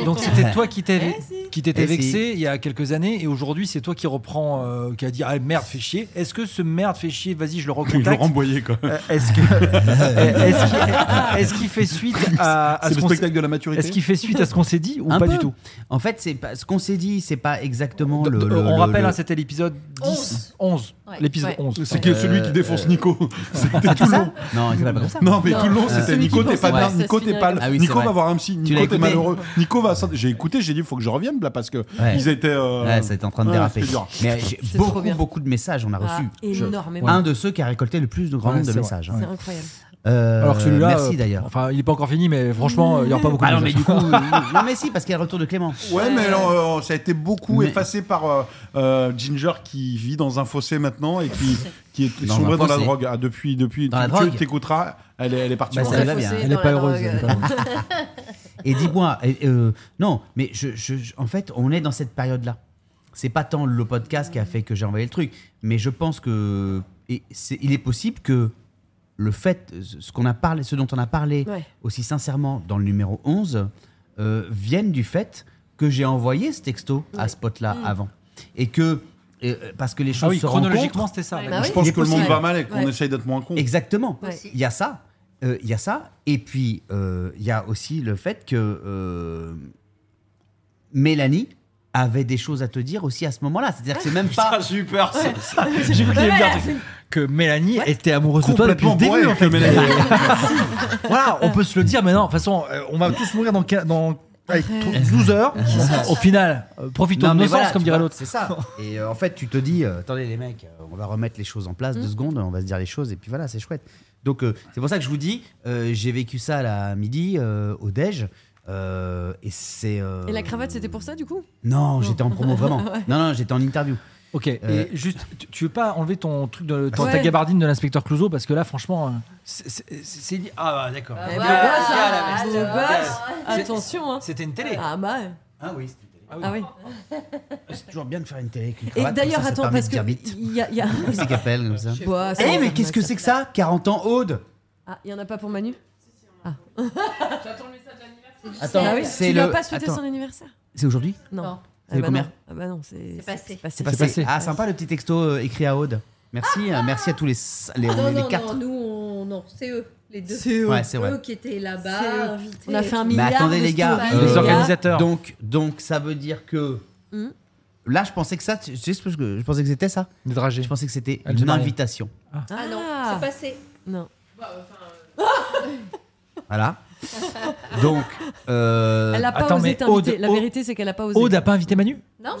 [SPEAKER 2] Donc c'était toi qui t'avais- qui t'étais
[SPEAKER 9] Eh si.
[SPEAKER 2] vexé il y a quelques années et aujourd'hui c'est toi qui reprends, euh, qui a dit ah, merde fait chier. Est-ce que ce merde fait chier, vas-y je le
[SPEAKER 4] Il l'a
[SPEAKER 2] recontacte.
[SPEAKER 4] renvoyé quoi.
[SPEAKER 2] Euh, Est-ce que euh, est-ce qu'il- est-ce qu'il fait suite à, à
[SPEAKER 4] C'est
[SPEAKER 2] ce
[SPEAKER 4] le
[SPEAKER 2] qu'on
[SPEAKER 4] spectacle
[SPEAKER 2] s'est-
[SPEAKER 4] de la maturité.
[SPEAKER 2] est-ce qu'il fait suite à ce qu'on s'est dit ou
[SPEAKER 9] Un
[SPEAKER 2] pas
[SPEAKER 9] peu.
[SPEAKER 2] du tout
[SPEAKER 9] En fait, c'est pas, ce qu'on s'est dit, c'est pas exactement
[SPEAKER 2] D-
[SPEAKER 9] le. le-
[SPEAKER 2] On
[SPEAKER 9] le-
[SPEAKER 2] rappelle,
[SPEAKER 9] le-
[SPEAKER 2] hein, c'était l'épisode 10, 11,
[SPEAKER 10] Ouais.
[SPEAKER 2] l'épisode
[SPEAKER 1] Ouais.
[SPEAKER 2] 11.
[SPEAKER 4] C'est que celui qui
[SPEAKER 9] Euh,
[SPEAKER 4] défonce Nico. C'était tout
[SPEAKER 9] C'est
[SPEAKER 4] le
[SPEAKER 9] ça
[SPEAKER 4] long.
[SPEAKER 9] Non, il s'appelle pas comme ça.
[SPEAKER 4] Non, mais
[SPEAKER 1] Non,
[SPEAKER 4] tout le long,
[SPEAKER 1] euh,
[SPEAKER 4] c'était
[SPEAKER 1] celui
[SPEAKER 4] Nico,
[SPEAKER 1] qui
[SPEAKER 4] t'es
[SPEAKER 1] pense
[SPEAKER 4] pas
[SPEAKER 1] à
[SPEAKER 4] bien,
[SPEAKER 1] ça,
[SPEAKER 4] Nico,
[SPEAKER 1] c'est
[SPEAKER 4] t'es
[SPEAKER 1] bien.
[SPEAKER 4] pâle.
[SPEAKER 9] Ah oui, c'est
[SPEAKER 4] Nico
[SPEAKER 9] vrai.
[SPEAKER 4] va voir un psy.
[SPEAKER 9] l'as
[SPEAKER 4] Nico, t'es
[SPEAKER 9] écouté
[SPEAKER 4] malheureux. Nico va. sortir- J'ai écouté, j'ai dit, faut que je revienne là parce que
[SPEAKER 9] Ouais.
[SPEAKER 4] ils étaient. euh,
[SPEAKER 9] Ouais, ça a été en train de
[SPEAKER 4] ouais,
[SPEAKER 9] déraper.
[SPEAKER 4] c'était dur.
[SPEAKER 9] Mais j'ai
[SPEAKER 1] C'est trop
[SPEAKER 9] beaucoup,
[SPEAKER 1] bien.
[SPEAKER 9] beaucoup de messages on a reçus.
[SPEAKER 1] Ah, énormément.
[SPEAKER 9] Un de ceux qui a récolté le plus de grand
[SPEAKER 2] Ouais,
[SPEAKER 9] nombre de
[SPEAKER 2] c'est vrai.
[SPEAKER 9] messages. hein.
[SPEAKER 1] C'est incroyable.
[SPEAKER 9] Euh,
[SPEAKER 2] Alors que celui-là,
[SPEAKER 9] Merci
[SPEAKER 2] euh,
[SPEAKER 9] d'ailleurs.
[SPEAKER 2] Enfin, il n'est pas encore fini, mais franchement, euh, il n'y aura pas beaucoup
[SPEAKER 9] Ah
[SPEAKER 2] de
[SPEAKER 9] non, mais
[SPEAKER 2] choses.
[SPEAKER 9] du coup. euh, non, mais si, parce qu'il y a le retour de Clément.
[SPEAKER 4] Ouais, mais alors, euh, ça a été beaucoup
[SPEAKER 9] Mais-
[SPEAKER 4] effacé par euh, euh, Ginger qui vit dans un fossé maintenant et qui, qui est
[SPEAKER 9] Dans
[SPEAKER 4] sombrée
[SPEAKER 9] un
[SPEAKER 4] dans la
[SPEAKER 9] fossé.
[SPEAKER 4] drogue. Ah, depuis, depuis
[SPEAKER 9] Dans la
[SPEAKER 4] tu-
[SPEAKER 9] drogue
[SPEAKER 4] tu t'écouteras, elle est, elle est partie.
[SPEAKER 9] Bah,
[SPEAKER 4] loin.
[SPEAKER 9] ça va bien. Elle est pas heureuse, elle est pas heureuse. Et dis-moi, et, euh, non, mais je, je- je- en fait, on est dans cette période-là. C'est pas tant le podcast qui a fait que j'ai envoyé le truc, mais je pense que et c'est- il est possible que le fait, ce qu'on a parlé, ce dont on a parlé
[SPEAKER 1] Ouais.
[SPEAKER 9] aussi sincèrement dans le numéro 11, euh, vienne du fait que j'ai envoyé ce texto à ce pote-là avant, et que euh, parce que les
[SPEAKER 2] Ah
[SPEAKER 9] choses
[SPEAKER 11] Ah oui,
[SPEAKER 9] se
[SPEAKER 11] chronologiquement,
[SPEAKER 9] rencontrent.
[SPEAKER 11] c'était
[SPEAKER 1] Bah
[SPEAKER 11] ça, Ouais.
[SPEAKER 10] Bah
[SPEAKER 4] d'accord. Je pense
[SPEAKER 9] Il est
[SPEAKER 4] que le monde
[SPEAKER 9] possible.
[SPEAKER 4] va mal et qu'on Ouais. essaye d'être moins
[SPEAKER 9] Mmh.
[SPEAKER 4] con.
[SPEAKER 9] Exactement.
[SPEAKER 4] Ouais.
[SPEAKER 9] Il y a ça. Euh, Il y a ça. Et puis, euh, il y a aussi le fait que euh, Mélanie avait des choses à te dire aussi à ce moment-là. C'est-à-dire que c'est même pas.
[SPEAKER 11] J'ai eu peur. ça, ça.
[SPEAKER 2] J'ai vu qu'il y avait
[SPEAKER 11] Ouais.
[SPEAKER 2] bien un truc. Que Mélanie était amoureuse de toi depuis le
[SPEAKER 4] Complètement
[SPEAKER 2] début, en fait.
[SPEAKER 4] bourrée que Mélanie.
[SPEAKER 2] voilà, on peut se le dire, mais non, de toute façon, euh, on va tous mourir dans, quin- dans avec 12 heures. Au final, euh, profitons
[SPEAKER 9] Non,
[SPEAKER 2] de
[SPEAKER 9] mais
[SPEAKER 2] nos
[SPEAKER 9] voilà,
[SPEAKER 2] sens, comme
[SPEAKER 9] tu
[SPEAKER 2] dirait
[SPEAKER 9] vois,
[SPEAKER 2] l'autre.
[SPEAKER 9] C'est ça. Et euh, en fait, tu te dis, euh, attendez les mecs, euh, on va remettre les choses en place
[SPEAKER 1] Mmh.
[SPEAKER 9] deux secondes, on va se dire les choses, et puis voilà, c'est chouette. Donc euh, c'est pour ça que je vous dis, euh, j'ai vécu ça à la midi euh, au déj, euh, et c'est. euh,
[SPEAKER 1] Et la cravate, c'était pour ça du coup
[SPEAKER 9] Non, j'étais en promo vraiment.
[SPEAKER 1] Ouais.
[SPEAKER 9] Non, non, j'étais en interview.
[SPEAKER 2] Ok.
[SPEAKER 9] Euh,
[SPEAKER 2] Et juste, tu- tu veux pas enlever ton truc de ton-
[SPEAKER 9] Ouais.
[SPEAKER 2] ta gabardine de l'inspecteur Clouseau parce que là, franchement, euh,
[SPEAKER 11] C'est- c'est- C'est dit. Ah, bah, d'accord.
[SPEAKER 1] Eh
[SPEAKER 11] Le
[SPEAKER 1] ben,
[SPEAKER 11] gars,
[SPEAKER 1] ça,
[SPEAKER 9] Ah,
[SPEAKER 10] hein.
[SPEAKER 11] là,
[SPEAKER 1] le
[SPEAKER 11] mais-
[SPEAKER 1] gars,
[SPEAKER 11] C'est-
[SPEAKER 1] Attention, hein.
[SPEAKER 11] C'était une télé.
[SPEAKER 1] Ah bah. ouais.
[SPEAKER 9] Ah oui, Ah,
[SPEAKER 1] Ah oui.
[SPEAKER 9] C'est toujours bien de faire une télé avec une
[SPEAKER 1] Et
[SPEAKER 9] cravate,
[SPEAKER 1] d'ailleurs,
[SPEAKER 9] comme ça, ça
[SPEAKER 1] attends,
[SPEAKER 9] permet
[SPEAKER 1] parce
[SPEAKER 9] de
[SPEAKER 1] que.
[SPEAKER 9] dire vite.
[SPEAKER 1] Il y a. il y a-
[SPEAKER 9] C'est qu'appelle comme ça.
[SPEAKER 1] Bah, ça
[SPEAKER 9] Eh,
[SPEAKER 1] va,
[SPEAKER 9] mais
[SPEAKER 1] ça
[SPEAKER 9] qu'est-ce
[SPEAKER 1] va,
[SPEAKER 9] que
[SPEAKER 1] ça
[SPEAKER 9] c'est que ça 40 ans Aude
[SPEAKER 1] Ah, il y en a pas pour Manu Ah. J'attends le message d'anniversaire.
[SPEAKER 9] Attends,
[SPEAKER 1] ah oui,
[SPEAKER 9] c'est
[SPEAKER 1] tu lui as
[SPEAKER 9] le-
[SPEAKER 1] pas souhaité
[SPEAKER 9] attends.
[SPEAKER 1] son anniversaire
[SPEAKER 9] C'est aujourd'hui
[SPEAKER 1] Non.
[SPEAKER 9] C'est le
[SPEAKER 1] bah
[SPEAKER 9] combien
[SPEAKER 1] non. Ah bah non, c'est. C'est passé.
[SPEAKER 9] C'est passé. Ah, sympa le petit texto euh, écrit à Aude. Merci, euh, merci à tous les, les,
[SPEAKER 1] Ah,
[SPEAKER 9] on est
[SPEAKER 10] non,
[SPEAKER 9] les
[SPEAKER 10] non,
[SPEAKER 9] quatre.
[SPEAKER 10] non, nous, on, non, c'est eux, les deux.
[SPEAKER 9] C'est eux. Ouais, c'est vrai.
[SPEAKER 10] eux qui étaient
[SPEAKER 1] C'est eux.
[SPEAKER 10] là-bas, invités.
[SPEAKER 1] On a fait un
[SPEAKER 9] Mais
[SPEAKER 1] milliard
[SPEAKER 9] attendez
[SPEAKER 1] de
[SPEAKER 9] les gars,
[SPEAKER 1] stories.
[SPEAKER 9] euh,
[SPEAKER 1] Les organisateurs.
[SPEAKER 9] Donc, donc ça veut dire que
[SPEAKER 1] Hmm
[SPEAKER 9] là, je pensais que ça, tu sais ce que je pensais que c'était ça.
[SPEAKER 2] dragées.
[SPEAKER 9] Je pensais que c'était
[SPEAKER 2] Elle se
[SPEAKER 9] une
[SPEAKER 2] mariait.
[SPEAKER 9] invitation.
[SPEAKER 10] Ah non, c'est passé.
[SPEAKER 1] Non.
[SPEAKER 9] Voilà. Donc, euh,
[SPEAKER 1] Elle a pas
[SPEAKER 2] Attends,
[SPEAKER 1] osé
[SPEAKER 2] mais
[SPEAKER 1] t'inviter.
[SPEAKER 2] Aude-
[SPEAKER 1] La
[SPEAKER 2] Aude-
[SPEAKER 1] vérité, c'est qu'elle a pas osé.
[SPEAKER 2] Aude a pas invité Manu
[SPEAKER 10] Non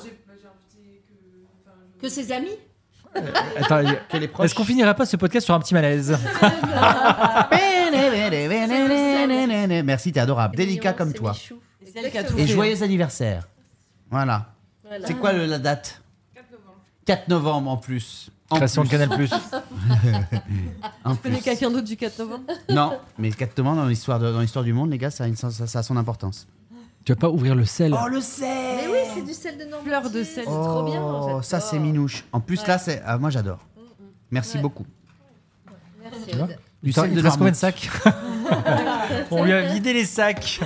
[SPEAKER 10] Que ses amis
[SPEAKER 2] Attends, il y a-
[SPEAKER 9] Qu'elle est proche.
[SPEAKER 2] est-ce qu'on finirait pas ce podcast sur un petit malaise
[SPEAKER 9] Merci, t'es adorable, délicat comme toi.
[SPEAKER 1] C'est elle qui a tout
[SPEAKER 9] Et
[SPEAKER 1] fait.
[SPEAKER 9] joyeux anniversaire. Voilà.
[SPEAKER 1] Voilà.
[SPEAKER 9] C'est quoi le- la date 4 novembre. en plus. En
[SPEAKER 2] Création de
[SPEAKER 9] plus.
[SPEAKER 2] Canal+.
[SPEAKER 9] en
[SPEAKER 1] Tu connais
[SPEAKER 9] plus.
[SPEAKER 1] quelqu'un d'autre du 4 novembre
[SPEAKER 9] Non, mais exactement dans l'histoire de- dans l'histoire du monde, les gars, ça a, une sens- ça a son importance.
[SPEAKER 2] Tu vas pas ouvrir le sel
[SPEAKER 9] Oh, le sel
[SPEAKER 10] Mais Eh oui, c'est du sel de Normandie. Fleur de sel,
[SPEAKER 9] Oh,
[SPEAKER 10] trop bien. en fait.
[SPEAKER 9] ça c'est minouche. En plus
[SPEAKER 10] Ouais.
[SPEAKER 9] là, c'est ah, moi j'adore. Merci beaucoup.
[SPEAKER 10] Merci,
[SPEAKER 2] Tu vois
[SPEAKER 10] Aude.
[SPEAKER 2] Du
[SPEAKER 9] Du
[SPEAKER 2] sel,
[SPEAKER 9] sel
[SPEAKER 2] il
[SPEAKER 9] de
[SPEAKER 2] te reste combien de
[SPEAKER 9] Marmite.
[SPEAKER 2] sacs On lui a vidé les sacs.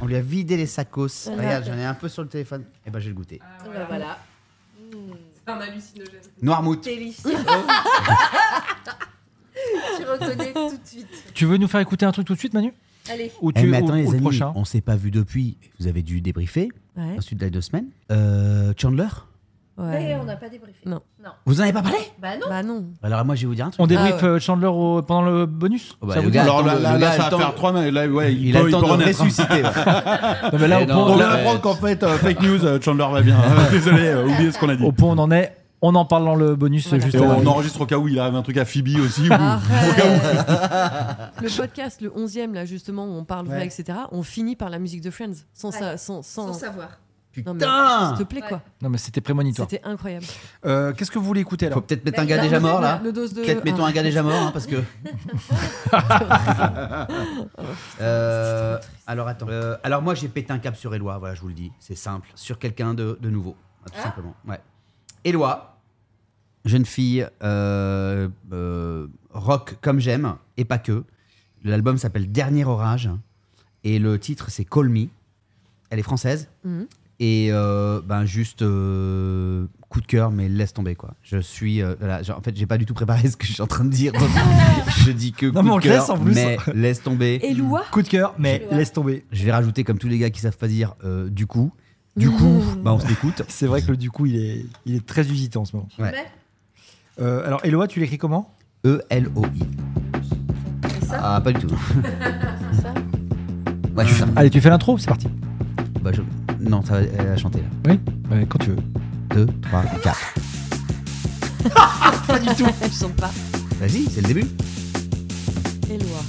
[SPEAKER 9] On lui a vidé les sacos.
[SPEAKER 10] Voilà.
[SPEAKER 9] Regarde, j'en ai un peu sur le téléphone. Eh ben, je vais le goûter.
[SPEAKER 3] Ah.
[SPEAKER 10] Bah voilà.
[SPEAKER 8] C'est un hallucinogène.
[SPEAKER 9] Noirmouth.
[SPEAKER 10] Délicieux. tu reconnais tout de suite.
[SPEAKER 2] Tu veux nous faire écouter un truc tout de suite, Manu
[SPEAKER 10] Allez.
[SPEAKER 2] Ou
[SPEAKER 9] Eh,
[SPEAKER 2] tu
[SPEAKER 9] mais attendez,
[SPEAKER 2] ou- ou le
[SPEAKER 9] les amis,
[SPEAKER 2] prochain
[SPEAKER 9] on s'est pas vu depuis. Vous avez dû débriefer.
[SPEAKER 1] Ouais.
[SPEAKER 9] Ensuite, il y a deux semaines. Euh, Chandler
[SPEAKER 10] Mais
[SPEAKER 1] Ouais.
[SPEAKER 10] on n'a pas débriefé.
[SPEAKER 1] Non.
[SPEAKER 10] Non.
[SPEAKER 9] Vous en avez pas parlé
[SPEAKER 10] Bah non.
[SPEAKER 1] Bah non.
[SPEAKER 9] Alors, moi, je vais vous dire un truc.
[SPEAKER 2] On débrief
[SPEAKER 1] Ah ouais.
[SPEAKER 2] euh, Chandler au- pendant le bonus
[SPEAKER 9] Oh, bah,
[SPEAKER 2] Ça
[SPEAKER 9] le
[SPEAKER 2] vous dit
[SPEAKER 9] gars,
[SPEAKER 4] Alors
[SPEAKER 9] attends,
[SPEAKER 4] là,
[SPEAKER 9] le
[SPEAKER 4] là, là,
[SPEAKER 9] gars,
[SPEAKER 4] ça
[SPEAKER 9] attends.
[SPEAKER 4] va faire trois mais là, ouais, il,
[SPEAKER 9] Il
[SPEAKER 4] peut,
[SPEAKER 9] a le
[SPEAKER 4] il
[SPEAKER 9] temps
[SPEAKER 4] peut
[SPEAKER 9] de hein.
[SPEAKER 4] renaître. hein.
[SPEAKER 9] ressusciter.
[SPEAKER 2] Non, mais là,
[SPEAKER 9] Eh
[SPEAKER 2] au
[SPEAKER 9] non,
[SPEAKER 2] point-
[SPEAKER 4] On
[SPEAKER 9] là,
[SPEAKER 4] va apprendre qu'en fait, euh, fake news, euh, Chandler va bien. Euh, Désolé, euh, oubliez ce qu'on a dit.
[SPEAKER 2] Au point où on en est, on en parle dans le bonus euh, juste
[SPEAKER 4] Et on
[SPEAKER 2] avant.
[SPEAKER 4] enregistre au cas où il arrive un truc à Phoebe aussi. ou-
[SPEAKER 1] Arrête.
[SPEAKER 4] au cas où.
[SPEAKER 1] Le podcast, le 11e, là, justement, où on parle vrai,
[SPEAKER 9] Ouais.
[SPEAKER 1] etc., on finit par la musique de Friends. Sans
[SPEAKER 10] Ouais.
[SPEAKER 1] ça. Sans, sans...
[SPEAKER 10] Sans savoir.
[SPEAKER 1] Non, mais,
[SPEAKER 9] Putain
[SPEAKER 1] S'il te plaît, quoi.
[SPEAKER 2] Non, mais c'était prémonitoire.
[SPEAKER 1] C'était incroyable.
[SPEAKER 2] Euh, Qu'est-ce que vous voulez écouter
[SPEAKER 9] Faut
[SPEAKER 2] alors
[SPEAKER 9] peut-être mettre un
[SPEAKER 10] Mais
[SPEAKER 9] gars
[SPEAKER 10] là,
[SPEAKER 9] déjà mort là.
[SPEAKER 1] Le dose de.
[SPEAKER 9] Peut-être mettons
[SPEAKER 1] Ah.
[SPEAKER 9] un gars déjà mort hein, parce que. Euh, alors attends. Euh, alors moi j'ai pété un cap sur Éloi, voilà je vous le dis, c'est simple, sur quelqu'un de, de nouveau, hein, tout
[SPEAKER 1] Ah.
[SPEAKER 9] simplement. Ouais. Éloi, jeune fille euh, euh, rock comme j'aime et pas que. L'album s'appelle Dernier orage et le titre c'est Call Me. Elle est française
[SPEAKER 1] Mhm.
[SPEAKER 9] et euh, ben juste euh, coup de cœur mais laisse tomber quoi. Je suis euh, voilà, genre, en fait j'ai pas du tout préparé ce que je suis en train de dire. donc je dis que
[SPEAKER 2] Non,
[SPEAKER 9] coup
[SPEAKER 2] mais on
[SPEAKER 9] de
[SPEAKER 2] le laisse
[SPEAKER 9] cœur,
[SPEAKER 2] en plus.
[SPEAKER 9] mais laisse tomber.
[SPEAKER 1] Et Loua
[SPEAKER 2] Coup de cœur, mais laisse tomber.
[SPEAKER 9] Je vais rajouter comme tous les gars qui savent pas dire euh, du coup. Du coup, bah on s'écoute.
[SPEAKER 2] C'est vrai que le du coup, il est, il est très usité en ce moment.
[SPEAKER 9] Ouais.
[SPEAKER 10] Mais
[SPEAKER 2] Euh, alors, Eloi, tu l'écris comment
[SPEAKER 9] E L O I. Ah pas du tout. ouais c'est ça.
[SPEAKER 2] Allez, tu fais l'intro, c'est parti.
[SPEAKER 9] Bah, je- Non ça va elle va chanter là.
[SPEAKER 2] Oui, ouais, quand tu veux.
[SPEAKER 9] 2, 3, 4.
[SPEAKER 1] Pas du tout. Je sens pas.
[SPEAKER 9] Vas-y, c'est le début.
[SPEAKER 1] Éloi.